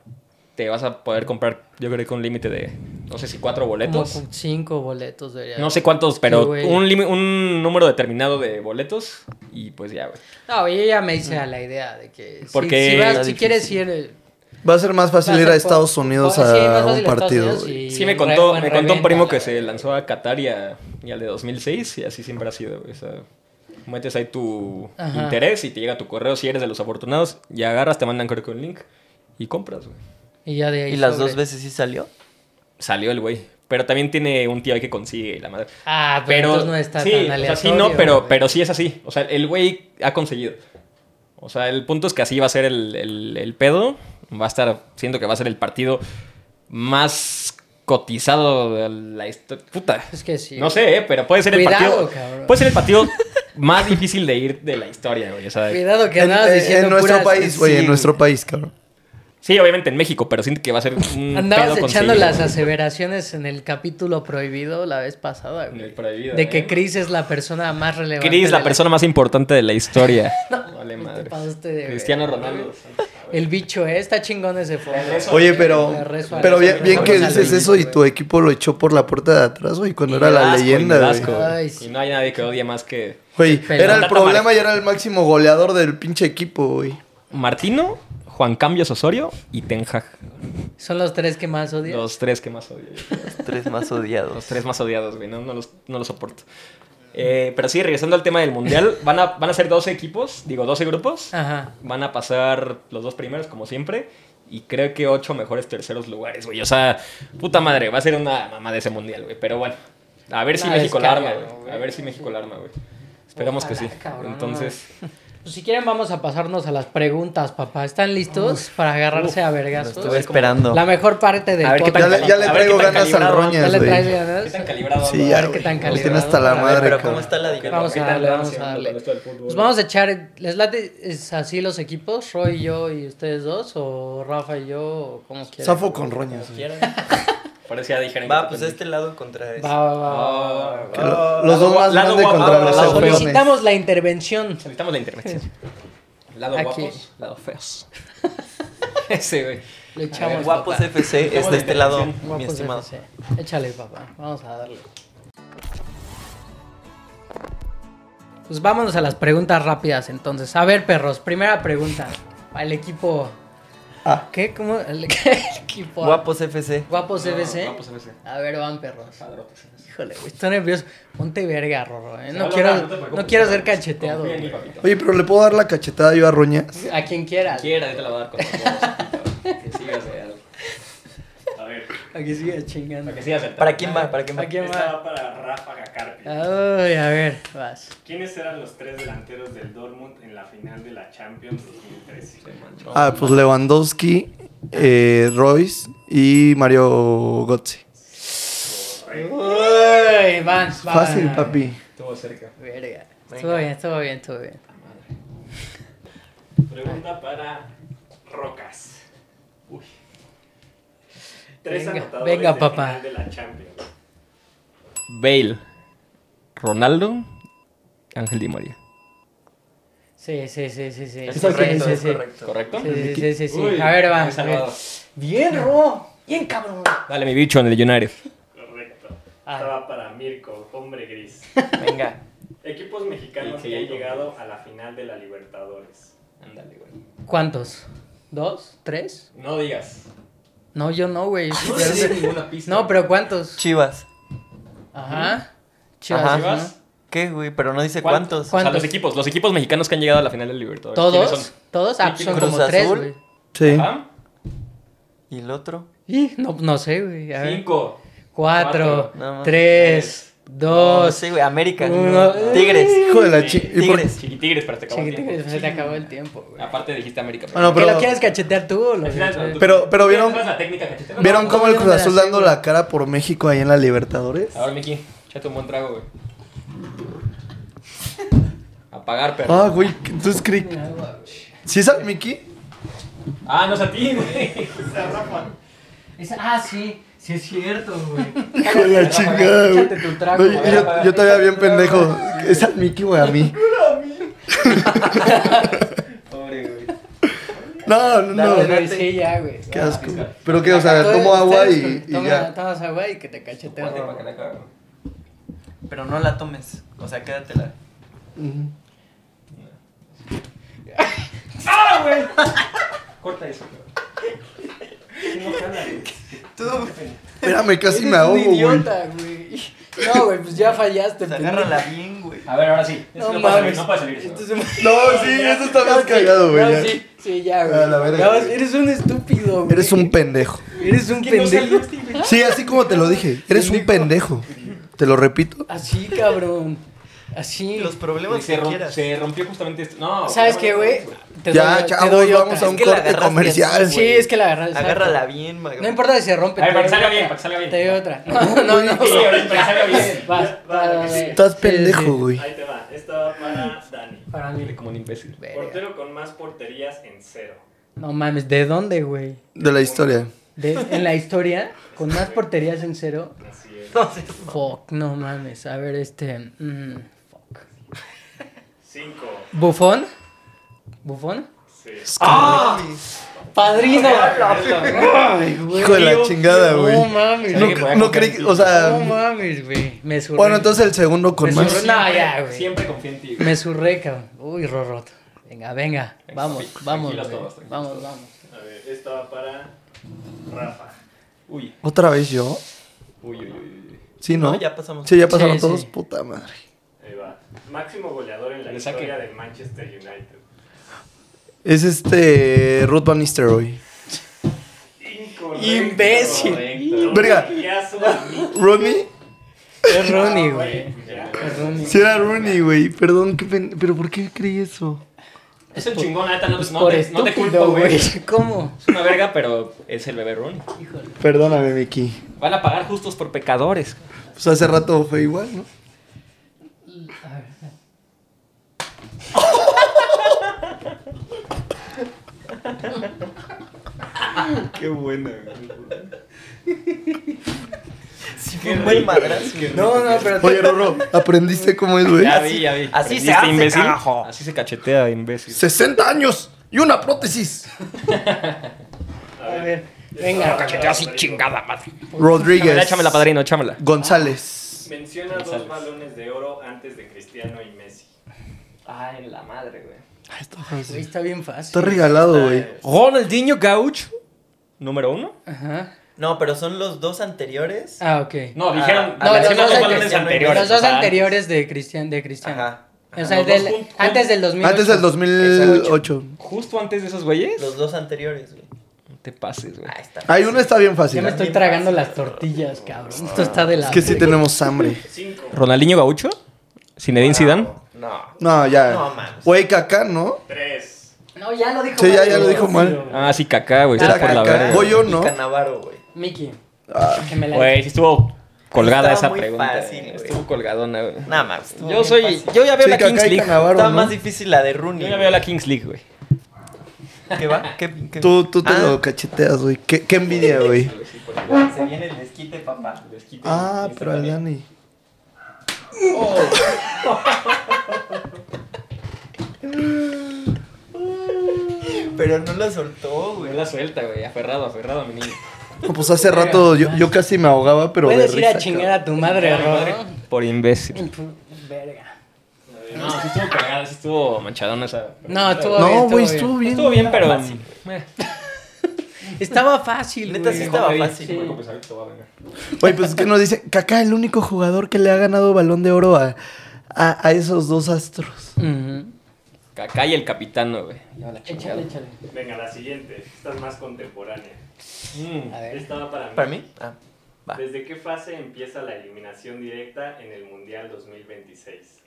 S2: te vas a poder comprar, yo creo que un límite de, no sé si cuatro
S1: Como
S2: boletos.
S1: con cinco boletos debería
S2: No
S1: haber.
S2: sé cuántos, pero
S1: Sí, güey.
S2: un, limi- un número determinado de boletos y pues ya, güey.
S1: No, yo ya me hice a la idea de que si-
S2: Porque
S1: si, vas-
S3: era
S1: si
S3: difícil.
S1: quieres ir eh,
S4: Va a ser más fácil
S1: va
S4: ir
S1: ser
S4: a
S1: por-
S4: Estados Unidos
S1: por- sí, más
S4: a
S1: fácil
S4: un
S1: Estados
S4: partido,
S1: Unidos
S4: güey.
S1: y
S2: Sí, me
S1: en
S2: contó,
S1: re-
S2: me
S1: en
S2: contó un primo
S1: reventa,
S2: que
S1: la
S2: se
S1: verdad.
S2: lanzó a Qatar y, a- y al de 2006 y así siempre ha sido, güey. O sea, metes ahí tu
S1: Ajá.
S2: interés y te llega tu correo si eres de los afortunados y agarras, te mandan creo que un link y compras, güey.
S1: Y ya de ahí
S3: ¿Y las
S1: sobre.
S3: dos veces sí salió?
S2: Salió el güey. Pero también tiene un tío ahí que consigue la madre.
S1: Ah, pero,
S2: Pero
S1: entonces no está
S2: sí,
S1: tan
S2: o
S1: aleatorio.
S2: sea, sí no, pero,
S1: güey.
S2: pero sí es así. O sea, el güey ha conseguido. O sea, el punto es que así va a ser el, el- el pedo. Va a estar, siento que va a ser el partido más cotizado de la historia. Puta.
S1: Es que sí.
S2: No sé, eh, pero puede ser el
S1: Cuidado,
S2: partido.
S1: cabrón.
S2: Puede ser el partido más difícil de ir de la historia, güey. O sea,
S1: Cuidado que
S4: En,
S1: andabas
S4: en-
S1: diciendo
S4: en nuestro
S1: puras-
S4: país, güey, en
S2: sí.
S4: nuestro país, cabrón.
S2: sí, obviamente en México, pero siento que va a ser un
S1: Andabas
S2: pedo
S1: echando
S2: conseguirlo.
S1: las aseveraciones en el capítulo prohibido la vez pasada,
S2: En el
S1: güey.
S2: prohibido,
S1: De que
S2: ¿eh?
S1: Chris es la persona más relevante.
S2: Chris, la
S1: de
S2: persona más importante de la historia. Vale,
S1: te
S2: madre.
S1: pasaste de
S2: Cristiano Ronaldo.
S1: El bicho, ¿eh? Está chingón ese fondo.
S4: Oye, pero,
S1: Le rezo a
S4: pero
S1: Dios,
S4: bien,
S1: güey.
S4: bien que
S1: Vamos a
S4: dices
S1: la
S4: eso y
S1: lista,
S4: tu equipo lo echó por la puerta de atrás, güey, cuando
S2: Y
S4: era
S2: me da
S4: la
S2: asco, y me
S4: leyenda,
S2: da
S4: güey.
S2: asco, güey.
S1: Ay, sí.
S2: Y no hay nadie que odie más que
S4: Güey,
S1: Pelón.
S4: era el
S2: Tata
S4: problema
S2: Martí.
S4: y era el máximo goleador del pinche equipo, güey.
S2: Martino, Juan Cambios Osorio y Ten Hag.
S1: Son los tres que más odio.
S2: Los tres que más odio. yo.
S3: Los tres más
S2: Los
S3: odiados.
S2: tres más odiados, güey. No, no los, no los soporto. Eh, pero sí, regresando al tema del mundial, van a, van a ser 12 equipos, digo 12 grupos.
S1: Ajá.
S2: Van a pasar los dos primeros, como siempre. Y creo que ocho mejores terceros lugares, güey. O sea, puta madre, va a ser una mamá de ese mundial, güey. Pero bueno, a ver si
S1: Una
S2: México la arma,
S1: descarga,
S2: güey.
S1: güey.
S2: A ver si México la arma, güey. Esperamos que
S1: Ojalá,
S2: sí.
S1: cabrón,
S2: Entonces,
S1: Pues si quieren vamos a pasarnos a las preguntas, papá. ¿Están listos para agarrarse a vergazos?
S3: Estuve esperando.
S1: La mejor parte del
S2: a ver qué tan
S1: podcast.
S4: Ya le- ya le
S2: a ver qué
S4: traigo
S2: tan
S4: ganas al
S2: calibrado anda.
S1: ¿Ya
S4: Roñas,
S1: le
S4: güey.
S1: traes
S2: ¿Qué tan
S1: ganas?
S2: calibrado
S4: Sí,
S2: anda,
S4: ya,
S1: ver
S4: güey.
S1: qué tan
S4: Lo
S1: calibrado.
S4: tiene hasta
S1: A
S4: la
S1: ver,
S4: madre,
S3: pero
S4: cabrón.
S3: ¿cómo está la dinámica?
S1: Vamos a darle, vamos a darle. Pues vamos a echar, ¿les late es así los equipos? Roy y yo y ustedes dos, o Rafa y yo, o como quieran.
S4: Zafo con Roñas, güey.
S2: Parecía dijeron.
S3: Va, pues este lado contra este.
S1: Va, va, va,
S2: Ah,
S1: va, va.
S4: Que lo- Los dos más
S2: lado
S4: grandes
S2: guapo,
S4: contra
S2: lado
S4: los
S2: guapo.
S4: campeones.
S1: Solicitamos la intervención.
S2: Necesitamos la intervención. Lado
S1: Aquí.
S2: guapos, lado feos. Ese, güey.
S1: Le
S3: A ver,
S1: echamos.
S3: Guapos
S1: papá.
S3: FC es de este lado, mi
S1: Guapos
S3: estimado.
S1: FC. Échale, papá. Vamos a darle. Pues vámonos a las preguntas rápidas entonces. A ver, perros, primera pregunta. Al equipo.
S4: Ah.
S1: ¿Qué? ¿Cómo? El, el equipo. A.
S3: Guapos FC.
S1: Guapos
S2: No,
S1: FC.
S2: guapos FC.
S1: A ver, van, perros.
S2: Padrotes, ¿eh? FC.
S1: Híjole, güey, estoy nervioso. Ponte verga, Rorro. eh.
S2: Se
S1: No,
S2: va a
S1: quiero,
S2: lograr, te
S1: no,
S2: preocupes.
S1: quiero ser cacheteado.
S2: Confía en mí,
S1: güey.
S2: papito.
S4: Oye, pero le puedo dar la cachetada yo a Roñas.
S1: A quien quiera.
S2: Quiera, yo te la voy a dar con los huevos, Que sigas de algo.
S5: A ver,
S1: A quien siga chingando.
S2: Para que sigas el
S3: ¿Para quién va? ¿Para quién va?
S1: ¿A quién
S5: esta
S1: va?
S5: va para Ráfaga Carpi.
S1: Ay, a ver, vas.
S5: ¿Quiénes eran los tres delanteros del Dortmund en la final de la Champions 2013?
S4: Ah, pues Lewandowski, eh, Royce y Mario Götze.
S1: Uy, van,
S4: Fácil, papi.
S2: Estuvo cerca.
S1: Verga. Estuvo bien, estuvo bien, estuvo bien.
S5: Pregunta para Rocas. Uy. Tres
S1: Venga,
S5: anotadores
S1: venga,
S5: de
S1: papá.
S5: final de la Champions.
S2: Bale, Ronaldo, Ángel Di María.
S1: Sí, sí, sí, sí, sí.
S3: Es
S1: Sí,
S3: correcto,
S1: sí,
S3: es
S1: sí.
S3: correcto.
S2: ¿Correcto?
S1: Sí, sí, sí, sí, sí.
S2: Uy,
S1: A ver, van.
S2: muy salvado.
S1: Bien, Ro. Bien, cabrón.
S2: Dale, mi bicho en el United.
S5: Correcto.
S1: Ah.
S5: Estaba para Mirko, hombre gris.
S3: Venga.
S5: Equipos mexicanos
S2: Sí,
S5: que han
S2: sí.
S5: llegado a la final de la Libertadores.
S2: Ándale, güey.
S1: ¿Cuántos? ¿Dos? ¿Tres?
S2: No digas.
S1: No, yo no, güey.
S2: No sé ninguna pista.
S1: No, pero ¿cuántos?
S3: Chivas.
S1: Ajá.
S3: Ajá.
S1: Chivas, ¿no?
S2: Chivas.
S3: ¿Qué, güey? Pero no dice cuántos.
S2: ¿Cuántos? O sea,
S1: ¿Cuántos?
S2: los equipos, los equipos mexicanos que han llegado a la final del Libertadores. ¿Quiénes
S1: ¿Todos?
S2: son?
S1: ¿Todos? Ah,
S2: Sí,
S1: son
S3: Cruz
S1: como tres,
S3: Azul.
S1: güey.
S4: Sí.
S3: Ah.
S2: Ajá.
S3: ¿Y el otro?
S1: Y no, no sé, güey. A ver.
S2: Cinco.
S1: Cuatro,
S3: Cuatro. No,
S1: tres,
S3: No,
S1: dos.
S3: sí, güey. América.
S1: uno.
S3: Tigres.
S4: Hijo de la
S2: Sí.
S4: chi. y por-
S3: Tigres.
S2: Chiquitigres, pero te acabó el
S1: Chiquitín,
S2: tiempo.
S1: se te acabó el tiempo, güey.
S2: Aparte dijiste América. pero-
S4: Bueno,
S1: ¿Que lo
S4: pero,
S1: quieres cachetear tú o lo
S2: Al final, tú-
S4: Pero- pero
S2: tú
S4: vieron-
S2: sabes la técnica cachetera.
S4: ¿vieron
S1: No,
S4: cómo
S1: no,
S4: el
S1: yo no
S4: Cruz
S1: me la
S4: Azul
S1: sé,
S4: dando
S1: güey.
S4: la cara por México ahí en la Libertadores?
S2: Ahora, Miki, échate un buen trago, güey. Apagar, perro.
S4: Ah, güey, entonces creí. ¿Sí es al Mickey?
S2: Ah, no es a ti, güey.
S1: ah, sí, sí es cierto, güey.
S4: Hijo de la chingada, güey.
S1: Échate tu trago,
S4: No, yo,
S1: güey.
S4: yo, yo todavía bien pendejo. Es al Mickey, güey, a mí.
S2: Pobre, güey.
S4: No, no,
S1: Dale,
S4: no.
S1: güey, sí, ya, güey.
S4: Qué asco. Pero que, o sea, tomo agua y, y ya.
S1: Tomas agua y que te cacheteo.
S2: Ponte para que la acabe, güey.
S3: Pero no la tomes. O sea, quédatela.
S4: Ujú.
S2: Corta eso, güey.
S4: Espérame, casi
S1: Eres
S4: me ahogo,
S1: un
S4: güey.
S1: idiota, güey. No, güey, pues ya fallaste. pendejo.
S3: bien, güey.
S2: A ver, ahora sí.
S1: No
S2: no, puede salir,
S1: mames.
S2: no puede salir eso.
S1: Entonces,
S4: No, sí, eso está más cagado, güey.
S1: no,
S4: ya.
S1: sí, sí, ya, güey.
S4: A la verga,
S1: No,
S4: güey.
S1: eres un estúpido, güey.
S4: Eres un pendejo.
S1: Eres un pendejo.
S2: este
S4: Sí, así como te lo dije. Eres un pendejo. Te lo repito.
S1: Así, cabrón. Así.
S3: Los problemas
S2: se,
S3: que
S2: rom-
S3: quieras.
S2: se rompió justamente esto. No.
S1: ¿Sabes
S2: no,
S1: qué,
S2: no,
S1: güey?
S2: no, no,
S1: Te doy-
S4: Ya,
S1: te
S4: chavos,
S1: doy
S4: vamos
S1: otra.
S4: a un
S3: que la
S4: corte
S3: agarraste
S4: comercial,
S1: Sí,
S4: güey.
S1: es que la agarras.
S3: Agárrala
S1: exacto.
S3: bien, mago.
S1: No importa si se rompe.
S2: A ver,
S1: te
S2: para
S1: doy otra.
S2: que salga bien, para que salga bien.
S1: Te doy otra. No, no, no.
S2: Sí, ahora sí, para que
S1: Ah,
S2: salga bien.
S1: Vas, vas.
S4: Estás
S1: Sí, sí.
S4: pendejo, güey.
S5: Ahí te va. Esta va para Dani.
S1: Para mí.
S2: Mire, como un imbécil.
S1: Verga.
S5: Portero con más porterías en cero.
S1: No mames, ¿de dónde, güey?
S4: De la historia.
S1: De- en la historia, con más porterías en cero.
S5: Así es.
S1: Fuck, no mames. A ver, este. mm, fuck.
S5: Cinco.
S1: ¿Bufón? ¿Bufón?
S5: Sí.
S1: Ah, Padrino.
S4: Hijo de la chingada, güey.
S1: No mames.
S2: Sabía que
S4: No,
S2: podía
S4: no
S2: confiar
S4: creí
S2: en
S4: que,
S2: ti.
S4: o
S1: No
S4: sea.
S1: mames, güey. Me surré.
S4: Bueno, entonces el segundo con
S2: Pues
S1: Me
S4: más.
S1: surré. No, ya, güey.
S2: Siempre confía en ti. güey.
S1: Me surré, cabrón. Uy, Rorrot. Venga, venga.
S2: Venga,
S1: Vamos,
S2: papi,
S1: vamos.
S2: tranquilos
S1: güey.
S2: todos, tranquilos
S1: Vamos,
S2: todos.
S1: vamos.
S5: A ver, esta va para Rafa.
S2: Uy,
S4: ¿Otra vez yo?
S2: uy, uy, uy. uy.
S4: Sí, ¿no?
S3: No, ya pasamos.
S4: Sí, ya pasaron
S1: Sí,
S4: todos.
S1: sí.
S4: Puta madre.
S5: Ahí va. Máximo goleador en la
S2: Le saque.
S5: historia del Manchester United.
S4: Es este. Ruth Van Nistelrooy.
S5: Incorrecto.
S1: Imbécil.
S2: Correcto.
S4: Verga.
S5: Payaso, mi-
S4: ¿Rooney?
S1: Es Rooney, güey.
S5: Ya.
S1: Es Rooney.
S4: Sí, era Rooney, güey. Perdón, qué pen- ¿pero por qué creí eso?
S2: Es el chingón, neta, no,
S1: Pues
S2: no
S1: por
S2: te, no
S1: estúpido,
S2: te culpo, güey.
S1: güey.
S2: Es
S1: ¿Cómo?
S2: una verga, pero es el bebé Ronnie.
S1: Híjole.
S4: Perdóname, Miki.
S2: Van a pagar justos por pecadores.
S4: Pues hace rato fue igual, ¿no?
S2: Qué buena,
S3: Sí, fue un buen madrazo.
S1: No, no, pero.
S4: Oye, Rorro, ¿aprendiste cómo es, güey?
S2: Ya vi, ya vi.
S3: Así se
S2: Aprendiste,
S3: hace,
S2: imbécil.
S3: carajo.
S2: Así se cachetea, imbécil.
S4: 60 años y una prótesis.
S1: A ver, venga.
S4: Rodríguez.
S2: Échamela, padrino, échamela.
S4: González.
S5: Menciona
S2: González.
S5: dos balones de oro antes de Cristiano y Messi.
S2: Ay, la madre, güey.
S1: Güey, está bien
S4: Está
S1: fácil.
S4: regalado, güey.
S2: Ronaldinho Gaucho. Número uno.
S1: Ajá.
S3: No, pero son los dos anteriores.
S1: Ah, ok.
S2: No, dijeron.
S1: No, los dos,
S2: dijeron los
S1: anteri-
S2: balones anteriores.
S1: los dos
S2: o sea,
S1: anteriores de Cristian. De Cristiano.
S3: Ajá.
S1: O sea,
S2: Los
S1: del-
S2: dos jun- jun-
S1: antes del 2000.
S4: Antes del 2008.
S2: Justo antes de esos güeyes.
S3: Los dos anteriores, güey.
S2: No te pases, güey.
S3: Ah, está.
S4: Hay uno está bien
S1: Ya
S4: fácil.
S1: me
S4: Es
S1: estoy tragando las tortillas, cabrón. Esto está de la.
S4: que sí tenemos hambre.
S5: Cinco.
S2: Ronaldinho Gaucho. Zinedine Zidane.
S3: No.
S4: No,
S3: No,
S4: ya.
S3: mames.
S4: Güey, Kaká, ¿no?
S5: Tres.
S1: No, ya lo dijo
S4: Sí, ya- ya lo dijo mal.
S2: Ah, sí, Kaká, güey.
S4: Era
S2: Está por la
S4: Kaká.
S2: verga.
S4: Goyo, ¿no?
S3: Y Canavaro, güey.
S1: Miki.
S4: Ah,
S1: Que me la.
S2: Güey, sí estuvo colgada
S3: Estaba
S2: esa
S3: muy
S2: pregunta.
S3: fácil,
S2: eh.
S3: güey.
S2: estuvo colgadona, güey.
S3: Nada más. estuvo
S2: Yo
S3: bien
S2: soy.
S3: fácil.
S2: Yo ya veo
S4: Sí,
S2: la
S4: Kaká
S2: Kings
S4: y
S2: League.
S4: Cannavaro,
S3: Está
S4: ¿no?
S3: más difícil la de Rooney.
S2: Yo ya veo la Kings League, güey.
S3: güey. ¿Qué va? ¿Qué, qué...
S4: Tú, tú te
S3: Ah,
S4: lo cacheteas, güey. Qué, qué envidia, güey.
S3: Se viene el desquite, papá.
S4: Ah, pero al Dani.
S3: Pero no la soltó,
S2: Me
S3: güey.
S2: la suelta, güey. Aferrado, aferrado a mi niño.
S4: No, pues hace rato yo, yo casi me ahogaba, pero de
S1: Puedes ir
S4: risa.
S1: a chingar a tu madre, Rodo.
S2: Por imbécil.
S1: Verga.
S2: No, sí estuvo colgada, sí estuvo manchadona esa.
S1: No, estuvo bien.
S4: No, güey,
S1: bien.
S4: estuvo bien.
S2: Estuvo bien, pero. eh,
S1: Estaba fácil,
S3: Neta,
S1: güey.
S3: sí estaba
S2: Oye,
S3: fácil,
S2: sí,
S3: güey.
S2: porque sabes que te va a vengar.
S4: Güey, pues es que nos dicen, Kaká, el único jugador que le ha ganado balón de oro a, a, a esos dos
S1: Ah,
S4: astros.
S1: Ujú.
S2: Kaká y el capitano, güey. Ya la chingada.
S1: Échale, échale.
S5: Venga, la siguiente. Esta es más contemporánea.
S2: Mm.
S1: A ver.
S5: Esta va para mí.
S3: ¿Para mí? Ah, va.
S5: ¿Desde qué fase empieza la eliminación directa en el Mundial 2026?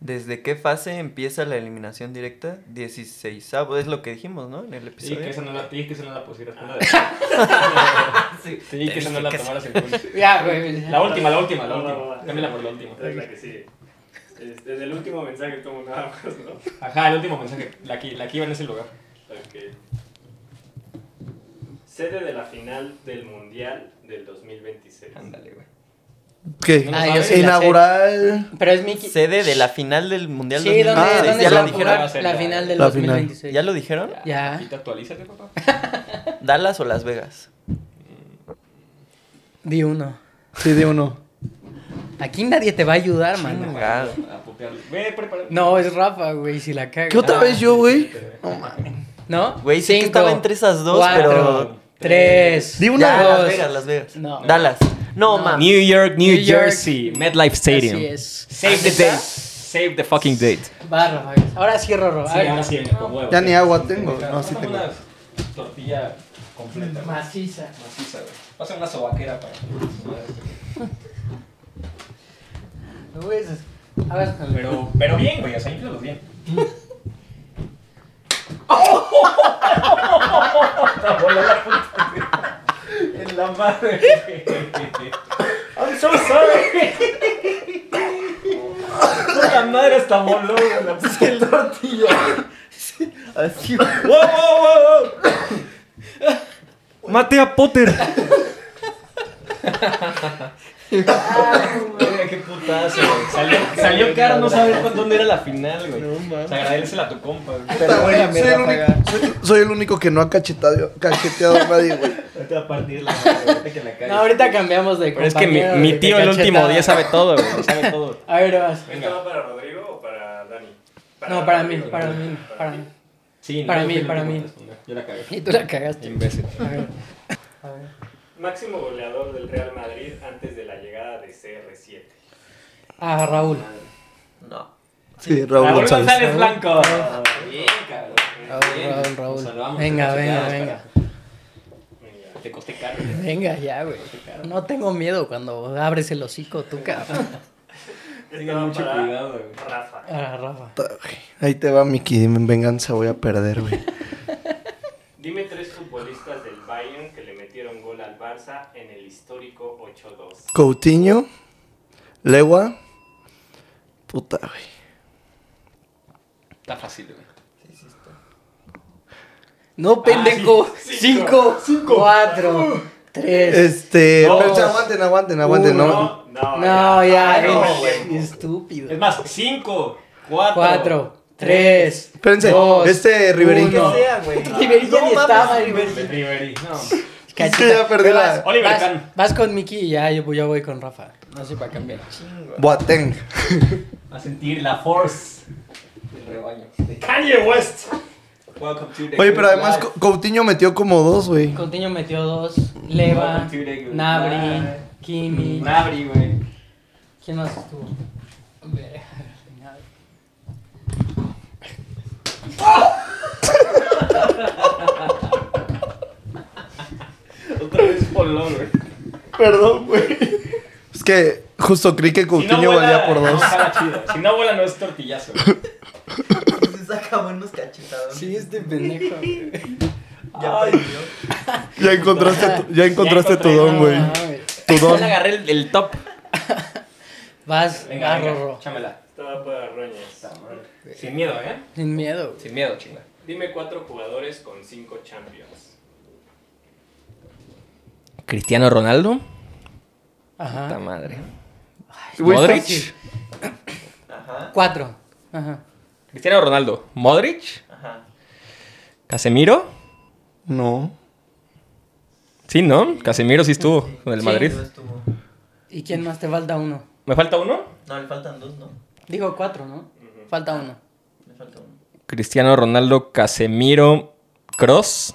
S3: ¿Desde qué fase empieza la eliminación directa? 16 es lo que dijimos, ¿no? En el
S2: Sí,
S3: episodio.
S2: que esa no la, sí, que esa no la pusieras. tú la-
S3: Sí,
S2: Sí, que esa no la tomaras en cuenta.
S1: Ya, güey. ya.
S2: La última, la última, la
S5: Va, va,
S2: última.
S5: va.
S2: Cámbiala por la última.
S5: Esta es la que sigue. Es- Desde el último mensaje, como nada más, ¿no?
S2: Ajá, el último mensaje. La que, la que iba en ese lugar.
S5: Ok. Sede de la final del Mundial del 2026.
S2: Ándale, güey.
S4: ¿Qué?
S1: Ah, yo sí la sé.
S4: Inaugural.
S1: Pero es Miki.
S3: Sede de la final del Mundial
S1: Sí, ¿dónde,
S3: 2016.
S1: ¿dónde
S3: ¿Ya
S1: se va
S3: lo
S1: a
S3: dijeron?
S2: Va a
S1: jugar
S2: ser
S1: la
S2: la-
S1: final del
S4: la final.
S1: 2026?
S3: ¿Ya lo dijeron?
S1: Ya.
S2: Y te actualízate, papá.
S3: ¿Dallas o Las Vegas?
S1: Di uno.
S4: Sí, de uno.
S1: Aquí nadie te va a ayudar, mano.
S3: Cagado.
S2: A putearle. Ve, prepara.
S1: No, es Rafa, güey, si la caga.
S4: ¿Qué otra vez yo, güey?
S1: ¿No?
S3: Güey, sí que
S1: Cinco,
S3: estaba entre esas dos,
S1: cuatro,
S3: pero-
S1: Tres.
S4: Di una.
S3: Ya,
S1: Dos.
S3: Las Vegas, Las Vegas.
S1: No.
S3: Dallas. No, mames.
S2: New York, New,
S1: New York.
S2: Jersey, MetLife Stadium.
S1: Así es.
S2: Save the date. Save the fucking date.
S1: Va, Rafa. Ahora sí, Rorro. A ver.
S2: sí, con huevo.
S4: Ya ni agua tengo. No, sí tengo.
S2: tortilla completa. güey.
S1: Maciza.
S2: Maciza, güey. Pasa una sobaquera para.
S1: Güey, eso es- A ver,
S2: Pero, pero bien, güey, o sea, incluso bien. En la madre. I'm so sorry. La madre hasta voló, güey. La puta tortilla.
S3: Así, güey.
S2: ¡Wow, wow, wow! Mate a Potter. qué putazo, güey. Salió, salió caro no saber cuándo dónde era la final, güey. No, mames. agradecela a tu compa, güey.
S4: Puta, güey, soy, el único, soy, soy el único que no ha cachetado, cacheteado a nadie, güey.
S2: No te va a partir la madre, ahorita que la cagues.
S1: No, ahorita cambiamos de
S2: Pero es que mi,
S1: compañero,
S2: mi
S1: de
S2: tío el último
S1: cachetada.
S2: día sabe todo, güey. lo Sabe todo.
S1: A ver, vas.
S5: ¿Esta va para Rodrigo o para Dani?
S1: No, para mí,
S5: Rodrigo,
S1: para
S5: ¿no?
S1: mí, para mí.
S2: Sí,
S1: Para
S2: yo
S1: mí,
S2: fui el
S1: para
S2: último
S1: mí.
S2: en responder. Yo la cagué.
S1: Y tú la cagaste.
S2: Imbécil.
S1: A ver. A ver.
S5: Máximo goleador del Real Madrid antes de la llegada de CR7.
S1: Ah, Raúl.
S3: No.
S4: Sí, Raúl González.
S2: Blanco. Bien, cabrón.
S1: Raúl, Raúl,
S2: Nos
S1: Raúl.
S2: salvamos
S1: Venga,
S2: de
S1: venga,
S2: las
S1: venga.
S5: Venga.
S2: Te costé caro.
S1: Venga, ya, güey. No tengo miedo cuando abres el hocico, tú, cabrón.
S5: Esta
S2: Tengan
S5: va
S2: mucho
S5: para
S2: cuidado, güey.
S5: Rafa.
S1: Ah, Rafa.
S4: Puta, güey. Ahí te va, Miki. En venganza voy a perder, güey.
S5: Dime tres futbolistas del Bayern que le metieron gol al Barça en el histórico 8-2.
S4: Coutinho. Legua. Puta, güey.
S2: Está fácil, güey.
S1: No, pendejo. Ah, cinco, Uh. cuatro, tres.
S4: Este.
S2: Dos.
S4: pero aguanten, aguanten, aguanten,
S1: Uno.
S4: ¿no?
S5: No, Ah,
S1: No, ya,
S5: no,
S1: es
S5: güey.
S1: estúpido.
S2: Es más, 5, 4,
S1: Cuatro, Tres.
S4: Espérense,
S1: dos,
S4: este Riverín.
S1: uno.
S4: Que
S3: güey.
S1: Riverín ya
S3: No
S1: ni
S3: mames,
S1: estaba,
S3: Riverín.
S1: güey.
S2: Riveri. No.
S4: Es que ya perdí la.
S2: Oliver
S1: vas,
S2: Kahn.
S1: vas con Mickey y ya yo, yo voy con Rafa. No sé para cambiar.
S4: Boateng.
S2: A sentir la force del rebaño.
S5: Kanye West.
S2: Welcome to the
S4: Oye,
S2: good
S4: pero además
S2: life.
S4: Co- Coutinho metió como dos, güey.
S1: Contiño metió dos. Leva, Nabri, Kimi.
S2: Nabri, güey.
S1: ¿Quién más estuvo? Verga, Nabri.
S5: Otra vez Paul Lover.
S4: Perdón, güey. Es que justo creí que Coutinho valía por dos.
S2: Si no vuela, no es tortillazo. güey.
S3: Se saca buenos cachetados.
S1: Sí, este pendejo. güey.
S3: Ya perdió.
S4: Ya encontraste, tu, ya encontraste tu
S2: encontré,
S4: don, güey.
S1: No, mames.
S4: Tu
S2: Ya
S4: don.
S2: le agarré el, el top.
S1: Vas, ah,
S2: Venga,
S1: venga,
S2: venga, chámela.
S5: Estaba para roñas.
S2: Sin miedo, ¿eh?
S1: Sin miedo. güey.
S2: Sin miedo, chinga.
S5: Dime cuatro jugadores con cinco champions.
S2: Cristiano Ronaldo. Puta
S1: Ajá.
S2: Ah. madre.
S4: Güey,
S2: Modric.
S4: fácil.
S1: Cuatro. Ajá.
S2: Cristiano Ronaldo. Modric. Casemiro.
S4: No.
S2: Sí, ¿no? Casemiro sí estuvo con el
S1: Sí.
S2: Madrid.
S3: estuvo.
S1: ¿Y quién más te falta uno?
S2: ¿Me falta uno?
S3: No, le faltan dos, ¿no?
S1: Digo cuatro, ¿no? Falta uno.
S3: Le falta uno.
S2: Cristiano Ronaldo, Casemiro, Cross.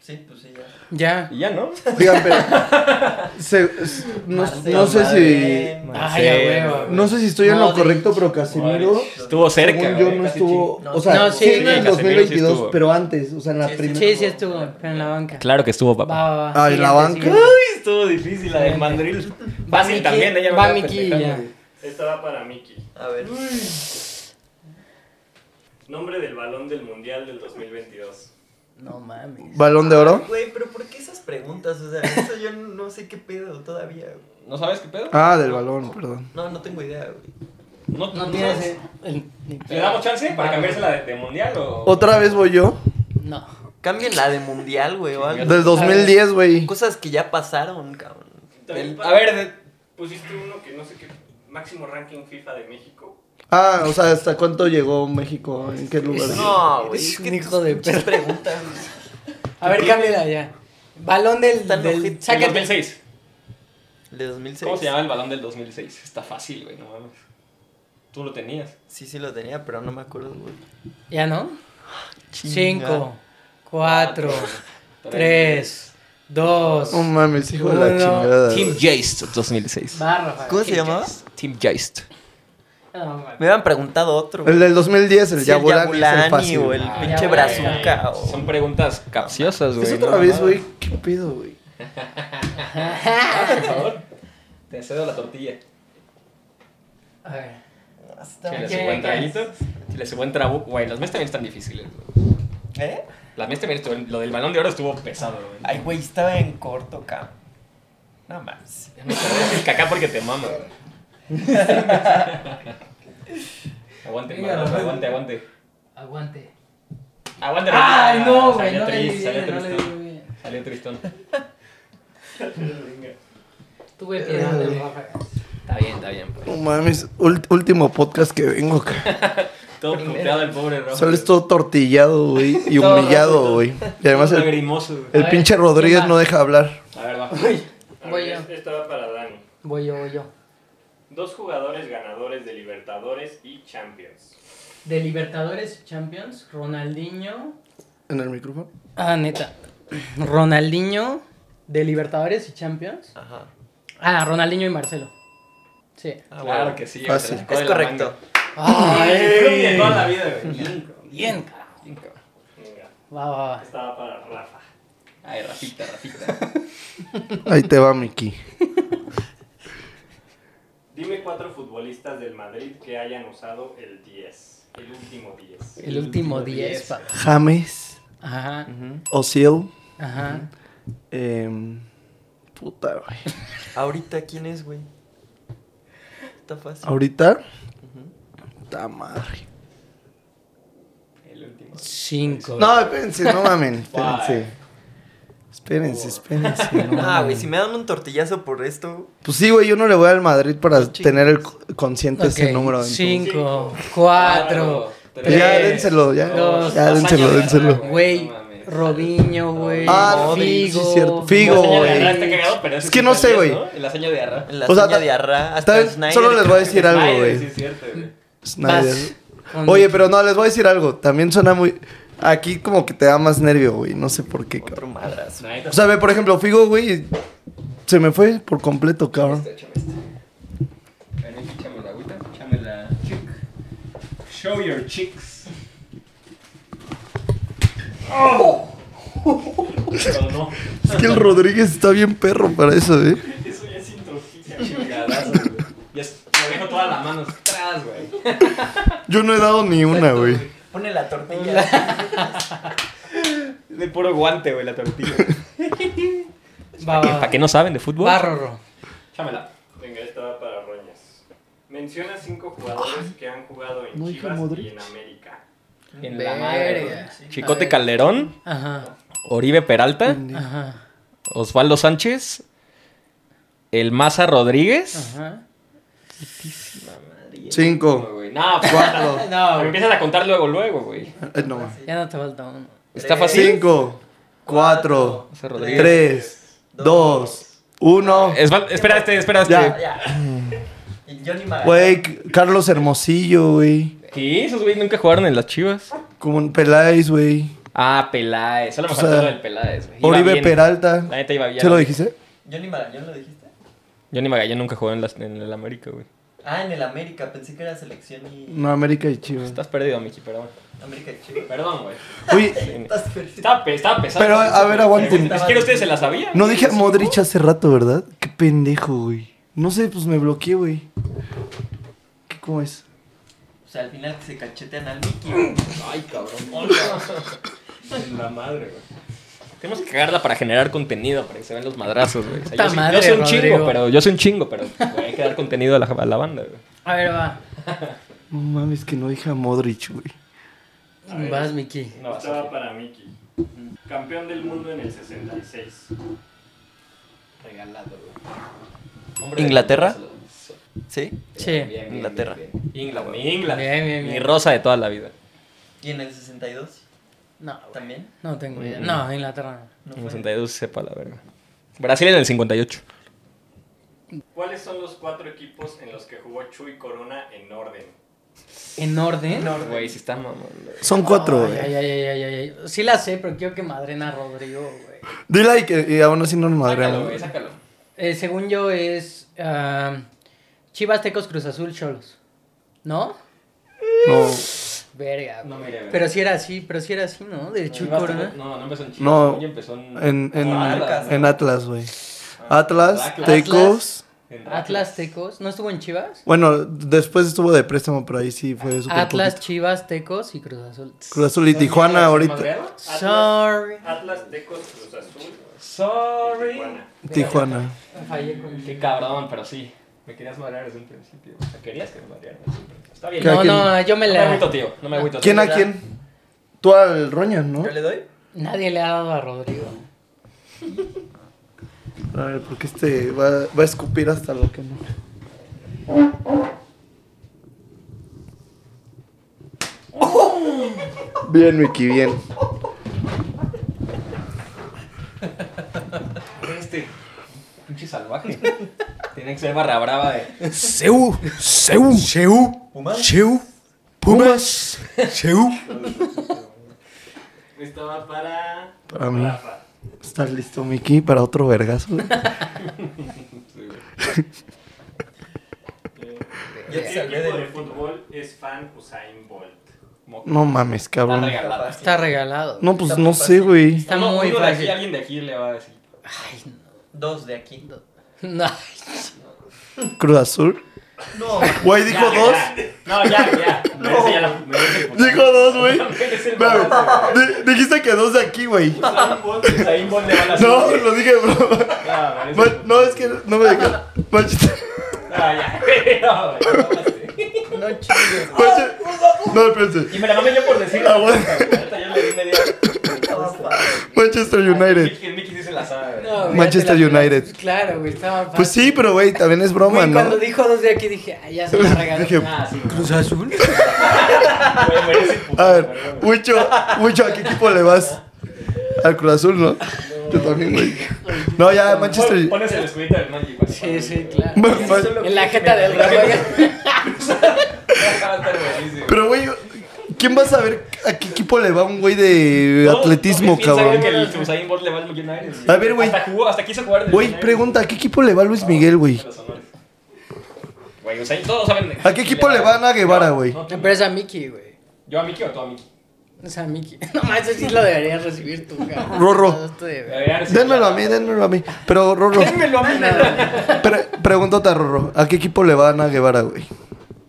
S3: Sí, pues sí,
S1: Ya.
S3: ya.
S2: Y ya, ¿no?
S4: Digan, pero. se- s- no, no sé si.
S1: Ay, a huevo. Ah, güey.
S4: No sé si estoy en lo
S1: Modric.
S4: correcto, pero Casemiro.
S2: Modric. Estuvo cerca.
S4: Según yo
S2: güey,
S4: no
S2: casi
S4: estuvo.
S3: ching-
S4: O sea,
S1: No,
S4: sí,
S1: sí,
S4: en el
S2: Casemiro sí
S4: 2022,
S2: estuvo.
S4: pero antes. O sea, en la
S3: Sí, sí,
S4: primera.
S1: Sí, sí estuvo, pero en la banca.
S2: ching- Claro que estuvo, papá.
S1: Va, va, va.
S4: Ah, en la
S1: Siguiente,
S4: banca.
S1: siguiente.
S2: estuvo difícil la
S1: del
S2: Mandril.
S1: Va
S2: Fácil
S1: Miki,
S2: también, ella me
S1: va
S2: andaba
S1: Miki y
S2: pendejando,
S1: ya.
S2: güey.
S5: Esta va para Mickey.
S3: A ver.
S5: Nombre del balón del mundial del 2022.
S1: No mames.
S4: ¿Balón de oro?
S3: Güey, pero ¿por qué esas preguntas? O sea, eso yo no sé qué pedo todavía, güey.
S2: ¿No sabes qué pedo?
S4: Ah, del balón, perdón.
S3: No, no tengo idea, güey.
S2: No,
S1: No
S2: no
S1: tienes
S2: sabes.
S1: el- ni
S2: ¿Le
S1: pedo.
S2: damos chance para cambiársela de, de mundial o...?
S4: ¿Otra vez voy yo?
S1: No.
S3: Cambien la de mundial, güey, o algo.
S4: Del 2010, güey.
S3: Cosas que ya pasaron, cabrón.
S5: También
S2: El-
S5: para-
S2: a ver, de-
S5: Pusiste uno que no sé qué. Máximo ranking FIFA de México.
S4: Ah, o sea, ¿hasta cuánto llegó México? ¿En qué lugar?
S3: No, güey.
S1: Eres
S3: Es que
S1: un hijo de
S3: muchas
S1: perra.
S3: preguntas. güey.
S1: A ver, cámbiala ya. Balón del.
S3: Está
S1: del
S3: enojito.
S2: del
S1: sácate.
S2: 2006.
S3: El de 2006.
S2: ¿Cómo se llama el balón del 2006? Está fácil, güey, no mames. Tú lo tenías.
S3: Sí, sí lo tenía, pero no me acuerdo, güey.
S1: ¿Ya no?
S3: Chinga.
S1: Cinco, cuatro, tres, dos.
S4: No mames, hijo de la
S1: Uno.
S4: chingada.
S2: Team
S4: güey.
S2: Geist 2006.
S1: Va, Rafa.
S3: ¿Cómo se
S1: Ah, ¿Qué
S3: llamaba?
S1: quieres?
S2: Team Geist.
S1: No, mames.
S3: Me habían preguntado otro, güey.
S4: El del 2010, el
S3: Sí, el
S4: Yabulani es el
S3: Yabulani
S4: fácil.
S3: o el
S4: güey.
S2: Ah,
S3: pinche
S1: ya,
S3: Brazuca o...
S2: Son preguntas capciosas, güey.
S4: Es
S2: no
S4: otra vez,
S2: mamada.
S4: güey. ¿Qué pedo, güey?
S2: Por favor. Te cedo la tortilla.
S1: A ver.
S2: Chile,
S1: ¿Qué?
S2: su buen traguito. Chile, su buen trago. Güey, las mías también están difíciles, güey.
S3: ¿Eh?
S2: Las mías también estuvo... Lo del balón de oro estuvo pesado, güey.
S3: Ay, güey, estaba en corto, cabrón. No mames.
S2: No te voy a decir caca porque te mamo, güey. aguante,
S1: Venga,
S2: mano,
S1: güey.
S2: aguante, aguante.
S1: Aguante. Ah,
S2: Aguante.
S1: Ay, no, güey.
S2: Salió
S1: No le di
S2: triste,
S1: bien, no le
S2: salió
S1: di
S2: tristón.
S1: bien.
S2: Salió tristón.
S1: Tuve piedad de Rafa.
S2: Está bien, está bien. pues.
S4: No mames, ul- último podcast que vengo, cara.
S2: Todo puteado el pobre Rafa.
S4: Sales todo tortillado, güey, y
S1: Todo
S4: humillado,
S1: roto.
S4: güey. Y además el,
S2: lagrimoso, güey.
S4: el
S1: A ver,
S4: pinche Rodríguez
S1: ¿quién va?
S4: no deja hablar.
S2: A ver, va.
S5: A
S1: Voy
S5: ver,
S1: yo.
S5: es- Esta va para Dani.
S1: Voy yo, voy yo.
S5: Dos jugadores ganadores de Libertadores y Champions.
S1: De Libertadores Champions, Ronaldinho.
S4: En el micrófono.
S1: Ah, neta. Ronaldinho de Libertadores y Champions.
S3: Ajá.
S1: Ah, Ronaldinho y Marcelo. Sí. Ah,
S3: Ah,
S2: Claro
S3: bueno.
S2: que sí.
S4: Fácil.
S2: se la sacó
S3: Es
S2: de la
S3: correcto.
S2: manga.
S1: Ay,
S2: De toda la vida, güey.
S1: bien, cabrón.
S2: Bien, cabrón.
S5: Venga,
S1: Va, va, va.
S5: esta va para Rafa.
S2: Ay, Rafita, Rafita.
S4: Ahí te va, Miki.
S5: Dime cuatro futbolistas del Madrid que hayan usado el 10. El último 10.
S1: El último 10, pa.
S4: James,
S1: Ajá,
S4: Ozil,
S1: ajá.
S4: em, puta, güey.
S3: Ahorita, ¿quién es, güey? Está fácil.
S4: Ahorita, puta madre.
S2: El último.
S1: Cinco.
S4: No, espérense, no mamen,
S2: Bye.
S4: espérense. Espérense, espérense. no
S3: Ah,
S4: mamen.
S3: güey, si me dan un tortillazo por esto...
S4: Pues sí, güey, yo no le voy al Madrid para
S3: Chicos.
S4: tener el co- consciente ese
S1: Ok,
S4: número. entonces.
S1: Cinco, cuatro,
S2: Cuatro,
S4: Pues ya, dénselo, ya.
S1: Dos.
S4: ya, dénselo, dénselo.
S1: Güey, Robinho, güey.
S4: Ah, sí,
S1: Figo.
S4: sí, cierto. Figo,
S2: La seña de
S4: güey.
S2: arra está cagado, pero
S4: Es que no sé, güey.
S2: El La seña de arra.
S3: La
S4: O sea,
S3: seña de arra, hasta
S4: ¿Saben?
S3: Snyder.
S4: Solo les voy a decir algo,
S2: Ay,
S4: güey.
S2: Sí, es cierto, güey.
S1: Vas
S4: Snyder.
S1: con-
S4: Oye, pero no, les voy a decir algo. También suena muy. Aquí como que te da más nervio, güey. No sé por qué, Pues,
S3: Otro
S4: cabrón.
S3: madrazo.
S2: Snyder.
S4: O sea, ve, por ejemplo, Figo, güey. Se me fue por completo, cabrón.
S2: Este, échame este. Ven, échame la agüita, échame la chic.
S5: Show your chicks.
S2: Pero no.
S4: Es que el Rodríguez está bien perro para eso, ¿eh?
S5: Eso ya es introfilia.
S2: Chingadazo, güey. Ya es- me dejo todas las manos atrás, güey.
S4: Yo no he dado ni una, güey.
S3: Pone la tortilla.
S2: De puro guante, güey, la tortilla.
S1: Va, va,
S2: ¿Para qué no saben de fútbol?
S1: va, Rorro.
S2: Échamela.
S5: Venga, esta va para roñas. Menciona cinco jugadores que han jugado en
S4: Muy
S5: Chivas
S4: Modric.
S5: y en América.
S2: En la madre, güey.
S1: Verga.
S2: Chicote Calderón,
S1: Ajá,
S2: Oribe Peralta,
S1: ajá,
S2: Osvaldo Sánchez, El Maza Rodríguez.
S1: ajá.
S4: Cinco.
S2: güey. No, pues,
S4: Cuatro.
S1: No, güey,
S2: empiezan a contar luego, luego, güey.
S4: Eh, no, güey.
S1: ya no te falta uno.
S2: Está fácil.
S4: Cinco. Cuatro.
S2: Maza Rodríguez.
S4: Tres. Dos. Uno.
S2: Esval- espera este, espera este.
S4: Ya.
S3: Ah, Johnny Magalhães.
S4: Güey, Carlos Hermosillo, güey.
S2: ¿Qué? Esos güeyes nunca jugaron en las chivas.
S4: Como un Peláez, güey.
S2: Ah, Peláez. Solo me
S4: O sea,
S2: faltó lo del Peláez, güey. Iba
S4: Oribe
S2: bien.
S4: Peralta.
S2: La neta iba bien.
S4: ¿Se lo dijiste?
S3: Johnny Magalhães, ¿lo dijiste?
S2: Johnny Magallán nunca jugó en, las, en el América, güey.
S3: Ah, en el América. Pensé que era selección y
S4: No, América y Chivas.
S2: Estás perdido, Miki, perdón.
S3: América de Chile.
S2: Perdón, güey.
S4: Oye,
S3: Estás perdido.
S2: Estaba, pe- estaba pesado.
S4: Pero, a ver, aguanten.
S2: Es que ustedes se la sabían.
S4: no dije a Modric hace rato, ¿verdad? Qué pendejo, güey. No sé, pues me bloqueé, güey. ¿Qué, ¿Cómo es?
S3: O sea, al final que se cachetean al Mickey.
S2: Ay, cabrón. la madre, güey. Tenemos que cagarla para generar contenido, para que se vean los madrazos, güey. O sea,
S1: Puta
S2: yo, soy-
S1: madre,
S2: yo soy un
S1: Rodrigo.
S2: chingo, pero yo soy un chingo, pero güey, hay que dar contenido a la, a la banda, güey.
S1: A ver, va.
S4: No mames, que no dije a Modric, güey.
S1: Vas, Miki.
S2: No vas
S5: esta
S2: a
S5: va para Miki. Campeón del mundo en el 66.
S2: regalado, güey.
S3: ¿Inglaterra? ¿Sí?
S1: Sí.
S3: Inglaterra.
S2: Inglaterra. Mi Ingla.
S1: Bien, bien,
S2: Mi
S1: bien.
S2: rosa de toda la vida.
S3: ¿Y en el 62?
S1: No, güey,
S3: ¿También?
S1: no tengo idea. No, Inglaterra no.
S3: No
S2: En el
S3: fue.
S2: 62 sepa la verga. Brasil en el 58.
S5: ¿Cuáles son los cuatro equipos en los que jugó Chuy Corona en orden?
S1: ¿En orden?
S3: No,
S2: Güey, si está mamando.
S4: Son cuatro,
S1: Ay,
S4: güey.
S1: ay, ay, ay, ay, ay. Sí la sé, pero quiero que madrena a Rodrigo, güey.
S4: Di like eh, y aún así no nos madreamos. güey.
S2: sácalo.
S1: Eh, según yo es ah, Chivas, Tecos, Cruz Azul, Cholos. ¿No?
S4: No,
S1: Verga.
S2: No,
S1: güey.
S2: mira, mira.
S1: pero si era así, pero si era así, ¿no? De Chuy Corona.
S2: No, no empezó en Chile.
S4: No,
S2: empezó en.
S4: en, en,
S2: Atlas,
S4: en
S2: ¿no? Ah,
S4: Atlas, güey. Atlas,
S2: Atlas.
S4: Tecos.
S2: En
S1: Atlas, Tecos. ¿No estuvo en Chivas?
S4: Bueno, después estuvo de préstamo, pero ahí sí fue súper
S1: Atlas,
S4: poquito.
S1: Chivas, Tecos y Cruz Azul.
S4: Cruz Azul y Tijuana ahorita.
S2: ¿Madreados?
S1: Sorry.
S5: Atlas, Tecos, Cruz Azul y
S2: Sorry.
S5: Tijuana.
S4: Tijuana.
S1: Fallé con
S2: Qué cabrón, pero sí. Me querías madrear desde un principio. O sea, querías que me madrearan desde un principio. Está bien.
S4: Cada
S1: No,
S4: quien-
S1: no, yo me
S2: No me agüito,
S1: la...
S2: tío. No me agüito.
S4: ¿Quién
S2: tío.
S4: a quién? Tú al Roña, ¿no?
S3: ¿Yo le doy?
S1: Nadie le ha dado a Rodrigo.
S4: A ver, porque este va, va a escupir hasta lo que no. Bien, Miki, bien.
S2: Este. Pinche salvaje. Tiene que ser barra brava de.
S4: Seu, Seu, Seu,
S3: ¿Pumas?
S4: Seu, Pumas, Seu.
S5: Esta va para.
S4: Para mí.
S5: Rafa.
S4: ¿Estás listo, Miki, para otro vergazo?
S3: Yo
S5: ¿Qué
S3: te salvé
S5: equipo de
S3: del
S5: fútbol es fan Usain Bolt?
S4: No mames,
S2: Está
S4: cabrón.
S2: regalada.
S1: Está regalado.
S4: No, pues no sé, güey.
S1: Está
S2: Uno-
S1: muy
S2: uno de aquí,
S1: fácil.
S2: alguien de aquí le va a decir.
S3: Dos de aquí.
S1: No.
S4: Cruz Azul.
S3: No.
S4: Güey, dijo
S2: Ya,
S4: dos.
S2: ya. No, ya, ya. Merece ya la- merece el
S4: Dijo dos, güey.
S2: Merece el
S4: Pero,
S2: putazo, güey.
S4: di- dijiste que dos de aquí, güey.
S5: Usain Bolt es
S2: Usain Bolt le va a la
S4: No, lo dije, bro.
S2: No, merece
S4: No,
S2: el putazo.
S4: no, es que no me dejó. Manchester.
S2: No, ya. No, güey, no, basta.
S3: No chingues.
S4: Manchester- No, espérense.
S2: Y me la mamé yo por decirlo.
S4: Ah, bueno.
S2: Ahorita yo le di media.
S3: Estaba padre.
S4: Manchester
S2: El
S4: United.
S2: Mickey- El Mickey dice la la sabe.
S1: No, güey,
S4: Manchester
S1: ya te la-
S4: United.
S1: Claro, güey, estaba fácil.
S4: Pues sí, pero güey, también es broma,
S1: Güey,
S4: ¿no?
S1: cuando dijo dos de aquí dije, ah, ya se la regaló.
S4: Dije, "Pues,
S2: Ah, sí.
S4: Cruz Azul.
S2: Güey, merece puto,
S4: A ver, Wicho, Wicho, ¿a qué equipo le vas? Al Cruz Azul, ¿no? Yo también, güey. No, ya, Manchester.
S2: Pon- Pones el escudito del Magic. güey.
S1: Sí, sí, claro.
S4: Ma-
S2: Eso
S4: ma-
S2: es lo que
S1: En la
S2: dije,
S1: jeta
S2: me
S1: del
S2: la-
S1: reloj.
S2: Va a estar buenísimo.
S4: Pero, güey, ¿quién va a saber a qué equipo le va un güey de
S2: Todos- todos
S4: atletismo,
S2: piensan
S4: cabrón?
S2: que el Usain Bolt le va al Millonarios.
S4: A ver, güey.
S2: Hasta, jugó- hasta quiso jugar. en el
S4: Güey,
S2: Millonarios.
S4: pregunta, ¿a qué equipo le va Luis Miguel, güey?
S2: Los honores. Güey, Usain, todos saben.
S4: ¿A qué equipo le van a Guevara, güey?
S2: No, tú-
S1: Pero es a Mickey, güey.
S2: ¿Yo a Miki o tú a Miki?
S1: Es a Mickey. No, más eso sí lo deberías recibir tú, cabrón.
S4: Rorro.
S1: Todo esto de-
S4: Dénmelo a mí, dénmelo a mí. Pero, Rorro,
S2: Dénmelo a mí.
S4: pre- pregúntate a Rorro, ¿a qué equipo le va Ana Guevara, güey?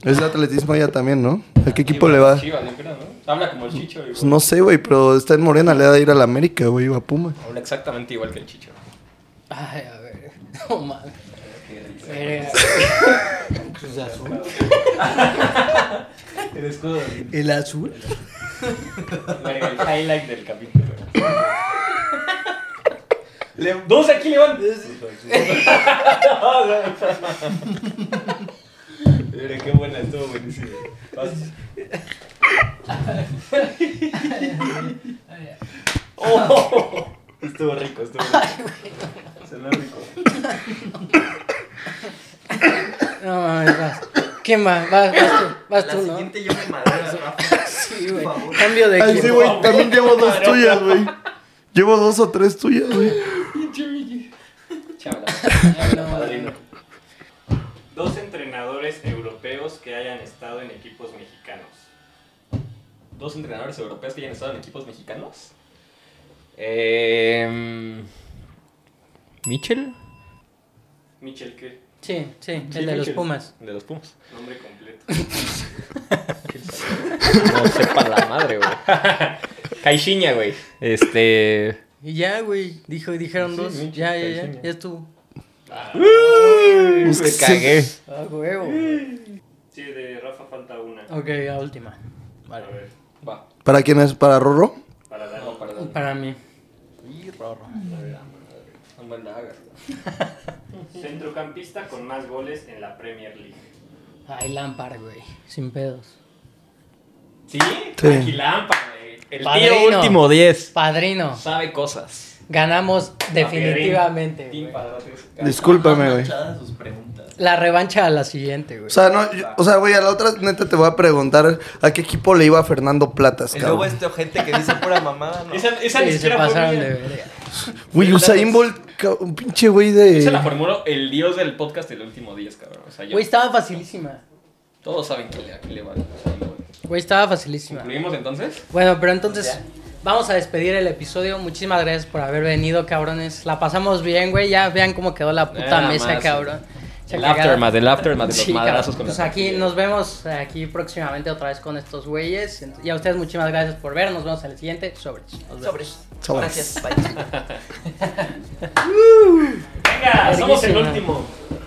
S4: Es de atletismo ella también, ¿no? ¿A qué equipo le va?
S2: Chivas, no creo, ¿no? Habla como el Chicho. güey.
S4: Pues no sé, güey, pero está en Morena, le ha de ir a la América, güey, o a Puma.
S2: Habla exactamente igual que el Chicho.
S1: Ay, a ver. No mames. Verga.
S2: El escudo del-
S4: ¿El azul?
S2: Verga, el highlight del capítulo. Le- Dos aquí le van. Mira, qué buena estuvo, buenísimo. Vas. Oh, estuvo rico, estuvo rico. Sonó rico.
S1: No mames, vas. ¿Quién va? Vas, vas tú, vas tú, ¿no?
S3: yo me madera, Rafa.
S1: Sí, güey. Cambio de
S4: Ay, sí,
S1: equipo.
S4: güey, también llevo dos tuyas, güey. Llevo dos o tres tuyas, güey.
S2: Chabla.
S1: No,
S2: Padrino.
S5: Dos entrenadores europeos que hayan estado en equipos mexicanos.
S2: dos entrenadores europeos que hayan estado en equipos mexicanos.
S5: Em,
S2: Eh, Mitchell.
S5: Michel, ¿qué?
S1: Sí, sí, el
S2: Sí,
S1: de los
S2: Mitchell.
S1: Pumas.
S2: El de los Pumas.
S5: Nombre completo.
S2: No sepa la madre, güey. Caixinha, güey. Este.
S1: Y ya, güey. Dijo, dijeron
S2: Sí,
S1: dos.
S2: Mitchell,
S1: ya, ya, ya.
S2: Caixinha.
S1: Ya estuvo.
S2: Me
S4: sí.
S2: cagué.
S1: Ah, huevo.
S5: Sí, de Rafa falta una.
S1: Ok, la última.
S5: A ver,
S2: Va.
S4: ¿Para quién es? ¿Para Rorro?
S5: para dar.
S2: No, para la
S1: Para mí.
S2: madre. No me la hagas.
S5: Centrocampista con más goles en la Premier League.
S1: Ay, Lampard, güey. Sin pedos.
S2: ¿Sí?
S4: Sí.
S2: Aquí Lampa, güey. El
S1: Padrino.
S2: tío último 10.
S1: Padrino.
S2: Sabe cosas.
S1: Ganamos definitivamente,
S2: Team
S1: güey.
S2: Padrotes.
S4: Discúlpame, güey.
S3: sus preguntas.
S1: La revancha a la siguiente, güey.
S4: O sea, no, yo- o sea, güey, a la otra neta te voy a preguntar a qué equipo le iba Fernando Platas,
S3: Y luego
S4: cabrón.
S3: este gente que dice pura mamada, ¿no?
S2: Esa, esa ni
S1: Sí, se
S2: siquiera fue
S1: pasaron
S2: mía.
S1: de verga.
S4: Güey, Usain Bolt, ca- un pinche güey
S2: Esa la
S4: de...
S2: formuló el dios del podcast del último 10, cabrón. O sea, yo-
S1: Güey, estaba facilísima.
S2: Todos saben que le, a quién le va. O sea, güey.
S1: Güey, estaba facilísima.
S2: ¿Concluimos entonces?
S1: Bueno, pero entonces vamos a despedir el episodio. Muchísimas gracias por haber venido, cabrones. La pasamos bien, güey. Ya vean cómo quedó la puta
S2: Nada
S1: mesa,
S2: más,
S1: cabrón. Se
S2: El
S1: cagaron.
S2: aftermath, el aftermath de los
S1: Sí,
S2: madrazos
S1: cabrón.
S2: con
S1: Pues
S2: la
S1: aquí
S2: taquilla.
S1: nos vemos aquí próximamente otra vez con estos güeyes. Y a ustedes muchísimas gracias por ver. Nos vemos en el siguiente. Sobres. Nos vemos.
S3: Sobres.
S4: Sobres.
S3: Gracias, bye.
S5: Venga, somos el
S1: Verguísima.
S5: último.